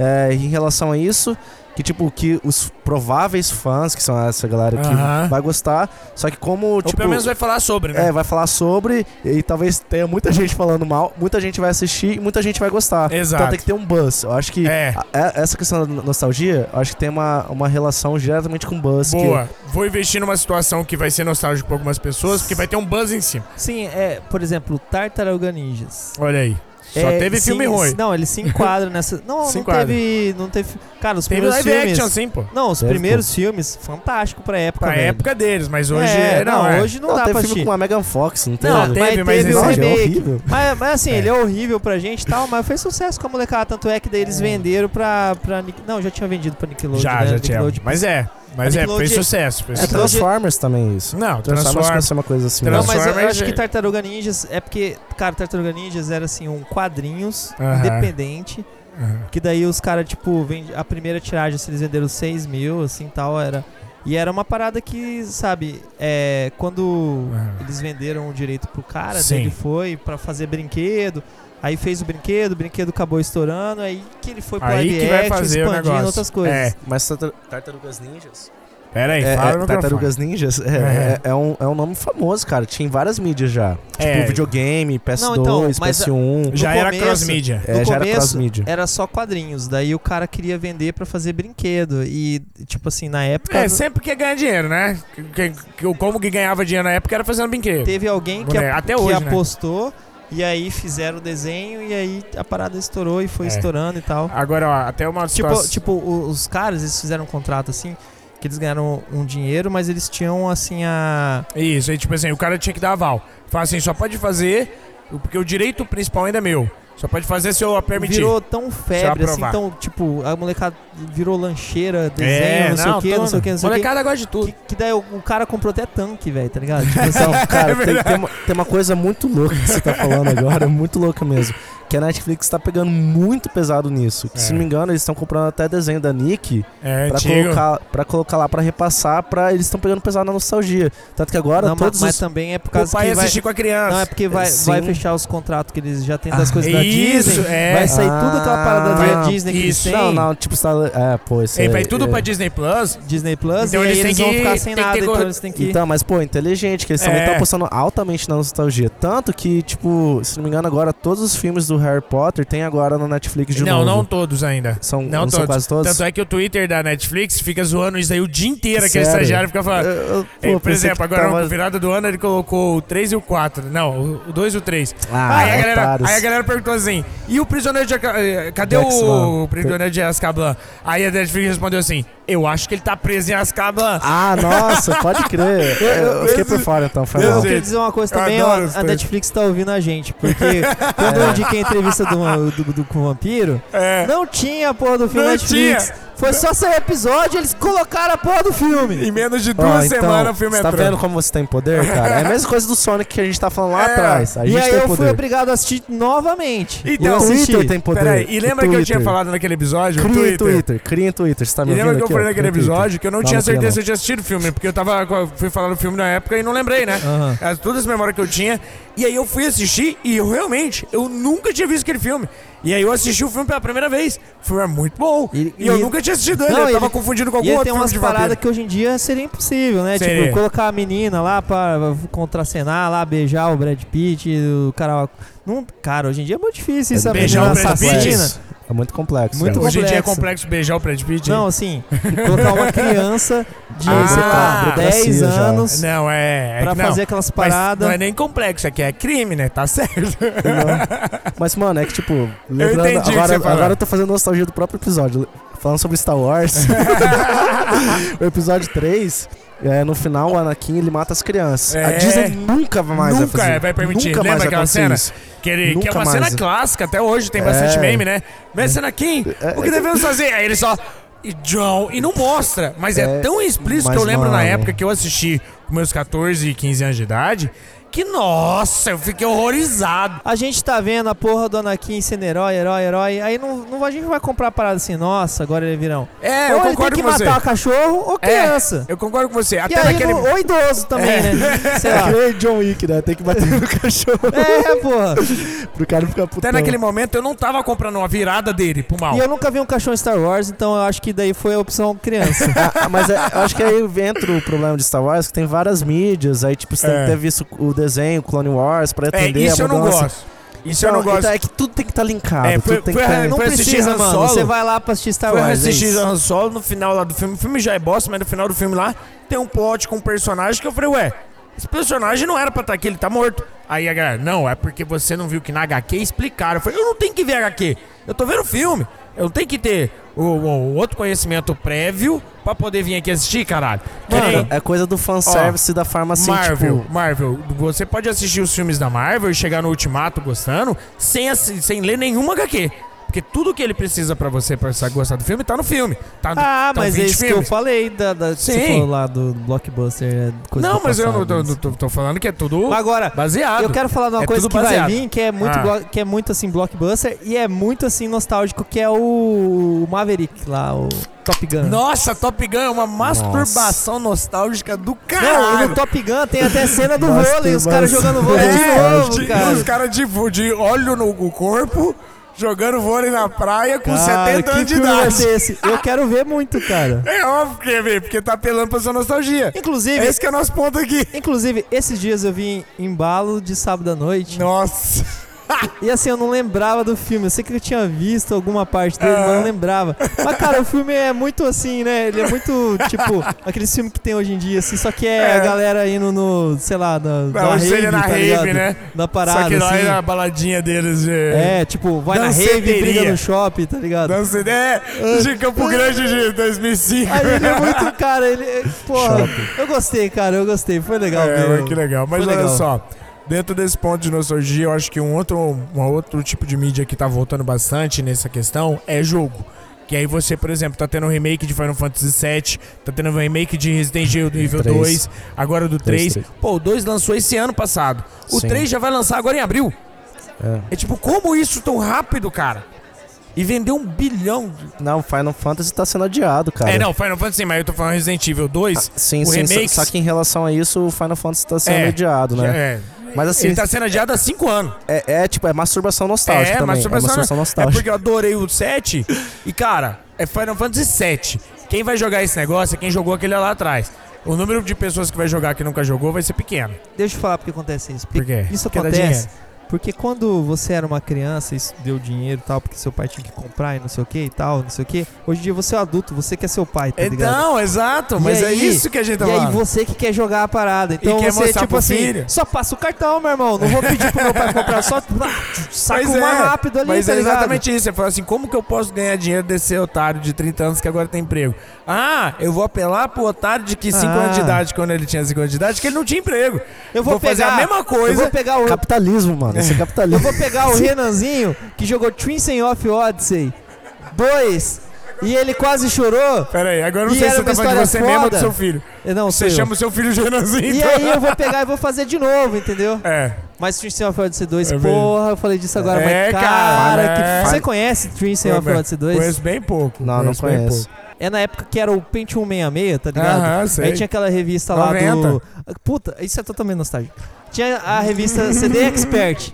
Speaker 3: é, em relação a isso, que tipo, que os prováveis fãs, que são essa galera que
Speaker 2: Aham.
Speaker 3: vai gostar, só que como,
Speaker 2: Ou
Speaker 3: tipo...
Speaker 2: pelo menos vai falar sobre, né?
Speaker 3: É, vai falar sobre, e talvez tenha muita gente falando mal, muita gente vai assistir e muita gente vai gostar.
Speaker 2: Exato.
Speaker 3: Então tem que ter um buzz. Eu acho que
Speaker 2: É.
Speaker 1: Ah,
Speaker 3: a- é- essa questão da nostalgia, eu acho que tem uma, uma relação diretamente com buzz. que-
Speaker 2: Boa. Vou investir numa situação que vai ser nostálgica pra algumas pessoas, porque vai ter um buzz em cima.
Speaker 1: Sim, é, por exemplo, Tartaruga Ninjas.
Speaker 2: Olha aí. Só teve
Speaker 1: sim,
Speaker 2: filme ruim.
Speaker 1: Não, ele se enquadra nessa. Não,
Speaker 2: Se
Speaker 1: não
Speaker 2: enquadra.
Speaker 1: teve. Não teve. Cara, os
Speaker 2: Teve
Speaker 1: primeiros
Speaker 2: live
Speaker 1: filmes.
Speaker 2: action, sim, pô.
Speaker 1: Não, os
Speaker 3: Deve,
Speaker 1: primeiros filmes, fantástico pra época.
Speaker 3: Tá
Speaker 2: Pra
Speaker 1: velho.
Speaker 2: época deles, mas hoje.
Speaker 1: É,
Speaker 2: não,
Speaker 1: não,
Speaker 2: é.
Speaker 1: hoje não,
Speaker 3: Não,
Speaker 1: dá
Speaker 3: teve
Speaker 1: pra
Speaker 3: filme
Speaker 1: assistir.
Speaker 3: com a Megan Fox, não teve?
Speaker 1: Não,
Speaker 2: Não, teve, mas
Speaker 1: teve o
Speaker 2: esse-
Speaker 3: Nossa, é
Speaker 1: remake.
Speaker 3: horrível.
Speaker 1: Mas, mas assim,
Speaker 2: É.
Speaker 1: ele é horrível pra gente e tal, mas fez sucesso com a molecada. Tanto é que daí eles venderam pra, pra Nick... Não, já tinha vendido pra Nickelodeon.
Speaker 2: já,
Speaker 1: né?
Speaker 2: já tinha.
Speaker 1: Nickelodeon.
Speaker 2: Mas é, mas é,
Speaker 1: Nickelodeon-
Speaker 2: fez sucesso. Fez
Speaker 3: É
Speaker 2: sucesso.
Speaker 3: Transformers também é isso.
Speaker 2: Não,
Speaker 3: Transformers
Speaker 2: Transformers.
Speaker 3: é uma coisa assim.
Speaker 1: Não,
Speaker 3: Não,
Speaker 1: mas eu- eu
Speaker 2: Transformers
Speaker 1: acho
Speaker 2: é-
Speaker 1: que Tartaruga Ninjas é porque, cara, Tartaruga Ninjas era assim, um quadrinhos
Speaker 2: Aham.
Speaker 1: independente.
Speaker 2: Aham.
Speaker 1: Que daí os caras, tipo, vende, a primeira tiragem, assim, eles venderam 6 mil, assim, tal, era... E era uma parada que, sabe, é, quando
Speaker 2: Aham.
Speaker 1: eles venderam o direito pro cara,
Speaker 2: Sim.
Speaker 1: daí ele foi pra fazer brinquedo, aí fez o brinquedo, o brinquedo acabou estourando, aí que ele foi pro
Speaker 2: Aí
Speaker 1: live
Speaker 2: que vai
Speaker 1: action,
Speaker 2: fazer o
Speaker 1: expandindo
Speaker 2: negócio.
Speaker 1: outras coisas.
Speaker 2: É.
Speaker 3: mas Tartar- Tartarugas Ninjas.
Speaker 2: Pera aí, fala
Speaker 3: É, é,
Speaker 2: no microfone.
Speaker 3: Tartarugas Ninjas é, é- é um, é um nome famoso, cara. Tinha em várias mídias já.
Speaker 2: É.
Speaker 3: Tipo videogame, PS2,
Speaker 1: Não, então, mas a-
Speaker 3: PS1.
Speaker 2: Já
Speaker 1: No
Speaker 2: era
Speaker 1: começo-
Speaker 2: cross-mídia.
Speaker 3: É,
Speaker 1: no
Speaker 3: já era
Speaker 1: começo,
Speaker 3: cross-mídia.
Speaker 1: Era só quadrinhos, daí o cara queria vender pra fazer brinquedo. E, tipo assim, na época
Speaker 2: É, sempre quer ganhar dinheiro, né? Que- que- que- como que ganhava dinheiro na época era fazendo brinquedo.
Speaker 1: teve alguém que,
Speaker 2: Boneco.
Speaker 1: a-
Speaker 2: Até
Speaker 1: que
Speaker 2: hoje, né?
Speaker 1: apostou, e aí fizeram o desenho, e aí a parada estourou e foi
Speaker 2: É.
Speaker 1: estourando e tal.
Speaker 2: Agora, ó, até uma
Speaker 1: Tipo,
Speaker 2: situação-
Speaker 1: tipo o- os caras, eles fizeram um contrato assim, que eles ganharam um dinheiro, mas eles tinham assim a.
Speaker 2: Isso, aí tipo assim, o cara tinha que dar aval. Fala assim, só pode fazer, porque o direito principal ainda é meu. Só pode fazer se eu permitir.
Speaker 1: Virou tão febre, assim,
Speaker 2: aprovar.
Speaker 1: tão, tipo, a molecada virou lancheira, desenho,
Speaker 2: é,
Speaker 1: não, sei o que, não
Speaker 2: tudo.
Speaker 1: sei o que, não sei o que.
Speaker 2: Molecada gosta de tudo.
Speaker 1: Que, que daí o, o cara comprou até tanque, velho, tá ligado? Tipo assim,
Speaker 3: Então, cara,
Speaker 2: É
Speaker 3: tem- tem,
Speaker 2: verdade.
Speaker 3: uma, tem uma coisa muito louca que você tá falando agora, muito louca mesmo. Que a Netflix tá pegando muito pesado nisso. Que,
Speaker 2: É.
Speaker 3: Se não me engano, eles estão comprando até desenho da Nick
Speaker 2: É,
Speaker 3: pra
Speaker 2: antigo.
Speaker 3: colocar, pra colocar lá pra repassar, pra, eles estão pegando pesado na nostalgia. Tanto que agora
Speaker 1: não, mas,
Speaker 3: todos
Speaker 1: mas
Speaker 3: os-
Speaker 1: também é por
Speaker 2: O
Speaker 1: causa
Speaker 2: pai
Speaker 1: que vai,
Speaker 2: assistir com a criança.
Speaker 1: Não, é porque vai,
Speaker 3: Sim.
Speaker 1: vai fechar os contratos que eles já têm das
Speaker 2: Ah,
Speaker 1: coisas da
Speaker 2: isso,
Speaker 1: Disney.
Speaker 2: é.
Speaker 1: Vai sair
Speaker 3: Ah,
Speaker 1: tudo aquela parada da
Speaker 3: vai-
Speaker 1: Disney que eles
Speaker 2: isso.
Speaker 1: têm.
Speaker 3: Não, não, tipo, está. É, pô, isso
Speaker 2: Ele
Speaker 3: é-
Speaker 2: vai tudo
Speaker 3: é-
Speaker 2: pra Disney Plus.
Speaker 1: Disney Plus,
Speaker 2: Então
Speaker 1: e aí
Speaker 2: eles têm
Speaker 1: eles vão
Speaker 2: que-
Speaker 1: ficar sem
Speaker 2: tem que
Speaker 1: nada,
Speaker 2: ter
Speaker 1: então
Speaker 2: cor-
Speaker 1: eles têm que.
Speaker 3: Então, mas pô, inteligente, que eles também
Speaker 2: É.
Speaker 3: estão apostando altamente na nostalgia. Tanto que, tipo, se não me engano, agora todos os filmes do Harry Potter tem agora na Netflix de
Speaker 2: não,
Speaker 3: novo.
Speaker 2: não todos ainda.
Speaker 3: São,
Speaker 2: não
Speaker 3: são
Speaker 2: todos.
Speaker 3: quase todos.
Speaker 2: Tanto é que o Twitter da Netflix fica zoando isso aí o dia inteiro, aquele
Speaker 3: Sério?
Speaker 2: estagiário fica falando.
Speaker 3: Eu- eu- pô,
Speaker 2: Ei, por
Speaker 3: pensei
Speaker 2: exemplo,
Speaker 3: que
Speaker 2: agora
Speaker 3: tava-
Speaker 2: no virada do ano ele colocou o 3 e o 4. Não, o 2 e o 3.
Speaker 3: Ah,
Speaker 2: aí, a galera,
Speaker 3: otários.
Speaker 2: aí a galera perguntou assim: e o prisioneiro de. Aca- eh, Cadê
Speaker 3: Jackson,
Speaker 2: o,
Speaker 3: lá.
Speaker 2: prisioneiro de Azkaban? Aí a Netflix respondeu assim: eu acho que ele tá preso em Azkaban.
Speaker 3: Ah, nossa, pode crer. Eu, eu fiquei por fora então, foi
Speaker 1: Eu
Speaker 3: mal.
Speaker 1: queria dizer uma coisa
Speaker 2: Eu
Speaker 1: também, ó,
Speaker 2: adoro os
Speaker 1: a
Speaker 2: dois.
Speaker 1: Netflix tá ouvindo a gente, porque quando eu indiquei a entrevista do, do, do- com o vampiro,
Speaker 2: É.
Speaker 1: não tinha a porra do filme
Speaker 2: Não
Speaker 1: Netflix. Foi só sair episódio, eles colocaram a porra do filme.
Speaker 2: Em menos de
Speaker 3: Ó,
Speaker 2: duas
Speaker 3: então,
Speaker 2: semanas o filme
Speaker 3: você
Speaker 2: é
Speaker 3: tá vendo como você tem poder, cara? É a mesma coisa do Sonic que a gente tá falando lá
Speaker 2: É.
Speaker 3: atrás. A
Speaker 1: e
Speaker 3: gente
Speaker 1: aí
Speaker 3: tem
Speaker 1: eu fui
Speaker 3: poder.
Speaker 1: obrigado a assistir novamente.
Speaker 2: Então,
Speaker 1: eu
Speaker 3: o
Speaker 1: assisti.
Speaker 3: Twitter tem poder.
Speaker 2: Peraí, e lembra
Speaker 3: O
Speaker 2: que eu tinha
Speaker 3: Twitter.
Speaker 2: falado naquele episódio? o
Speaker 3: Cria em
Speaker 2: Twitter.
Speaker 3: Twitter, cria em Twitter. Você tá me
Speaker 2: E lembra
Speaker 3: ouvindo
Speaker 2: que eu
Speaker 3: aqui,
Speaker 2: falei
Speaker 3: ó?
Speaker 2: naquele
Speaker 3: Cria em Twitter.
Speaker 2: episódio que eu não,
Speaker 3: Não,
Speaker 2: tinha
Speaker 3: não queria,
Speaker 2: certeza se
Speaker 3: não.
Speaker 2: eu tinha assistido o filme, porque eu tava. eu Fui falar do filme na época e não lembrei, né?
Speaker 1: Aham.
Speaker 2: As- Todas as memórias que eu tinha. E aí eu fui assistir e eu realmente, eu nunca tinha visto aquele filme. E aí eu assisti o filme pela primeira vez. O filme é muito bom.
Speaker 1: E-
Speaker 2: E,
Speaker 1: e-
Speaker 2: eu nunca tinha assistido ele,
Speaker 1: Não,
Speaker 2: eu tava
Speaker 1: ele-
Speaker 2: confundindo com algum
Speaker 1: E aí
Speaker 3: é
Speaker 1: tem
Speaker 2: outro filme
Speaker 1: umas
Speaker 2: de
Speaker 1: paradas
Speaker 2: vampiro.
Speaker 1: que hoje em dia seria impossível, né?
Speaker 2: Seria.
Speaker 1: Tipo, colocar a menina lá pra contracenar, lá, beijar o Brad Pitt, o cara. Não, cara, hoje em dia é muito difícil isso, a
Speaker 2: Beijar
Speaker 1: menina
Speaker 2: o Brad Pitt?
Speaker 1: assassina.
Speaker 3: É muito complexo.
Speaker 1: Muito
Speaker 3: cara.
Speaker 2: Hoje em dia é
Speaker 1: complexo.
Speaker 2: complexo beijar o Brad Pitt. hein?
Speaker 1: Não, assim, colocar uma criança de
Speaker 2: Ah,
Speaker 1: sei lá,
Speaker 2: ah,
Speaker 1: 10
Speaker 3: burocracia já.
Speaker 1: anos
Speaker 2: Não, é. é
Speaker 1: pra
Speaker 2: que não.
Speaker 1: fazer aquelas
Speaker 2: Mas
Speaker 1: paradas.
Speaker 2: Não é nem complexo, é que é crime, né? Tá certo.
Speaker 3: Entendeu? Mas, mano, é que tipo, lembrando.
Speaker 2: entendi o que
Speaker 3: agora,
Speaker 2: você falou.
Speaker 3: agora eu tô fazendo nostalgia do próprio episódio. Falando sobre Star Wars. o episódio 3. é, no final, o Anakin ele mata as crianças. A
Speaker 2: É.
Speaker 3: Disney nunca mais vai
Speaker 2: Nunca é,
Speaker 3: fazer.
Speaker 2: vai permitir.
Speaker 3: Nunca
Speaker 2: Lembra
Speaker 3: mais vai
Speaker 2: aquela
Speaker 3: acontecer
Speaker 2: cena?
Speaker 3: Isso.
Speaker 2: Que, ele- que é
Speaker 3: Nunca
Speaker 2: uma
Speaker 3: mais.
Speaker 2: cena clássica, até hoje tem bastante
Speaker 3: É.
Speaker 2: meme, né? Mas cena aqui,
Speaker 3: É,
Speaker 2: o que devemos fazer? Aí ele só. E John, e não mostra, mas é,
Speaker 3: É,
Speaker 2: tão explícito que eu
Speaker 3: mas,
Speaker 2: lembro na
Speaker 3: mano.
Speaker 2: época que eu assisti com meus 14 e 15 anos de idade, que nossa, eu fiquei horrorizado.
Speaker 1: A gente tá vendo a porra do Anakin sendo herói, herói, herói. Aí não, não, a gente não vai comprar a parada assim, nossa, agora ele é virão. ou ele
Speaker 2: É, eu
Speaker 1: tem
Speaker 2: concordo
Speaker 1: que
Speaker 2: com você.
Speaker 1: matar o cachorro ou
Speaker 2: É,
Speaker 1: criança.
Speaker 2: eu concordo com você.
Speaker 1: E
Speaker 2: Até
Speaker 1: aí,
Speaker 2: naquele.
Speaker 1: no- ou idoso também,
Speaker 2: É.
Speaker 1: né? Sei
Speaker 3: É
Speaker 1: lá.
Speaker 3: que nem John Wick, né? Tem que bater no cachorro
Speaker 1: É, porra.
Speaker 3: pro cara não ficar
Speaker 2: Até
Speaker 3: putão.
Speaker 2: naquele momento eu não tava comprando uma virada dele pro mal.
Speaker 1: E eu nunca vi um cachorro em Star Wars, então eu acho que daí foi a opção criança.
Speaker 3: Ah, ah, mas é- eu acho que aí entra o problema de Star Wars, que tem várias mídias, aí tipo, você tem
Speaker 2: É.
Speaker 3: que ter visto o desenho, Clone Wars, pra
Speaker 2: É,
Speaker 3: atender
Speaker 2: isso
Speaker 3: a
Speaker 2: eu não
Speaker 3: mudança.
Speaker 2: gosto. Isso eu
Speaker 3: Então,
Speaker 2: não gosto.
Speaker 3: então é que tudo tem que estar linkado.
Speaker 2: É, foi-
Speaker 3: tudo tem
Speaker 2: foi
Speaker 3: que tá
Speaker 2: a-
Speaker 3: linkado.
Speaker 1: Não
Speaker 2: Foi assistir
Speaker 1: precisa,
Speaker 2: Han
Speaker 1: mano.
Speaker 2: Solo?
Speaker 1: Você vai lá pra assistir Star
Speaker 2: Foi
Speaker 1: Wars. é
Speaker 2: assistir
Speaker 1: isso.
Speaker 2: Han Solo no final lá do filme. O filme já é bosta, mas no final do filme lá tem um plot com um personagem que eu falei, ué, Esse personagem não era pra estar aqui, ele tá morto. Aí a galera, não, é porque você não viu que na HQ explicaram. Eu falei, eu não tenho que ver HQ. Eu tô vendo filme. Eu não tenho que ter o, o- outro conhecimento prévio pra poder vir aqui assistir, caralho. Que nem-
Speaker 3: Mano, é coisa do fanservice da
Speaker 1: Assim,
Speaker 3: farmácia.
Speaker 2: Marvel,
Speaker 3: Tipo,
Speaker 2: Marvel, você pode assistir os filmes da Marvel e chegar no Ultimato gostando sem, assi- sem ler nenhuma HQ. Porque tudo que ele precisa pra você pra sa- gostar do filme tá no filme. Tá no-
Speaker 1: Ah,
Speaker 2: tão
Speaker 1: mas é
Speaker 2: 20
Speaker 1: isso que eu
Speaker 2: filmes.
Speaker 1: falei da, da que você
Speaker 2: Sim.
Speaker 1: falou lá do blockbuster. é Coisa
Speaker 2: Não,
Speaker 1: do
Speaker 2: mas eu não,
Speaker 1: passado,
Speaker 2: tô-
Speaker 1: mas-
Speaker 2: tô, tô falando que é tudo
Speaker 1: Agora,
Speaker 2: baseado.
Speaker 1: eu quero falar de uma
Speaker 2: É
Speaker 1: coisa
Speaker 2: tudo
Speaker 1: que vai
Speaker 2: baseado.
Speaker 1: vir, que é, muito
Speaker 2: Ah.
Speaker 1: blo- que é muito assim blockbuster e é muito assim nostálgico, que é o, o Maverick lá, o Top Gun.
Speaker 2: Nossa, Top Gun é uma masturbação nostálgica do
Speaker 1: Não, e
Speaker 2: caralho.
Speaker 1: no Top Gun tem até cena do
Speaker 3: Nossa,
Speaker 1: vôlei, os
Speaker 3: mas-
Speaker 1: caras jogando vôlei
Speaker 2: É,
Speaker 1: de novo,
Speaker 2: de-
Speaker 1: cara.
Speaker 2: Os caras de, de óleo no corpo, jogando vôlei na praia com
Speaker 1: Cara,
Speaker 2: 70
Speaker 1: que
Speaker 2: anos de
Speaker 1: filme vai
Speaker 2: idade.
Speaker 1: ser esse? Eu quero ver muito, cara.
Speaker 2: É óbvio que é, velho, porque tá apelando pra sua nostalgia.
Speaker 1: Inclusive,
Speaker 2: É esse que é o nosso ponto aqui.
Speaker 1: inclusive esses dias eu vim embalo de sábado à noite.
Speaker 2: Nossa.
Speaker 1: E assim, eu não lembrava do filme. Eu sei que eu tinha visto alguma parte dele,
Speaker 2: Ah.
Speaker 1: mas não lembrava. Mas, cara, o filme é muito assim, né? Ele é muito, tipo, aqueles filmes que tem hoje em dia, assim, só que é, a
Speaker 2: É.
Speaker 1: galera indo no, sei lá, na, na
Speaker 2: Não,
Speaker 1: rave,
Speaker 2: seria na
Speaker 1: tá
Speaker 2: rave,
Speaker 1: ligado?
Speaker 2: né?
Speaker 1: Na parada,
Speaker 2: Só que lá
Speaker 1: assim.
Speaker 2: era a baladinha deles de...
Speaker 1: É, tipo, vai na rave e
Speaker 2: Danceteria.
Speaker 1: briga no shopping, tá ligado?
Speaker 2: Dança ideia de Campo Grande de 2005.
Speaker 1: Ah. Aí ele é muito, cara, ele... Porra, eu gostei, cara, eu gostei. Foi legal
Speaker 2: É,
Speaker 1: ver.
Speaker 2: mas que legal. Mas
Speaker 1: Foi
Speaker 2: olha
Speaker 1: legal.
Speaker 2: só, dentro desse ponto de nostalgia, eu acho que um outro, um outro tipo de mídia que tá voltando bastante nessa questão é jogo. Que aí você, por exemplo, tá tendo um remake de Final Fantasy VII, tá tendo um remake de Resident Evil
Speaker 3: Três.
Speaker 2: 2, agora do
Speaker 3: Três,
Speaker 2: 3.
Speaker 3: três.
Speaker 2: Pô, o 2 lançou esse ano passado. O
Speaker 3: Sim.
Speaker 2: 3 já vai lançar agora em abril.
Speaker 3: é.
Speaker 2: É tipo, como isso tão rápido, cara? E vendeu um bilhão. de-
Speaker 3: Não, Final Fantasy tá sendo adiado, cara. Ah,
Speaker 2: É, não, Final Fantasy, mas eu tô falando Resident Evil 2.
Speaker 3: Sim,
Speaker 2: O
Speaker 3: sim. só-
Speaker 2: remake-
Speaker 3: Só que em relação a isso, o Final Fantasy tá sendo
Speaker 2: É,
Speaker 3: adiado,
Speaker 2: já
Speaker 3: né?
Speaker 2: é.
Speaker 3: Mas assim,
Speaker 2: Ele tá sendo adiado há 5 anos.
Speaker 3: é, é tipo, é masturbação nostálgica também. é masturbação
Speaker 2: É
Speaker 3: nostálgica.
Speaker 2: porque eu adorei o 7. E, cara, é Final Fantasy 7. Quem vai jogar esse negócio é quem jogou aquele lá atrás. O número de pessoas que vai jogar que nunca jogou vai ser pequeno.
Speaker 1: Deixa eu falar porque acontece isso.
Speaker 2: Por quê?
Speaker 1: Isso
Speaker 2: Porque dá
Speaker 1: acontece
Speaker 2: dinheiro.
Speaker 1: porque quando você era uma criança, isso deu dinheiro e tal, porque seu pai tinha que comprar e não sei o que e tal, não sei o que. Hoje em dia você é adulto, você quer seu pai, tá ligado?
Speaker 2: Então, exato.
Speaker 1: E
Speaker 2: Mas é
Speaker 1: aí-
Speaker 2: isso que a gente tá
Speaker 1: e aí
Speaker 2: falando.
Speaker 1: você que quer jogar a parada. Então
Speaker 2: quer
Speaker 1: você,
Speaker 2: mostrar
Speaker 1: tipo
Speaker 2: pro
Speaker 1: assim,
Speaker 2: filho.
Speaker 1: só passa o cartão, meu irmão. Não vou pedir pro meu pai comprar, só saca
Speaker 2: Mas
Speaker 1: o mais rápido ali,
Speaker 2: mas
Speaker 1: tá
Speaker 2: é
Speaker 1: ligado?
Speaker 2: exatamente isso. Você fala assim, como que eu posso ganhar dinheiro desse otário de 30 anos que agora tem emprego? Ah, eu vou apelar pro otário de que 5
Speaker 1: Ah.
Speaker 2: anos de idade, quando ele tinha 5 anos de idade, que ele não tinha emprego.
Speaker 1: Eu vou,
Speaker 2: fazer
Speaker 1: pegar-
Speaker 2: a mesma
Speaker 1: Eu vou
Speaker 2: coisa.
Speaker 1: pegar o
Speaker 3: Capitalismo, mano. Esse é
Speaker 1: Eu
Speaker 3: capitalismo.
Speaker 1: vou pegar o Renanzinho, que jogou Trinsen of Odyssey 2 e ele quase chorou.
Speaker 2: Pera aí, agora eu não
Speaker 1: E
Speaker 2: sei
Speaker 1: era
Speaker 2: se você
Speaker 1: uma
Speaker 2: tá falando de você
Speaker 1: história
Speaker 2: mesmo ou do
Speaker 1: foda.
Speaker 2: seu filho.
Speaker 1: Eh, Não,
Speaker 2: Você
Speaker 1: sou eu.
Speaker 2: chama o seu filho de Renanzinho.
Speaker 1: E
Speaker 2: então.
Speaker 1: aí eu vou pegar e vou fazer de novo, entendeu?
Speaker 2: É.
Speaker 1: Mas Trinsen of Odyssey 2,
Speaker 2: É mesmo.
Speaker 1: porra, eu falei disso agora,
Speaker 2: É,
Speaker 1: mas cara,
Speaker 2: cara,
Speaker 1: que-
Speaker 2: é.
Speaker 1: você é conhece Trinsen of
Speaker 2: Conhe-
Speaker 1: Odyssey 2?
Speaker 2: Conheço bem pouco.
Speaker 3: Não, não
Speaker 2: bem
Speaker 3: conheço.
Speaker 2: pouco.
Speaker 1: É na época que era o Pentium 66, tá ligado?
Speaker 2: Aham, sei.
Speaker 1: Aí tinha aquela revista lá
Speaker 2: 90.
Speaker 1: do... Puta, isso é totalmente nostálgico. Tinha a revista CD Expert.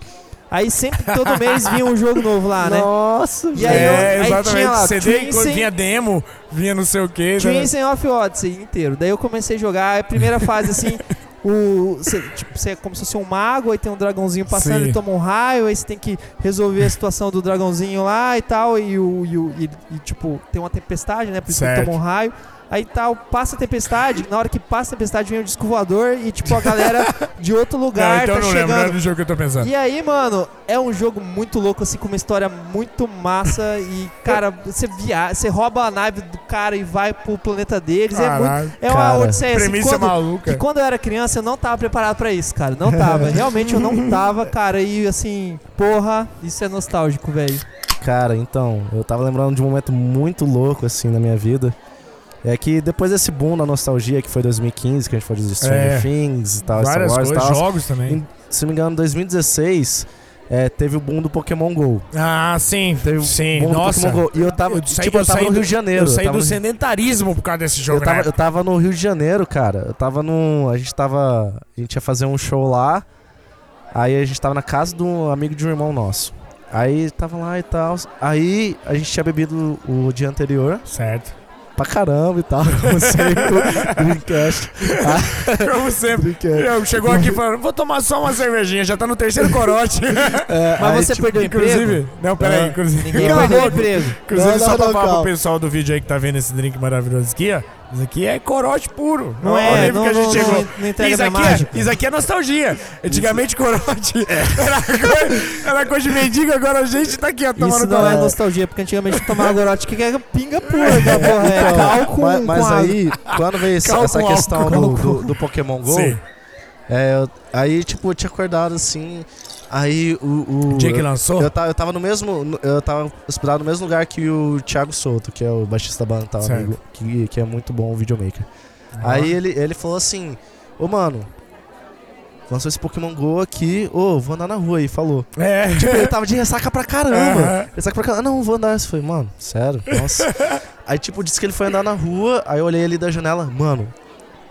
Speaker 1: Aí sempre, todo mês, vinha um jogo novo lá, né?
Speaker 3: Nossa,
Speaker 1: E aí eu-
Speaker 2: é,
Speaker 1: aí tinha
Speaker 2: exatamente.
Speaker 1: lá,
Speaker 2: CD,
Speaker 1: Twin
Speaker 2: quando
Speaker 1: Sin-
Speaker 2: vinha demo, vinha não sei o né? que.
Speaker 1: Trinsen of Odyssey é inteiro. Daí eu comecei a jogar, a primeira fase assim. O, cê, tipo, você é como se fosse um mago, aí tem um dragãozinho passando,
Speaker 2: Sim.
Speaker 1: ele toma um raio, aí você tem que resolver a situação do dragãozinho lá e tal, e, o, e, o- e- e, tipo, tem uma tempestade, né? Por isso que ele
Speaker 2: Certo.
Speaker 1: toma um raio. Aí tal, passa a tempestade, na hora que passa a tempestade vem o disco voador e, tipo, a galera de outro lugar
Speaker 2: Não, então
Speaker 1: tá
Speaker 2: eu não lembro, não
Speaker 1: chegando.
Speaker 2: lembro do jogo que eu tô pensando.
Speaker 1: E aí, mano, é um jogo muito louco, assim, com uma história muito massa. E, cara, você viaja, você rouba a nave do cara e vai pro planeta deles. É muito.
Speaker 2: Caralho.
Speaker 1: É uma
Speaker 3: Cara,
Speaker 1: odisseia, assim,
Speaker 2: Premissa
Speaker 1: quando, que
Speaker 2: maluca.
Speaker 1: quando eu era criança, eu não tava preparado pra isso, cara. Não tava. Realmente eu não tava, cara. E assim, porra, isso é nostálgico, velho.
Speaker 3: Cara, então, eu tava lembrando de um momento muito louco, assim, na minha vida. É que depois desse boom na nostalgia, que foi 2015, que a gente foi de Stranger
Speaker 2: É.
Speaker 3: Things e tal,
Speaker 2: Várias
Speaker 3: Tá, Star Wars e
Speaker 2: coisas,
Speaker 3: tal.
Speaker 2: jogos também.
Speaker 3: Se não me engano, 2016 é, teve o boom do Pokémon GO.
Speaker 2: Ah, sim.
Speaker 3: Teve
Speaker 2: Sim,
Speaker 3: boom do
Speaker 2: nossa.
Speaker 3: Pokémon GO. E eu tava,
Speaker 2: Eu saí-
Speaker 3: tipo, eu
Speaker 2: eu
Speaker 3: tava
Speaker 2: saí
Speaker 3: no
Speaker 2: do-
Speaker 3: Rio de Janeiro.
Speaker 2: Eu saí
Speaker 3: tava
Speaker 2: do
Speaker 3: no-
Speaker 2: sedentarismo por causa desse
Speaker 3: eu
Speaker 2: jogo,
Speaker 3: tava,
Speaker 2: né?
Speaker 3: eu tava no Rio de Janeiro, cara. Eu tava num. A gente tava. A gente ia fazer um show lá. Aí a gente tava na casa de um amigo de um irmão nosso. Aí tava lá e tal. Aí a gente tinha bebido o dia anterior.
Speaker 2: Certo.
Speaker 3: pra caramba e tal, como sempre, Dreamcast.
Speaker 2: Como sempre.
Speaker 3: Dreamcast.
Speaker 2: Eu- Chegou aqui falando, vou tomar só uma cervejinha, já tá no terceiro corote.
Speaker 3: É,
Speaker 1: Mas
Speaker 3: aí,
Speaker 1: você
Speaker 3: tipo,
Speaker 1: perdeu o emprego?
Speaker 2: Inclusive, não, peraí,
Speaker 3: Ah.
Speaker 2: inclusive.
Speaker 1: Ninguém
Speaker 2: Cala a
Speaker 1: perdeu o
Speaker 2: boca.
Speaker 1: emprego.
Speaker 2: Inclusive,
Speaker 3: Não, não,
Speaker 2: só pra
Speaker 3: não,
Speaker 2: falar pro
Speaker 3: calma.
Speaker 2: pessoal do vídeo aí que tá vendo esse drink maravilhoso aqui, ó. Isso aqui é corote puro.
Speaker 1: Não
Speaker 2: Olha
Speaker 1: é,
Speaker 2: aí
Speaker 1: não,
Speaker 2: porque a gente
Speaker 1: não,
Speaker 2: chegou.
Speaker 1: não, não entrega
Speaker 2: isso,
Speaker 1: minha
Speaker 2: aqui
Speaker 1: mágica.
Speaker 2: é, isso aqui é nostalgia. Antigamente corote era, coisa, era coisa de mendigo, agora a gente tá aqui, ó, tomando
Speaker 1: Isso não é
Speaker 2: corote.
Speaker 1: nostalgia, porque antigamente tomava gorote que é pinga pura, que é porra, é cal com,
Speaker 3: mas, mas
Speaker 1: com água.
Speaker 3: aí, quando veio esse-
Speaker 2: Cal
Speaker 3: essa
Speaker 2: com
Speaker 3: questão
Speaker 2: álcool.
Speaker 3: do, do, do Pokémon GO,
Speaker 2: Sim.
Speaker 3: é, eu- aí, tipo, eu tinha acordado assim. Aí o.
Speaker 2: O
Speaker 3: o
Speaker 2: dia que
Speaker 3: eu,
Speaker 2: lançou.
Speaker 3: eu tava, eu tava no mesmo. no- Eu tava hospedado no mesmo lugar que o Thiago Souto, que é o baixista da banda, tá,
Speaker 2: Certo. Ah.
Speaker 3: amigo, que, que é muito bom o videomaker. Aí ele, ele falou assim: Ô mano, lançou esse Pokémon GO aqui, ô, vou andar na rua aí, falou.
Speaker 2: É.
Speaker 3: Tipo, eu tava de ressaca pra caramba.
Speaker 2: Aham.
Speaker 3: Ele sacou pra cá, ah, não, vou andar. Eu falei, mano, sério? Nossa. aí, tipo, disse que ele foi andar na rua, aí eu olhei ali da janela, mano,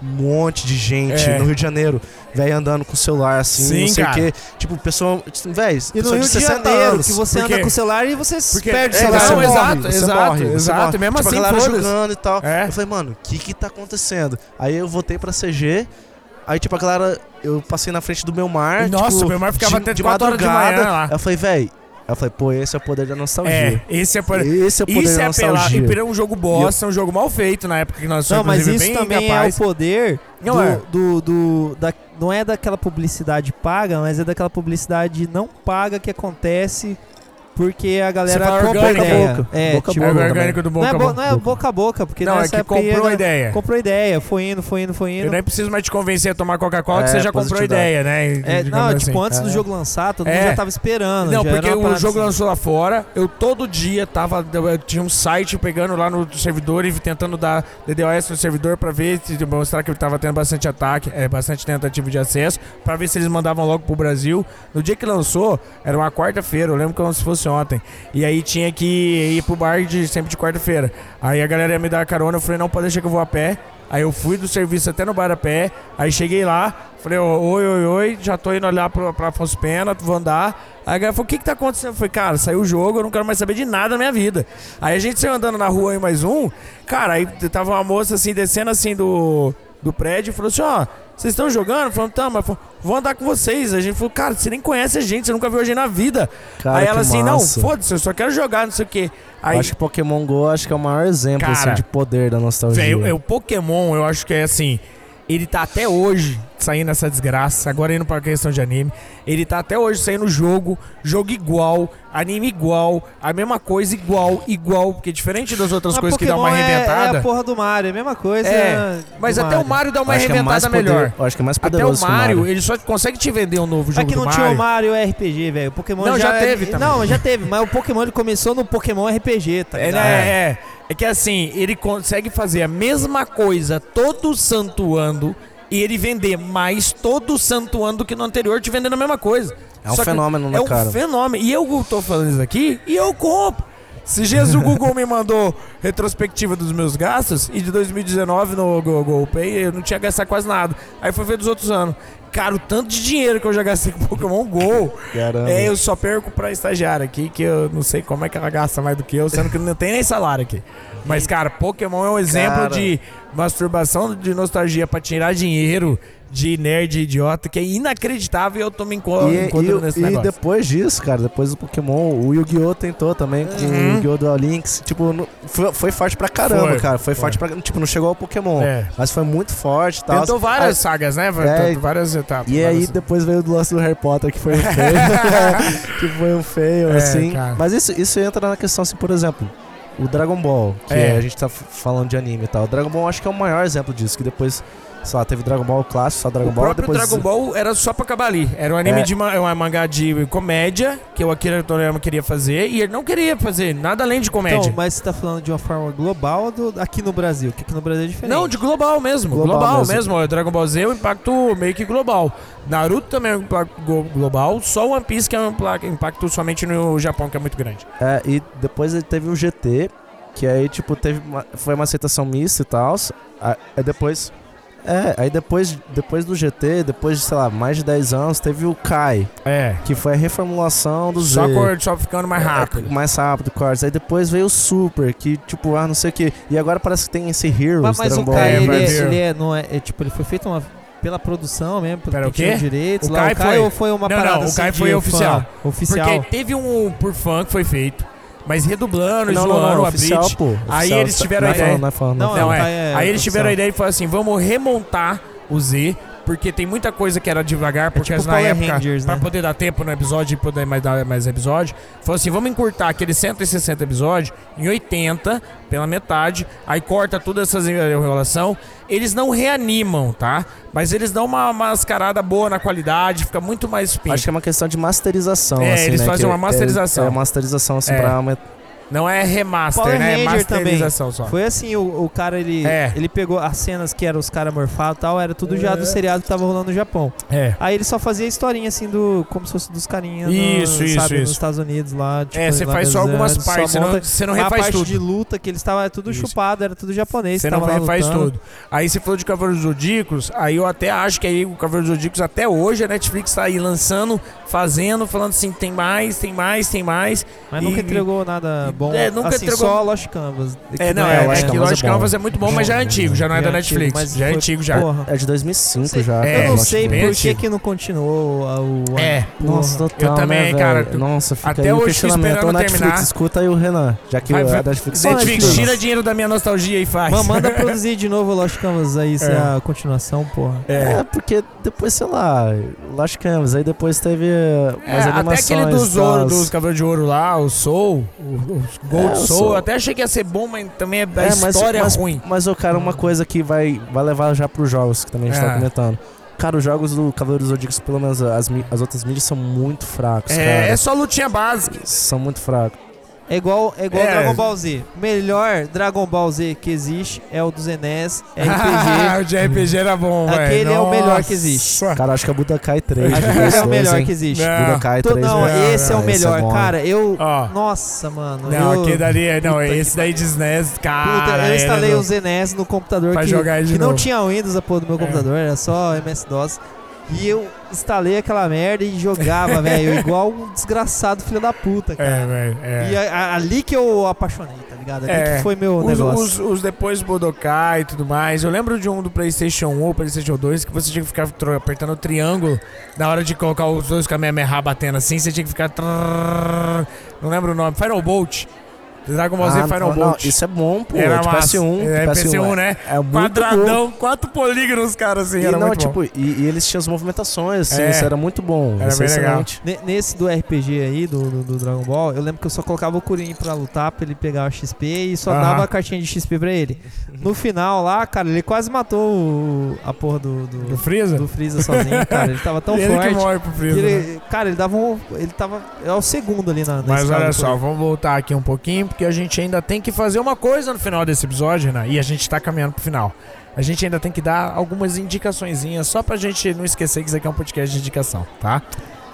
Speaker 3: um monte de gente
Speaker 2: É.
Speaker 3: no Rio de Janeiro, velho, andando com o celular assim,
Speaker 2: Sim,
Speaker 3: não sei
Speaker 2: cara.
Speaker 3: o quê. Tipo, pessoa, tipo, velho,
Speaker 1: E no
Speaker 3: pessoa
Speaker 1: Rio
Speaker 3: de
Speaker 1: de
Speaker 3: 60
Speaker 1: Janeiro,
Speaker 3: anos.
Speaker 1: que você
Speaker 2: Porque-
Speaker 1: anda com o celular e você
Speaker 2: Porque-
Speaker 1: perde o
Speaker 2: É,
Speaker 1: celular.
Speaker 2: não,
Speaker 1: Você
Speaker 2: exato,
Speaker 1: morre.
Speaker 3: você
Speaker 2: exato,
Speaker 3: morre, você
Speaker 2: exato.
Speaker 3: morre.
Speaker 2: Mesmo
Speaker 3: tipo,
Speaker 2: assim,
Speaker 3: a galera
Speaker 2: foda-se.
Speaker 3: jogando e tal.
Speaker 2: É.
Speaker 3: Eu falei, mano, o que que tá acontecendo? Aí eu voltei pra CG, aí, tipo, a galera, eu passei na frente do meu mar.
Speaker 2: Nossa,
Speaker 3: tipo,
Speaker 2: o meu mar ficava
Speaker 3: de-
Speaker 2: até
Speaker 3: de
Speaker 2: 4 horas de
Speaker 3: madrugada.
Speaker 2: manhã lá.
Speaker 3: Eu falei, velho. Eu falei, pô, esse é o poder da nostalgia.
Speaker 2: É, esse é por...
Speaker 3: Esse é o poder
Speaker 2: Isso
Speaker 3: da
Speaker 2: é pelado.
Speaker 3: nostalgia.
Speaker 2: Impera é um jogo bosta, é um jogo mal feito na época que nós
Speaker 1: Não, mas
Speaker 2: inclusive,
Speaker 1: isso
Speaker 2: bem
Speaker 1: também
Speaker 2: capaz.
Speaker 1: é o poder
Speaker 2: Não
Speaker 1: do,
Speaker 2: é.
Speaker 1: do- do- da- não é daquela publicidade paga, mas é daquela publicidade não paga que acontece porque a galera
Speaker 2: fala
Speaker 1: compra
Speaker 2: orgânico,
Speaker 1: a ideia.
Speaker 3: boca.
Speaker 1: É,
Speaker 3: Boca a
Speaker 1: tipo,
Speaker 2: É o
Speaker 3: boca também.
Speaker 2: orgânico do bom
Speaker 1: não é, bo-
Speaker 2: acabou.
Speaker 1: não é boca a boca, porque
Speaker 2: Não, é
Speaker 1: nessa
Speaker 2: que
Speaker 1: época
Speaker 2: comprou
Speaker 1: era-
Speaker 2: a ideia.
Speaker 1: comprou a ideia, foi indo, foi indo, foi
Speaker 2: Eu
Speaker 1: indo.
Speaker 2: nem preciso mais te convencer a tomar Coca-Cola, que
Speaker 3: É,
Speaker 2: você já comprou a
Speaker 3: positividade.
Speaker 2: ideia, né?
Speaker 1: É,
Speaker 2: Digamos
Speaker 1: não, tipo,
Speaker 2: assim.
Speaker 1: antes do
Speaker 3: É.
Speaker 1: jogo lançar, todo mundo
Speaker 2: É.
Speaker 1: já tava esperando.
Speaker 2: Não,
Speaker 1: já era
Speaker 2: porque
Speaker 1: uma
Speaker 2: o
Speaker 1: parada
Speaker 2: jogo
Speaker 1: assim.
Speaker 2: lançou lá fora, eu todo dia tava. Eu, eu tinha um site pegando lá no servidor e tentando dar DDoS no servidor pra ver se pra mostrar que ele tava tendo bastante ataque, é, bastante tentativa de acesso, pra ver se eles mandavam logo pro Brasil. No dia que lançou, era uma quarta-feira, eu lembro que como se fosse ontem. E aí tinha que ir pro bar de, sempre de quarta-feira. Aí a galera ia me dar carona, eu falei, não, pode deixar que eu vou a pé. Aí eu fui do serviço até no bar a pé, aí cheguei lá, falei, ó, oi, oi, oi, já tô indo olhar pra, pra Afonso Pena, vou andar. Aí a galera falou, o que que tá acontecendo? Eu falei, cara, saiu o jogo, eu não quero mais saber de nada na minha vida. Aí a gente saiu andando na rua aí mais um, cara, aí tava uma moça assim, descendo assim do, do prédio, e falou assim, ó, vocês estão jogando? Falando, tá, mas falou, vou andar com vocês. A gente falou, cara, você nem conhece a gente, você nunca viu a gente na vida.
Speaker 3: Cara,
Speaker 2: aí
Speaker 3: que
Speaker 2: ela assim,
Speaker 3: massa.
Speaker 2: não, foda-se, eu só quero jogar, não sei o quê. Aí,
Speaker 3: Acho que Pokémon GO acho que é o maior exemplo
Speaker 2: Cara,
Speaker 3: assim, de poder da nostalgia.
Speaker 2: Velho, é o Pokémon, eu acho que é assim. Ele tá até hoje saindo essa desgraça, agora indo pra questão de anime. Ele tá até hoje saindo jogo, jogo igual, anime igual, a mesma coisa igual, igual, porque diferente das outras
Speaker 1: Mas
Speaker 2: coisas que dá uma
Speaker 1: Pokémon é-
Speaker 2: reinventada.
Speaker 1: É, a porra do Mario, é a mesma coisa.
Speaker 2: É, mas
Speaker 1: do
Speaker 2: até o Mario dá uma
Speaker 3: acho que é mais
Speaker 2: reinventada
Speaker 3: poder-
Speaker 2: melhor.
Speaker 3: eu Acho que é mais
Speaker 2: Até
Speaker 3: poderoso
Speaker 2: o Mario, ele só consegue te vender um novo
Speaker 1: É
Speaker 2: jogo
Speaker 1: que
Speaker 2: do
Speaker 1: não tinha o Mario RPG, velho. O Pokémon
Speaker 2: Não,
Speaker 1: já, é
Speaker 2: já teve também.
Speaker 1: Não, já teve, mas o Pokémon ele começou no Pokémon RPG, tá
Speaker 2: É,
Speaker 1: ligado?
Speaker 2: né, é. É que assim, ele consegue fazer a mesma coisa todo santo ano e ele vender mais todo santo ano do que no anterior te vendendo a mesma coisa.
Speaker 3: É um
Speaker 2: Só que
Speaker 3: fenômeno, né,
Speaker 2: É um
Speaker 3: cara?
Speaker 2: fenômeno. E eu tô falando isso aqui e eu compro. Se Jesus Google me mandou retrospectiva dos meus gastos e de 2019 no Google Go Pay eu não tinha gastado quase nada. Aí foi ver dos outros anos. Cara, o tanto de dinheiro que eu já gastei com Pokémon GO.
Speaker 3: Caramba.
Speaker 2: É, eu só perco pra estagiária aqui, que eu não sei como é que ela gasta mais do que eu, sendo que não tem nem salário aqui. Mas, cara, Pokémon é um exemplo
Speaker 3: Cara.
Speaker 2: de masturbação, de nostalgia pra tirar dinheiro de nerd idiota, que é inacreditável e eu tô me enco-
Speaker 3: E,
Speaker 2: encontrando nesse
Speaker 3: e- e
Speaker 2: negócio.
Speaker 3: depois disso, cara, depois do Pokémon, o Yu-Gi-Oh! tentou também com
Speaker 2: Uhum.
Speaker 3: o Yu-Gi-Oh! Duel Links. Tipo, não- foi, foi forte pra caramba,
Speaker 2: Foi,
Speaker 3: cara. Foi,
Speaker 2: foi.
Speaker 3: forte pra Tipo, não chegou ao Pokémon.
Speaker 2: É.
Speaker 3: Mas foi muito forte e tal.
Speaker 2: Tentou várias sagas, né?
Speaker 3: Tá, É,
Speaker 2: várias etapas.
Speaker 3: E aí
Speaker 2: várias-
Speaker 3: depois veio o lance do Harry Potter, que foi um fail. que foi um fail,
Speaker 2: É,
Speaker 3: assim.
Speaker 2: cara.
Speaker 3: Mas isso, isso entra na questão, assim, por exemplo, o Dragon Ball, que
Speaker 2: É.
Speaker 3: a gente tá f- falando de anime e tal. O Dragon Ball acho que é o maior exemplo disso, que depois, sei lá, teve Dragon Ball clássico, só Dragon
Speaker 2: o
Speaker 3: Ball.
Speaker 2: próprio
Speaker 3: depois...
Speaker 2: Dragon Ball era só pra acabar ali. Era um anime
Speaker 3: É.
Speaker 2: de ma- uma mangá de comédia que o Akira Toriyama queria fazer e ele não queria fazer nada além de comédia.
Speaker 1: Então, mas você tá falando de uma forma global ou do- aqui no Brasil? Que aqui no Brasil é diferente.
Speaker 2: Não, de global mesmo. Global,
Speaker 3: Global
Speaker 2: mesmo.
Speaker 3: mesmo.
Speaker 2: O Dragon Ball Z é um impacto meio que global. Naruto também é um impacto go- global. Só One Piece que é um impla- impacto somente no Japão, que é muito grande.
Speaker 3: É, e depois ele teve o GT, que aí, tipo, teve uma- foi uma aceitação mista e tal. Aí depois. É, aí depois, depois do GT, depois de, sei lá, mais de 10 anos, teve o Kai,
Speaker 2: É.
Speaker 3: que foi a reformulação do
Speaker 2: Só,
Speaker 3: Z.
Speaker 2: cor, só ficando mais
Speaker 3: É,
Speaker 2: rápido.
Speaker 3: mais rápido, cortes. Aí depois veio o Super, que tipo, ah, não sei o que. E agora parece que tem esse Heroes,
Speaker 1: mas, mas o
Speaker 3: Dragon Ball.
Speaker 1: Kai, ele,
Speaker 2: vai
Speaker 1: é,
Speaker 2: ver.
Speaker 1: ele é- não é, é, tipo, ele foi feito uma- pela produção mesmo, pelo
Speaker 2: Pera, o
Speaker 1: que tinha
Speaker 2: quê?
Speaker 1: direitos
Speaker 2: O
Speaker 1: lá.
Speaker 2: Kai
Speaker 1: o Kai
Speaker 2: foi-
Speaker 1: ou foi uma
Speaker 2: Não,
Speaker 1: parada
Speaker 2: não, o
Speaker 1: assim
Speaker 2: Kai
Speaker 1: de
Speaker 2: foi
Speaker 1: fã?
Speaker 2: oficial.
Speaker 1: Oficial.
Speaker 2: Porque teve um por fã que foi feito. mas redublando,
Speaker 3: não,
Speaker 2: zoando
Speaker 3: não, não,
Speaker 2: a
Speaker 3: oficial,
Speaker 2: Bleach.
Speaker 3: pô.
Speaker 2: Aí
Speaker 3: Oficial,
Speaker 2: eles tiveram a
Speaker 3: não é
Speaker 2: ideia.
Speaker 3: falando, não é falando, não é
Speaker 1: Não,
Speaker 3: falando.
Speaker 2: Não, é.
Speaker 1: tá, é,
Speaker 2: Aí eles
Speaker 1: tá
Speaker 2: tiveram a
Speaker 1: certo.
Speaker 2: ideia e falaram assim: vamos remontar o Z, porque tem muita coisa que era devagar, porque
Speaker 1: tipo
Speaker 2: na
Speaker 1: Power
Speaker 2: época,
Speaker 1: Rangers,
Speaker 2: pra
Speaker 1: né?
Speaker 2: poder dar tempo no episódio e poder mais dar mais episódio, falou assim: vamos encurtar aqueles 160 episódios em 80, pela metade, aí corta todas essas enrolação. Eles não reanimam, tá? Mas eles dão uma mascarada boa na qualidade, fica muito mais pink.
Speaker 3: Acho que é uma questão de masterização.
Speaker 2: É,
Speaker 3: assim,
Speaker 2: eles
Speaker 3: né,
Speaker 2: fazem
Speaker 3: que
Speaker 2: uma masterização.
Speaker 3: É, é masterização, assim,
Speaker 2: É.
Speaker 3: pra aumentar.
Speaker 2: Não é remaster,
Speaker 1: Power
Speaker 2: né? É
Speaker 1: Ranger também.
Speaker 2: masterização só.
Speaker 1: Foi assim, o, o cara, ele,
Speaker 2: É.
Speaker 1: ele pegou as cenas que eram os caras morfados e tal, era tudo já do seriado que tava rolando no Japão.
Speaker 2: É.
Speaker 1: Aí ele só fazia a historinha assim do. Como se fosse dos carinhas. no-
Speaker 2: Isso, isso,
Speaker 1: sabe,
Speaker 2: isso.
Speaker 1: Nos Estados Unidos lá. Tipo,
Speaker 2: É, você
Speaker 1: lá
Speaker 2: faz só
Speaker 1: das-
Speaker 2: algumas
Speaker 1: ele só
Speaker 2: partes, você não,
Speaker 1: monta-
Speaker 2: você não
Speaker 1: a
Speaker 2: refaz
Speaker 1: parte
Speaker 2: tudo.
Speaker 1: de luta que eles estavam. Era tudo
Speaker 2: Isso.
Speaker 1: chupado, era tudo japonês.
Speaker 2: Você não
Speaker 1: tava lá
Speaker 2: refaz
Speaker 1: lutando.
Speaker 2: tudo. Aí você falou de Cavaleiros Zodíacos, aí eu até acho que aí o Cavaleiros Zodíacos até hoje a Netflix tá aí lançando, fazendo, falando assim, tem mais, tem mais, tem mais.
Speaker 1: Mas nunca
Speaker 2: E-
Speaker 1: entregou nada bom.
Speaker 2: É, nunca
Speaker 1: assim,
Speaker 2: entregou-
Speaker 1: Só Lost Canvas.
Speaker 2: É, não,
Speaker 3: é,
Speaker 2: é,
Speaker 3: eu
Speaker 2: é,
Speaker 3: acho
Speaker 2: que
Speaker 3: que
Speaker 2: Lost
Speaker 3: é bom.
Speaker 2: Canvas é muito bom, mas já é antigo, já não é da
Speaker 1: É antigo,
Speaker 2: Netflix.
Speaker 1: mas
Speaker 2: Já é
Speaker 1: foi-
Speaker 2: antigo já.
Speaker 1: Porra.
Speaker 3: É de 2005 já.
Speaker 2: É,
Speaker 1: eu não
Speaker 3: acho
Speaker 1: sei
Speaker 3: que-
Speaker 2: bem
Speaker 1: por que,
Speaker 2: antigo.
Speaker 1: que não continuou a- o. a-
Speaker 2: É.
Speaker 1: porra.
Speaker 3: Nossa, total,
Speaker 2: eu também,
Speaker 3: né, velho?
Speaker 2: cara,
Speaker 3: Nossa, fica
Speaker 2: até
Speaker 3: aí o
Speaker 2: hoje
Speaker 3: questionamento.
Speaker 2: esperando
Speaker 3: Ô, Netflix,
Speaker 2: terminar.
Speaker 3: escuta aí o Renan, já que
Speaker 2: Vai, vai-
Speaker 3: a Netflix...
Speaker 1: Zé,
Speaker 2: Netflix,
Speaker 1: Netflix.
Speaker 2: tira dinheiro da minha nostalgia e faz.
Speaker 1: Mano, manda produzir de novo o Lost Canvas aí, se
Speaker 2: É.
Speaker 1: é a continuação, porra.
Speaker 3: É. porque depois, sei lá, Lost Canvas, aí depois teve eh,
Speaker 2: É,
Speaker 3: umas
Speaker 2: até
Speaker 3: animações...
Speaker 2: aquele dos, ouro,
Speaker 3: tals.
Speaker 2: dos Cavaleiros de Ouro lá, o Soul, o, o Gold
Speaker 3: É, o
Speaker 2: Soul,
Speaker 3: Soul.
Speaker 2: eu até achei que ia ser bom, mas também é, a
Speaker 3: É, mas-
Speaker 2: história é
Speaker 3: mas-
Speaker 2: ruim.
Speaker 3: Mas, ô, cara, uma coisa que vai, vai levar já pros jogos, que também a gente
Speaker 2: É.
Speaker 3: tá comentando. Cara, os jogos do Cavaleiros Zodíacos, pelo menos as, mi- as outras mídias, são muito fracos,
Speaker 2: É,
Speaker 3: cara.
Speaker 2: é só lutinha básica.
Speaker 3: São muito fracos.
Speaker 1: É igual, é igual
Speaker 2: É.
Speaker 1: Dragon Ball Z. O melhor Dragon Ball Z que existe é o dos Enes,
Speaker 2: Ah,
Speaker 1: RPG.
Speaker 2: o de RPG era bom, velho.
Speaker 1: Aquele é o melhor que
Speaker 2: Nossa.
Speaker 1: existe.
Speaker 3: Cara, acho que é Budokai 3.
Speaker 1: Aquele é o melhor que existe.
Speaker 2: Não.
Speaker 3: Budokai
Speaker 1: Tô-
Speaker 3: 3.
Speaker 1: não,
Speaker 2: né?
Speaker 1: esse é
Speaker 3: Ah,
Speaker 1: o
Speaker 3: esse é
Speaker 1: melhor.
Speaker 3: bom.
Speaker 1: Cara, eu.
Speaker 2: Ó.
Speaker 1: Nossa, mano.
Speaker 2: Não,
Speaker 1: eu,
Speaker 2: aquele dali é. Não,
Speaker 1: Puta que
Speaker 2: esse daí de SNES, cara.
Speaker 1: Puta, eu
Speaker 2: era
Speaker 1: instalei
Speaker 2: do-
Speaker 1: o Zenes no computador
Speaker 2: Pra
Speaker 1: que,
Speaker 2: jogar ele de
Speaker 1: que não
Speaker 2: novo.
Speaker 1: tinha Windows a porra do meu
Speaker 2: É.
Speaker 1: computador, era só MS-DOS. E eu instalei aquela merda e jogava, velho, igual um desgraçado filho da puta, cara.
Speaker 2: É, velho. É.
Speaker 1: E a- a- ali que eu apaixonei, tá ligado? Ali
Speaker 2: É.
Speaker 1: que foi meu
Speaker 2: Os,
Speaker 1: negócio.
Speaker 2: os, os depois Budokai e tudo mais. Eu lembro de um do PlayStation 1 ou PlayStation 2 que você tinha que ficar tro- apertando o triângulo na hora de colocar os dois Kamehameha batendo assim. Você tinha que ficar. trrr, Não lembro o nome. Final Bolt. Dragon Ball Z é
Speaker 3: Ah,
Speaker 2: Final
Speaker 3: não, não,
Speaker 2: Bolt.
Speaker 3: isso é bom, pô.
Speaker 2: Era
Speaker 3: de
Speaker 1: um,
Speaker 2: massa.
Speaker 3: PS1. de
Speaker 2: É, PS1, né?
Speaker 3: É muito bom.
Speaker 2: Quadradão, quatro polígonos, cara, assim.
Speaker 3: E,
Speaker 2: era
Speaker 3: não,
Speaker 2: muito bom.
Speaker 3: tipo, e, e eles tinham as movimentações, assim,
Speaker 2: É.
Speaker 3: isso era muito bom.
Speaker 2: Era
Speaker 3: isso
Speaker 2: bem
Speaker 3: é
Speaker 2: legal.
Speaker 3: excelente.
Speaker 1: Ne- Nesse do RPG aí, do, do, do Dragon Ball, eu lembro que eu só colocava o Kuririn pra lutar, pra ele pegar o XP e só
Speaker 2: Aham.
Speaker 1: dava a cartinha de XP pra ele. No final lá, cara, ele quase matou o- a porra do, do,
Speaker 2: Do Freeza?
Speaker 1: do Freeza sozinho, cara. Ele tava tão
Speaker 2: E ele que
Speaker 1: forte.
Speaker 2: morre pro Freeza.
Speaker 1: que
Speaker 2: né?
Speaker 1: ele- é cara, ele dava um. Ele tava. É o segundo ali na. na
Speaker 2: Mas
Speaker 1: escala
Speaker 2: olha
Speaker 1: do
Speaker 2: só,
Speaker 1: Kuririn.
Speaker 2: vamos voltar aqui um pouquinho, porque a gente ainda tem que fazer uma coisa no final desse episódio, Renan, e a gente tá caminhando pro final. A gente ainda tem que dar algumas indicaçõezinhas, só pra gente não esquecer que isso aqui é um podcast de indicação, tá?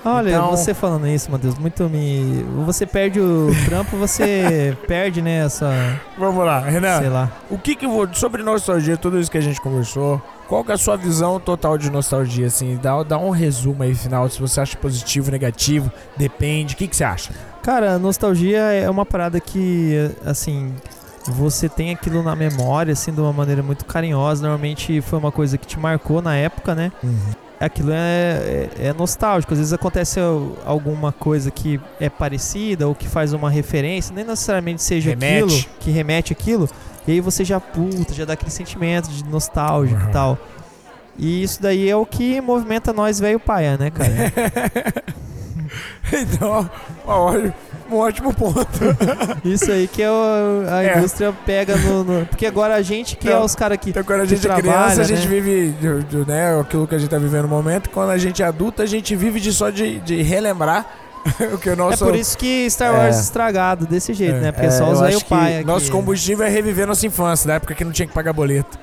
Speaker 1: Olha,
Speaker 2: Então-
Speaker 1: você falando isso, Matheus, muito me. Você perde o trampo, você perde, né? Essa.
Speaker 2: Vamos lá, Renan,
Speaker 1: Sei lá.
Speaker 2: o que que vou... Sobre nostalgia, tudo isso que a gente conversou, qual que é a sua visão total de nostalgia, assim? Dá, dá um resumo aí, final, se você acha positivo, negativo, depende, o que que você acha?
Speaker 1: Cara, nostalgia é uma parada que, assim, você tem aquilo na memória, assim, de uma maneira muito carinhosa. Normalmente foi uma coisa que te marcou na época, né? Aquilo é, é, é nostálgico. Às vezes acontece al- alguma coisa que é parecida ou que faz uma referência, nem necessariamente seja
Speaker 2: Remete.
Speaker 1: aquilo, que remete aquilo, e aí você já puta, já dá aquele sentimento de nostálgico
Speaker 2: Uhum.
Speaker 1: e tal. E isso daí é o que movimenta nós, velho paia, né, cara?
Speaker 2: então, ó, um ótimo ponto.
Speaker 1: Isso aí que é o- a
Speaker 2: É.
Speaker 1: indústria pega no, no- Porque agora a gente que
Speaker 2: Não.
Speaker 1: é os caras que.
Speaker 2: Então, quando a
Speaker 1: que
Speaker 2: gente é criança, a
Speaker 1: trabalha, né?
Speaker 2: gente vive de- de- né, aquilo que a gente tá vivendo no momento. Quando a gente é adulto, a gente vive de só de, de relembrar o que o
Speaker 1: É
Speaker 2: nosso,
Speaker 1: por isso que Star Wars
Speaker 3: É.
Speaker 1: estragado desse jeito,
Speaker 2: É.
Speaker 1: né? Porque
Speaker 3: É,
Speaker 1: só os
Speaker 3: eu
Speaker 1: velho
Speaker 3: acho que
Speaker 1: pai aqui.
Speaker 2: nosso combustível é reviver nossa infância, da época que não tinha que pagar boleto.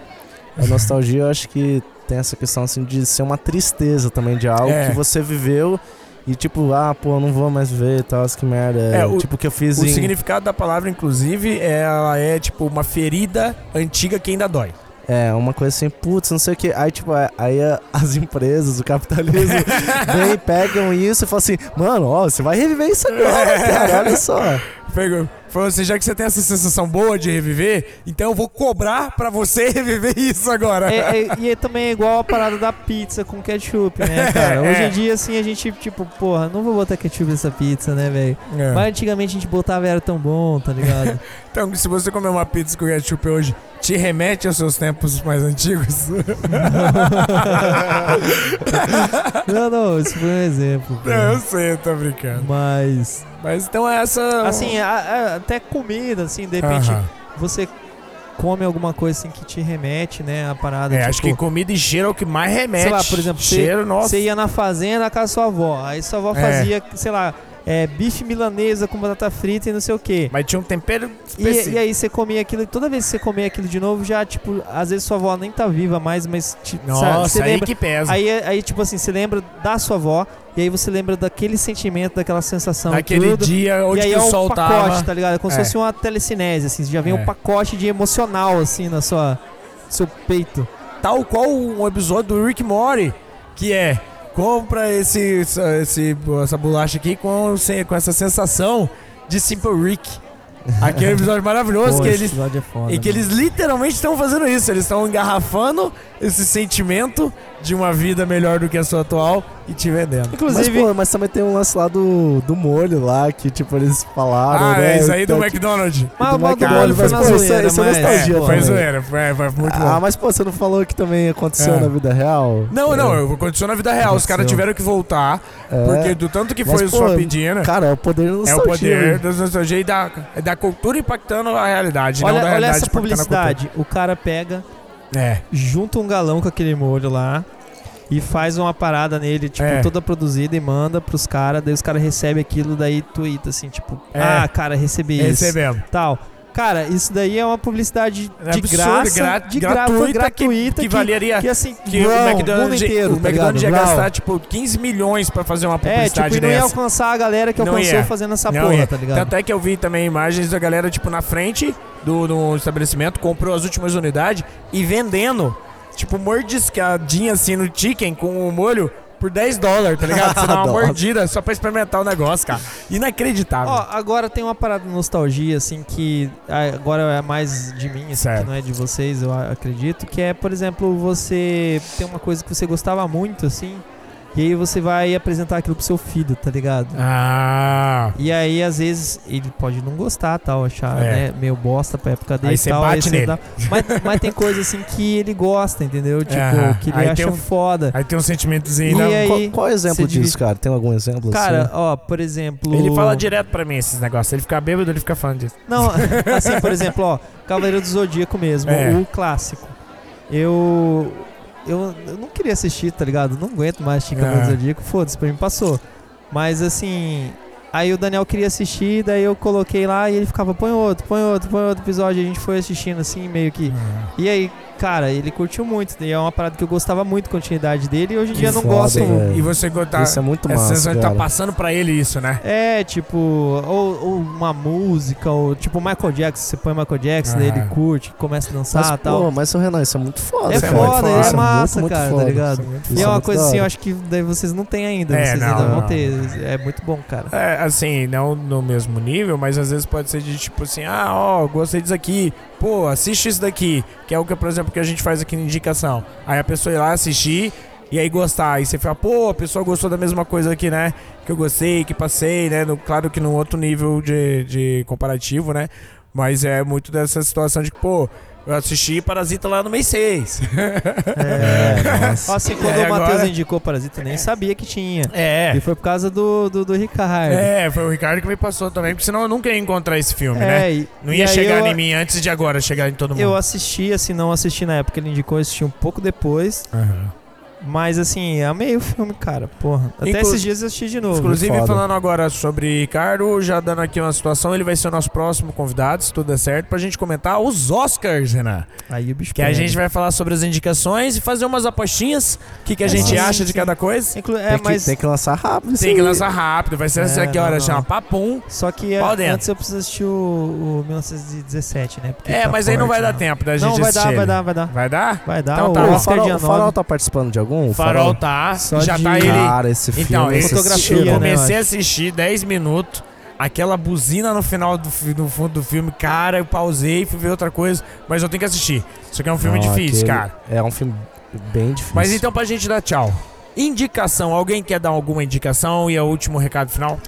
Speaker 3: A nostalgia, eu acho que tem essa questão assim de ser uma tristeza também de algo
Speaker 2: É.
Speaker 3: que você viveu e tipo, ah, pô, não vou mais ver e tal, isso que merda.
Speaker 2: É, o-
Speaker 3: tipo que eu fiz
Speaker 2: O
Speaker 3: em...
Speaker 2: significado da palavra, inclusive, ela é tipo uma ferida antiga que ainda dói.
Speaker 3: É, uma coisa assim, putz, não sei o que. Aí, tipo, a- aí a- as empresas, o capitalismo,
Speaker 2: É.
Speaker 3: vem, pegam isso e falam assim, mano, ó, você vai reviver isso agora, cara, olha só.
Speaker 2: Pegou. Falou assim, já que você tem essa sensação boa de reviver, então eu vou cobrar pra você reviver isso agora.
Speaker 1: É, é, e é também igual a parada da pizza com ketchup,
Speaker 2: É,
Speaker 1: né, cara? Hoje em dia, assim, a gente, tipo, porra, não vou botar ketchup nessa pizza, né, velho?
Speaker 2: É.
Speaker 1: Mas antigamente a gente botava e era tão bom, tá ligado?
Speaker 2: Então, se você comer uma pizza com ketchup hoje, te remete aos seus tempos mais antigos?
Speaker 1: não, não, isso foi um exemplo.
Speaker 2: Não, eu
Speaker 1: cara.
Speaker 2: sei, eu tô brincando.
Speaker 1: Mas,
Speaker 2: Mas então é essa...
Speaker 1: assim, a- a- até comida, assim, de repente
Speaker 2: Aham.
Speaker 1: você come alguma coisa assim que te remete, né, a parada.
Speaker 2: É, acho que
Speaker 1: tipo,
Speaker 2: comida e cheiro é o que mais remete.
Speaker 1: Sei lá, por exemplo, você-
Speaker 2: cheiro, nossa.
Speaker 1: Você ia na fazenda com a sua avó, aí sua avó
Speaker 2: É.
Speaker 1: fazia, sei lá, é, bife milanesa com batata frita e não sei o quê.
Speaker 2: Mas tinha um tempero
Speaker 1: E,
Speaker 2: específico.
Speaker 1: e aí você comia aquilo, e toda vez que você comia aquilo de novo, já, tipo, às vezes sua avó nem tá viva mais, mas te, sabe, você
Speaker 2: Nossa, aí
Speaker 1: lembra.
Speaker 2: que pesa.
Speaker 1: Aí, aí, tipo assim, você lembra da sua avó, e aí você lembra daquele sentimento, daquela sensação.
Speaker 2: Naquele
Speaker 1: tudo.
Speaker 2: dia onde
Speaker 1: e aí
Speaker 2: que
Speaker 1: é
Speaker 2: o
Speaker 1: um
Speaker 2: sol
Speaker 1: pacote,
Speaker 2: tava.
Speaker 1: tá ligado? É como se
Speaker 2: É.
Speaker 1: fosse uma telecinese, assim, já vem
Speaker 2: É.
Speaker 1: um pacote de emocional, assim, na sua. Seu peito.
Speaker 2: Tal qual um episódio do Rick Mori, que é compra esse, essa- esse- essa bolacha aqui com, sem- com essa sensação de Simple Rick. Aquele episódio maravilhoso
Speaker 1: Pô,
Speaker 2: que
Speaker 1: esse
Speaker 2: eles
Speaker 1: episódio é foda,
Speaker 2: E que
Speaker 3: né?
Speaker 1: mano.
Speaker 2: eles literalmente estão fazendo isso. Eles estão engarrafando esse sentimento de uma vida melhor do que a sua atual e te vendendo.
Speaker 3: Mas,
Speaker 1: Inclusive,
Speaker 3: pô, mas também tem um lance lá do, do molho lá, que tipo, eles falaram.
Speaker 2: Ah,
Speaker 3: né?
Speaker 2: é isso aí do
Speaker 3: Então,
Speaker 2: McDonald's.
Speaker 1: mas o mal
Speaker 3: do
Speaker 1: do
Speaker 3: McDonald's,
Speaker 1: molho foi
Speaker 3: mas,
Speaker 1: na
Speaker 3: pô, isso é-
Speaker 1: zoeira,
Speaker 3: isso é
Speaker 1: mas-
Speaker 2: É,
Speaker 3: nostalgia,
Speaker 2: foi
Speaker 3: né?
Speaker 2: zoeira. Foi, foi muito
Speaker 3: Ah,
Speaker 2: bom.
Speaker 3: mas pô, você não falou que também aconteceu
Speaker 2: É.
Speaker 3: na vida real?
Speaker 2: Não,
Speaker 3: É.
Speaker 2: não, eu aconteceu na vida real. Os caras
Speaker 3: Aconteceu.
Speaker 2: tiveram que voltar,
Speaker 3: É.
Speaker 2: porque do tanto que
Speaker 3: Mas,
Speaker 2: foi
Speaker 3: pô,
Speaker 2: sua pedina,
Speaker 3: Cara, é o poder do
Speaker 2: é o poder da nostalgia e da, é da cultura impactando a realidade. não
Speaker 1: Olha,
Speaker 2: da
Speaker 1: olha
Speaker 2: realidade
Speaker 1: essa
Speaker 2: impactando a
Speaker 1: publicidade. O cara pega,
Speaker 2: cultura. É.
Speaker 1: junta um galão com aquele molho lá e faz uma parada nele, tipo,
Speaker 2: É.
Speaker 1: toda produzida e manda pros caras, daí os caras recebem aquilo, daí tweet assim, tipo,
Speaker 2: É.
Speaker 1: ah, cara, recebi isso,
Speaker 2: Recebemos.
Speaker 1: tal. Cara, isso daí é uma publicidade
Speaker 2: É
Speaker 1: de
Speaker 2: absurdo,
Speaker 1: graça,
Speaker 2: gra-
Speaker 1: de
Speaker 2: gratuita
Speaker 1: graça,
Speaker 2: que-
Speaker 1: gratuita,
Speaker 2: que valeria
Speaker 1: que, assim,
Speaker 2: que
Speaker 1: Brown,
Speaker 2: o
Speaker 1: mundo
Speaker 2: McDonald's,
Speaker 1: inteiro,
Speaker 2: o
Speaker 1: tá
Speaker 2: McDonald's ia
Speaker 1: ligado? Brown.
Speaker 2: gastar, tipo, 15 milhões pra fazer uma
Speaker 1: É,
Speaker 2: publicidade
Speaker 1: tipo, e não ia
Speaker 2: dessa.
Speaker 1: alcançar a galera que
Speaker 2: Não
Speaker 1: alcançou
Speaker 2: ia.
Speaker 1: fazendo essa
Speaker 2: Não
Speaker 1: porra,
Speaker 2: ia.
Speaker 1: tá ligado?
Speaker 2: Tanto é que eu vi também imagens da galera, tipo, na frente do, do estabelecimento, comprou as últimas unidades e vendendo, tipo, mordiscadinha assim no chicken com o molho por 10 dólares, tá ligado? Você dá uma
Speaker 3: Nossa.
Speaker 2: mordida só pra experimentar o negócio, cara. Inacreditável.
Speaker 1: Ó, agora tem uma parada de nostalgia, assim, que ah, agora é mais de mim, assim,
Speaker 2: Certo.
Speaker 1: que não é de vocês, eu a- acredito, que é, por exemplo, você tem uma coisa que você gostava muito, assim, e aí você vai apresentar aquilo pro seu filho, tá ligado?
Speaker 2: Ah.
Speaker 1: E aí, às vezes, ele pode não gostar, tal, achar,
Speaker 2: É.
Speaker 1: né, meio bosta pra época dele
Speaker 2: Aí
Speaker 1: e
Speaker 2: você
Speaker 1: tal.
Speaker 2: bate nele.
Speaker 1: dá- Mas, mas tem coisa, assim, que ele gosta, entendeu? Tipo,
Speaker 2: Aham.
Speaker 1: que ele
Speaker 2: Aí tem
Speaker 1: acha
Speaker 2: um-
Speaker 1: foda.
Speaker 2: Aí tem um sentimentozinho.
Speaker 1: E
Speaker 2: não?
Speaker 1: aí-
Speaker 3: Qual, qual é o
Speaker 1: você
Speaker 3: exemplo disso,
Speaker 1: divide-
Speaker 3: cara? Tem algum exemplo?
Speaker 1: Cara,
Speaker 3: assim?
Speaker 1: ó, por exemplo...
Speaker 2: Ele fala direto pra mim esses negócios. Ele fica bêbado, ele fica falando disso.
Speaker 1: Não, assim, por exemplo, ó, Cavaleiro do Zodíaco mesmo,
Speaker 2: É.
Speaker 1: o clássico. Eu, eu. eu não queria assistir, tá ligado? Não aguento mais assistir Cavaleiro
Speaker 2: É.
Speaker 1: do Zodíaco, foda-se, pra mim passou. Mas assim. Aí o Daniel queria assistir, daí eu coloquei lá e ele ficava, põe outro, põe outro, põe outro episódio. E a gente foi assistindo assim, meio que. E aí, cara, ele curtiu muito. Daí é uma parada que eu gostava muito, continuidade dele, e hoje em
Speaker 2: Que
Speaker 1: dia eu não
Speaker 3: foda,
Speaker 1: gosto.
Speaker 3: hein, velho?
Speaker 2: E você contar.
Speaker 3: Isso é muito
Speaker 2: Essa
Speaker 3: massa,
Speaker 2: sensação de
Speaker 3: cara.
Speaker 2: tá passando pra ele isso, né?
Speaker 1: É, tipo, ou, ou uma música, ou tipo Michael Jackson, você põe Michael Jackson, daí
Speaker 2: Ah.
Speaker 1: ele curte, começa a dançar
Speaker 2: tá
Speaker 1: e
Speaker 3: mas,
Speaker 1: tal.
Speaker 3: pô, mas o Renan, isso é muito foda,
Speaker 1: É
Speaker 3: cara.
Speaker 1: foda, é
Speaker 3: Isso muito,
Speaker 1: massa,
Speaker 3: muito
Speaker 1: cara, tá
Speaker 3: foda.
Speaker 1: ligado?
Speaker 3: Isso
Speaker 1: E é uma
Speaker 3: muito
Speaker 1: coisa
Speaker 3: da
Speaker 1: assim, eu
Speaker 3: hora.
Speaker 1: acho que daí vocês não têm ainda,
Speaker 2: É,
Speaker 1: vocês
Speaker 2: não,
Speaker 1: ainda vão
Speaker 2: não.
Speaker 1: ter. É muito bom, cara.
Speaker 2: É, assim, não no mesmo nível, mas às vezes pode ser de tipo assim, ah, ó, gostei disso aqui, pô, assiste isso daqui, que é o que, por exemplo, que a gente faz aqui na indicação. Aí a pessoa ir lá assistir e aí gostar. Aí você fala, pô, a pessoa gostou da mesma coisa aqui, né? Que eu gostei, que passei, né? No, claro que num outro nível de, de comparativo, né? Mas é muito dessa situação de que, pô, eu assisti Parasita lá no mês 6.
Speaker 3: É, nossa.
Speaker 1: Assim, quando
Speaker 2: E aí
Speaker 1: o Matheus
Speaker 2: agora-
Speaker 1: indicou Parasita, eu nem sabia que tinha.
Speaker 2: É.
Speaker 1: E foi por causa do, do, do Ricardo.
Speaker 2: É, foi o Ricardo que me passou também, porque senão eu nunca ia encontrar esse filme, né?
Speaker 1: É, e-
Speaker 2: Não
Speaker 1: e
Speaker 2: ia
Speaker 1: aí
Speaker 2: chegar
Speaker 1: eu,
Speaker 2: em mim antes de agora chegar em todo mundo.
Speaker 1: Eu assisti, assim, não assisti na época, ele indicou, eu assisti um pouco depois.
Speaker 2: Aham.
Speaker 1: Mas assim, amei o filme, cara, porra. Até
Speaker 2: Inclu-
Speaker 1: esses dias eu assisti de novo.
Speaker 2: Inclusive,
Speaker 3: foda.
Speaker 2: falando agora sobre Ricardo, já dando aqui uma situação, ele vai ser o nosso próximo convidado, se tudo der certo, pra gente comentar os Oscars, Renan.
Speaker 1: Aí o bicho
Speaker 2: Que a
Speaker 1: pega.
Speaker 2: gente vai falar sobre as indicações e fazer umas apostinhas, o que, que a
Speaker 1: É,
Speaker 2: gente
Speaker 1: sim,
Speaker 2: acha de
Speaker 1: sim.
Speaker 2: cada coisa.
Speaker 1: Inclu-
Speaker 3: tem,
Speaker 1: É,
Speaker 3: que,
Speaker 1: mas
Speaker 3: tem que lançar rápido isso
Speaker 2: Tem que
Speaker 3: aí.
Speaker 2: lançar rápido, vai ser
Speaker 1: É,
Speaker 2: essa aqui,
Speaker 1: não,
Speaker 2: hora,
Speaker 1: não.
Speaker 2: chama papum.
Speaker 1: só que é,
Speaker 2: Pau dentro.
Speaker 1: antes eu preciso assistir o, o 1917, né? Porque
Speaker 2: É,
Speaker 1: tá
Speaker 2: mas aí não
Speaker 1: forte,
Speaker 2: vai dar
Speaker 1: né?
Speaker 2: tempo da gente
Speaker 1: Não, vai dar,
Speaker 2: assistir
Speaker 1: vai
Speaker 2: ele.
Speaker 1: dar, vai dar.
Speaker 2: Vai dar?
Speaker 1: Vai dar,
Speaker 2: Então
Speaker 1: o
Speaker 2: tá,
Speaker 3: O
Speaker 2: ó,
Speaker 1: Oscar
Speaker 3: farol,
Speaker 1: dia
Speaker 3: o farol
Speaker 1: 9.
Speaker 3: tá participando de algum? O
Speaker 2: Farol tá,
Speaker 1: Só
Speaker 2: já
Speaker 1: de-
Speaker 2: tá ele...
Speaker 3: Cara, esse filme. é
Speaker 2: Então,
Speaker 3: esse
Speaker 2: esse
Speaker 1: fotografia,
Speaker 3: filme,
Speaker 2: eu
Speaker 1: né?
Speaker 2: comecei
Speaker 1: eu
Speaker 2: a
Speaker 1: acho.
Speaker 2: assistir 10 minutos. Aquela buzina no final do, fi- no fundo do filme, cara, eu pausei, fui ver outra coisa, mas eu tenho que assistir. Isso aqui é um filme
Speaker 3: Não,
Speaker 2: difícil,
Speaker 3: Ah, aquele
Speaker 2: cara.
Speaker 3: É um filme bem difícil.
Speaker 2: Mas então, pra gente dar tchau. Indicação, alguém quer dar alguma indicação? E é o último recado final?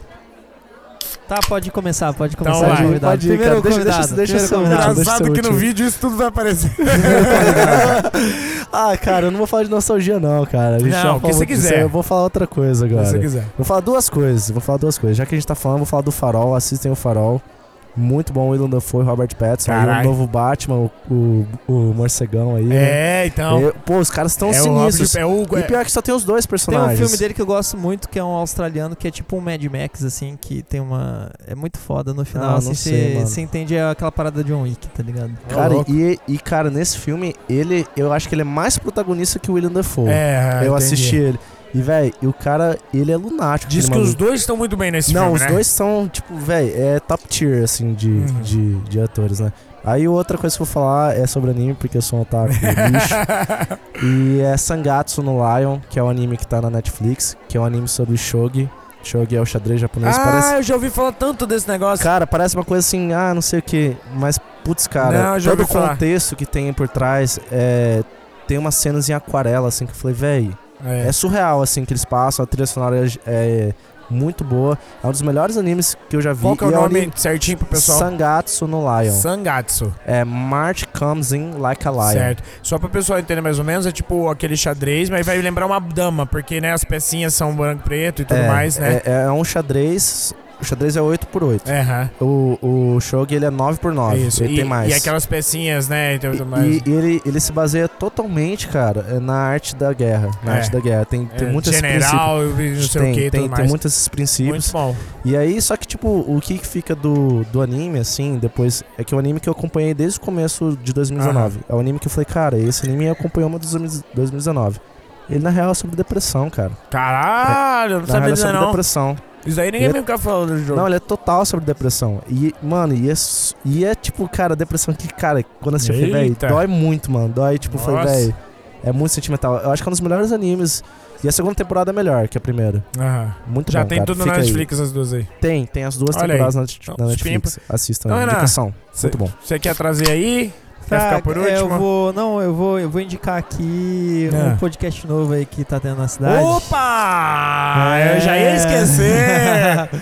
Speaker 1: Tá, pode começar, pode começar.
Speaker 2: Então vai.
Speaker 1: de convidado.
Speaker 3: Pode ir, cara.
Speaker 1: primeiro
Speaker 3: Deixa-
Speaker 1: convidado.
Speaker 3: deixa- deixa
Speaker 1: primeiro
Speaker 3: seu
Speaker 1: convidado.
Speaker 3: Não, Ah, deixa
Speaker 2: Engraçado
Speaker 3: seu
Speaker 2: que no
Speaker 3: último.
Speaker 2: vídeo isso tudo vai aparecer.
Speaker 3: ah, cara, eu não vou falar de nostalgia, não, cara. A gente
Speaker 2: Não,
Speaker 3: já
Speaker 2: o que
Speaker 3: falou
Speaker 2: você
Speaker 3: disso,
Speaker 2: quiser.
Speaker 3: Eu vou falar outra coisa agora.
Speaker 2: Se você quiser.
Speaker 3: Vou falar duas coisas, vou falar duas coisas. Já que a gente tá falando, vou falar do Farol, assistem o Farol. Muito bom, Willem Dafoe, Robert Pattinson, aí o
Speaker 2: Caralho.
Speaker 3: novo Batman, o, o, o morcegão aí. né?
Speaker 2: É, então.
Speaker 3: E- pô, os caras estão
Speaker 2: é o Robert
Speaker 3: sinistros.
Speaker 2: de- é o-
Speaker 3: E pior que só tem os dois
Speaker 1: Tem um
Speaker 3: personagens.
Speaker 1: filme dele que eu gosto muito, que é um australiano, que é tipo um Mad Max, assim, que tem uma. É muito foda no final,
Speaker 3: Ah, não
Speaker 1: assim,
Speaker 3: sei,
Speaker 1: você
Speaker 3: mano.
Speaker 1: você entende aquela parada de John Wick, tá ligado?
Speaker 3: Cara,
Speaker 2: é louco.
Speaker 3: e, e cara, nesse filme, ele, eu acho que ele é mais protagonista que o William Dafoe.
Speaker 2: É,
Speaker 3: eu
Speaker 2: entendi.
Speaker 3: assisti ele. E, velho, e o cara, ele é lunático.
Speaker 2: Diz
Speaker 3: aquele
Speaker 2: que os
Speaker 3: maluco.
Speaker 2: dois estão muito bem nesse
Speaker 3: Não,
Speaker 2: filme,
Speaker 3: os
Speaker 2: né?
Speaker 3: dois são, tipo, velho, é top tier, assim, de,
Speaker 2: Uhum.
Speaker 3: de, de atores, né? Aí outra coisa que eu vou falar é sobre anime, porque eu sou um otaku lixo. E é Sangatsu no Lion, que é o anime que tá na Netflix, que é um anime sobre Shogi. Shogi é o xadrez japonês.
Speaker 2: ah,
Speaker 3: parece...
Speaker 2: eu já ouvi falar tanto desse negócio.
Speaker 3: Cara, parece uma coisa assim, ah, não sei o que, mas putz, cara,
Speaker 2: Não, eu já
Speaker 3: todo o
Speaker 2: ouvi falar.
Speaker 3: contexto que tem por trás é. Tem umas cenas em aquarela, assim, que eu falei, véi, é surreal, assim, que eles passam, a trilha sonora é, é muito boa. É um dos melhores animes que eu já vi.
Speaker 2: Qual que é o
Speaker 3: e um
Speaker 2: nome
Speaker 3: anime-
Speaker 2: certinho pro pessoal?
Speaker 3: Sangatsu no Lion.
Speaker 2: Sangatsu.
Speaker 3: É March Comes In Like a Lion.
Speaker 2: Certo. Só pra pessoal entender mais ou menos, é tipo aquele xadrez, mas vai lembrar uma dama, porque né, as pecinhas são branco e preto e tudo
Speaker 3: é,
Speaker 2: mais, né?
Speaker 3: É, é um xadrez. O xadrez é 8x8.
Speaker 2: É, aham.
Speaker 3: O, o Shogi ele é 9x9.
Speaker 2: isso.
Speaker 3: Ele
Speaker 2: e,
Speaker 3: tem mais.
Speaker 2: e aquelas pecinhas, né? E, tudo mais.
Speaker 3: E, e ele, ele se baseia totalmente, cara, é na arte da guerra. Na
Speaker 2: É.
Speaker 3: arte da guerra. Tem, tem
Speaker 2: É,
Speaker 3: muitos esses princípios.
Speaker 2: General, e não sei
Speaker 3: tem,
Speaker 2: o que e
Speaker 3: tem,
Speaker 2: tudo
Speaker 3: tem
Speaker 2: mais.
Speaker 3: muitos esses
Speaker 2: Muito
Speaker 3: princípios.
Speaker 2: bom.
Speaker 3: E aí, só que, tipo, o que que fica do, do anime, assim, depois. É que é um anime que eu acompanhei desde o começo de 2019. É um anime que eu falei, cara, esse anime acompanhou uma dos 2019. Ele, na real, é sobre depressão, cara.
Speaker 2: Caralho, eu não
Speaker 3: É, Na real,
Speaker 2: sabia
Speaker 3: é
Speaker 2: dizer
Speaker 3: sobre
Speaker 2: não.
Speaker 3: depressão.
Speaker 2: Isso daí ninguém
Speaker 3: Ele-
Speaker 2: vai ficar falando do jogo.
Speaker 3: Não, ele é total sobre depressão. E, mano, e é, s- e é tipo, cara, depressão que, cara, quando assisti, eu falei, velho,
Speaker 2: Eita.
Speaker 3: dói muito, mano. Dói, tipo, eu falei,
Speaker 2: Nossa.
Speaker 3: velho, é muito sentimental. Eu acho que é um dos melhores animes. E a segunda temporada é melhor que a primeira.
Speaker 2: Aham.
Speaker 3: Muito
Speaker 2: Já
Speaker 3: bom,
Speaker 2: tem
Speaker 3: cara.
Speaker 2: tudo
Speaker 3: Fica
Speaker 2: na
Speaker 3: aí.
Speaker 2: Netflix, essas duas aí.
Speaker 3: Tem, tem as duas
Speaker 2: Olha
Speaker 3: temporadas na, Net-
Speaker 2: Então,
Speaker 3: na Netflix. Assistam,
Speaker 2: Então, Renan,
Speaker 3: indicação.
Speaker 2: Você
Speaker 3: Muito bom.
Speaker 2: quer trazer aí? Quer ficar por
Speaker 1: é, eu
Speaker 2: último?
Speaker 1: vou. Não, eu vou, eu vou indicar aqui
Speaker 2: Ah.
Speaker 1: um podcast novo aí que tá tendo na cidade.
Speaker 2: Opa! Ah, Eu já ia
Speaker 1: É.
Speaker 2: esquecer!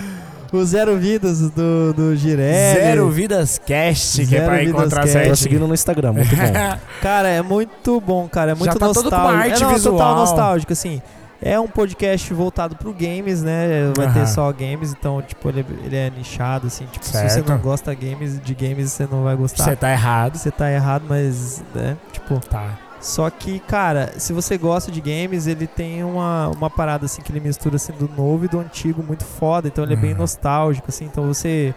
Speaker 1: o Zero Vidas do, do Girelli.
Speaker 2: Zero Vidas Cast, que é
Speaker 1: Zero
Speaker 2: pra
Speaker 1: Vidas
Speaker 2: encontrar
Speaker 1: Cast.
Speaker 2: certinho.
Speaker 3: Tô seguindo no Instagram, muito bom.
Speaker 1: Cara, é muito bom, cara. É
Speaker 2: Já
Speaker 1: muito
Speaker 2: tá todo
Speaker 1: nostálgico.
Speaker 2: com arte
Speaker 1: é, não,
Speaker 2: visual.
Speaker 1: total nostálgico, assim. É um podcast voltado pro games, né? Vai
Speaker 2: Aham.
Speaker 1: ter só games, então, tipo, ele, ele é nichado, assim. Tipo, se
Speaker 2: Certo.
Speaker 1: você não gosta games, de games, você não vai
Speaker 2: Você
Speaker 1: gostar.
Speaker 2: tá errado.
Speaker 1: Você tá errado, mas, né? Tipo,
Speaker 2: Tá.
Speaker 1: Só que, cara, se você gosta de games, ele tem uma, uma parada assim que ele mistura assim, do novo e do antigo muito foda. Então ele é bem
Speaker 2: Uhum.
Speaker 1: nostálgico, assim. Então você.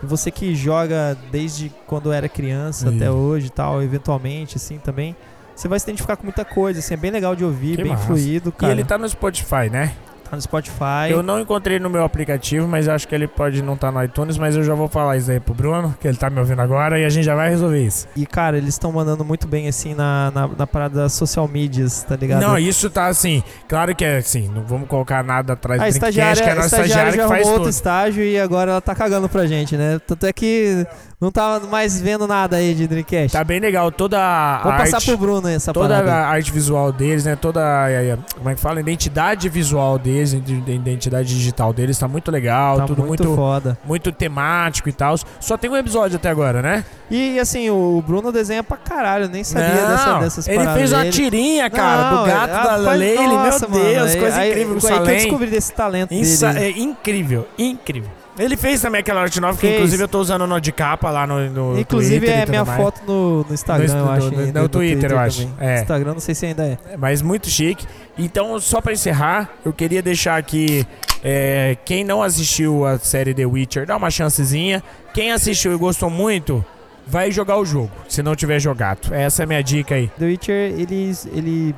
Speaker 1: Você que joga desde quando era criança
Speaker 2: Ih.
Speaker 1: até hoje e tal, eventualmente, assim, também. Você vai se identificar com muita coisa, assim, é bem legal de ouvir,
Speaker 2: Que
Speaker 1: bem
Speaker 2: massa.
Speaker 1: fluido,
Speaker 2: E
Speaker 1: cara.
Speaker 2: ele tá no Spotify, né?
Speaker 1: tá no Spotify.
Speaker 2: Eu não encontrei no meu aplicativo, mas acho que ele pode não estar no iTunes, mas eu já vou falar isso aí pro Bruno, que ele tá me ouvindo agora, e a gente já vai resolver isso.
Speaker 1: E, cara, eles estão mandando muito bem, assim, na, na, na parada das social medias, tá ligado?
Speaker 2: Não, isso tá assim. Claro que é assim, não vamos colocar nada atrás do
Speaker 1: A
Speaker 2: Dreamcast,
Speaker 1: Ah, estagiária,
Speaker 2: que é a
Speaker 1: a
Speaker 2: nossa
Speaker 1: estagiária
Speaker 2: estagiária
Speaker 1: já
Speaker 2: que
Speaker 1: arrumou
Speaker 2: faz
Speaker 1: outro
Speaker 2: tudo.
Speaker 1: estágio e agora ela tá cagando pra gente, né? Tanto é que não tá mais vendo nada aí de Dreamcast.
Speaker 2: Tá bem legal, toda a
Speaker 1: Vou passar
Speaker 2: arte,
Speaker 1: pro Bruno essa
Speaker 2: toda
Speaker 1: parada.
Speaker 2: a arte visual deles, né? Toda a, a- a- como é que fala, identidade visual deles, ide- identidade digital deles, tá muito legal,
Speaker 1: Tá
Speaker 2: tudo
Speaker 1: muito,
Speaker 2: muito muito,
Speaker 1: foda.
Speaker 2: temático e tal. Só tem um episódio até agora, né?
Speaker 1: E assim, o Bruno desenha pra caralho, eu nem sabia dessa, dessas
Speaker 2: ele
Speaker 1: paradas.
Speaker 2: fez uma
Speaker 1: dele.
Speaker 2: tirinha, cara,
Speaker 1: Não,
Speaker 2: do gato
Speaker 1: ah,
Speaker 2: da
Speaker 1: faz-
Speaker 2: Leile, meu
Speaker 1: nossa, mano,
Speaker 2: Deus,
Speaker 1: aí-
Speaker 2: coisa
Speaker 1: aí-
Speaker 2: incrível,
Speaker 1: Aí,
Speaker 2: com
Speaker 1: que eu
Speaker 2: Salem.
Speaker 1: descobri desse talento
Speaker 2: Insa-
Speaker 1: dele.
Speaker 2: é incrível, incrível. Ele fez também aquela arte nova, que
Speaker 1: Fez.
Speaker 2: inclusive eu tô usando nó de capa lá no, no
Speaker 1: Inclusive
Speaker 2: Twitter e
Speaker 1: é
Speaker 2: tudo
Speaker 1: minha
Speaker 2: mais.
Speaker 1: foto no, no Instagram,
Speaker 2: No-
Speaker 1: eu acho.
Speaker 2: no- no-
Speaker 1: ainda,
Speaker 2: no Twitter, eu acho.
Speaker 1: também.
Speaker 2: É.
Speaker 1: Instagram, não sei se ainda é.
Speaker 2: É, mas muito chique. Então, só pra encerrar, eu queria deixar aqui. é, quem não assistiu a série The Witcher, dá uma chancezinha. Quem assistiu e gostou muito, vai jogar o jogo, se não tiver jogado. Essa é a minha dica aí.
Speaker 1: The Witcher, ele, ele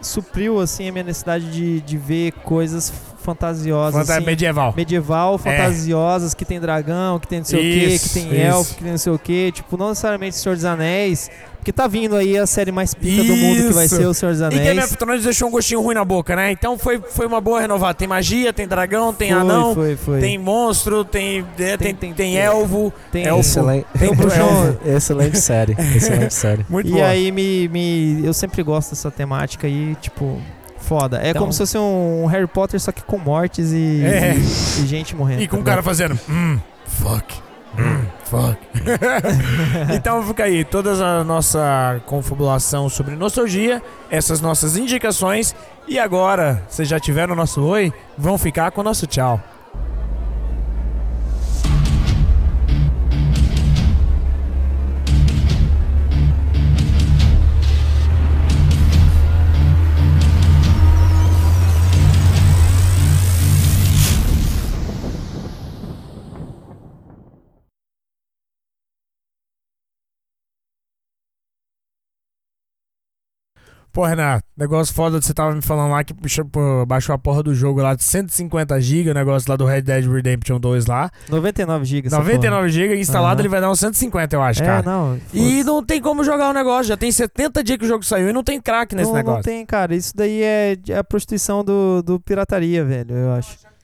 Speaker 1: supriu, assim, a minha necessidade de, de ver coisas fantasiosas.
Speaker 2: Fanta-
Speaker 1: assim,
Speaker 2: medieval.
Speaker 1: medieval, fantasiosas, que tem dragão, que tem não sei
Speaker 2: Isso,
Speaker 1: o que, que
Speaker 2: isso.
Speaker 1: tem elfo, que tem não sei o que. Tipo, não necessariamente Senhor dos Anéis, porque tá vindo aí a série mais pica do mundo que vai
Speaker 2: Isso.
Speaker 1: ser o Senhor dos
Speaker 2: E Game of
Speaker 1: Anéis.
Speaker 2: Thrones deixou um gostinho ruim na boca, né? Então foi, foi uma boa renovada. Tem magia, tem dragão, tem
Speaker 1: foi,
Speaker 2: anão,
Speaker 1: foi, foi.
Speaker 2: tem monstro, tem, é, tem,
Speaker 1: Tem-
Speaker 2: tem,
Speaker 1: tem-
Speaker 2: elvo.
Speaker 1: Tem-
Speaker 2: é o Elfo.
Speaker 3: Excelente, um
Speaker 2: Tem o bruxão.
Speaker 3: excelente série. Excelente série.
Speaker 2: Muito
Speaker 1: E
Speaker 2: boa.
Speaker 1: aí me, me. Eu sempre gosto dessa temática aí, tipo. Foda. É
Speaker 2: Então-
Speaker 1: como se fosse um Harry Potter, só que com mortes e,
Speaker 2: É.
Speaker 1: e- e gente morrendo.
Speaker 2: E com o
Speaker 1: tá
Speaker 2: cara
Speaker 1: ligado?
Speaker 2: fazendo. Hum, fuck. Hum, fuck. então fica aí, toda a nossa confabulação sobre nostalgia, essas nossas indicações. E agora, vocês já tiveram o nosso oi? Vão ficar com o nosso tchau. Pô, Renato, negócio foda que você tava me falando lá que puxou- pô, baixou a porra do jogo lá de 150GB, o negócio lá do Red Dead Redemption 2 lá.
Speaker 1: 99 gigas. essa
Speaker 2: 99GB instalado,
Speaker 1: Aham.
Speaker 2: ele vai dar uns 150, eu acho,
Speaker 1: porra. É,
Speaker 2: cara.
Speaker 1: não.
Speaker 2: E não tem como jogar o negócio, já tem 70 dias que o jogo saiu e não tem crack nesse
Speaker 1: não,
Speaker 2: negócio.
Speaker 1: é não tem, cara. Isso daí é a prostituição do, do pirataria, velho, eu acho.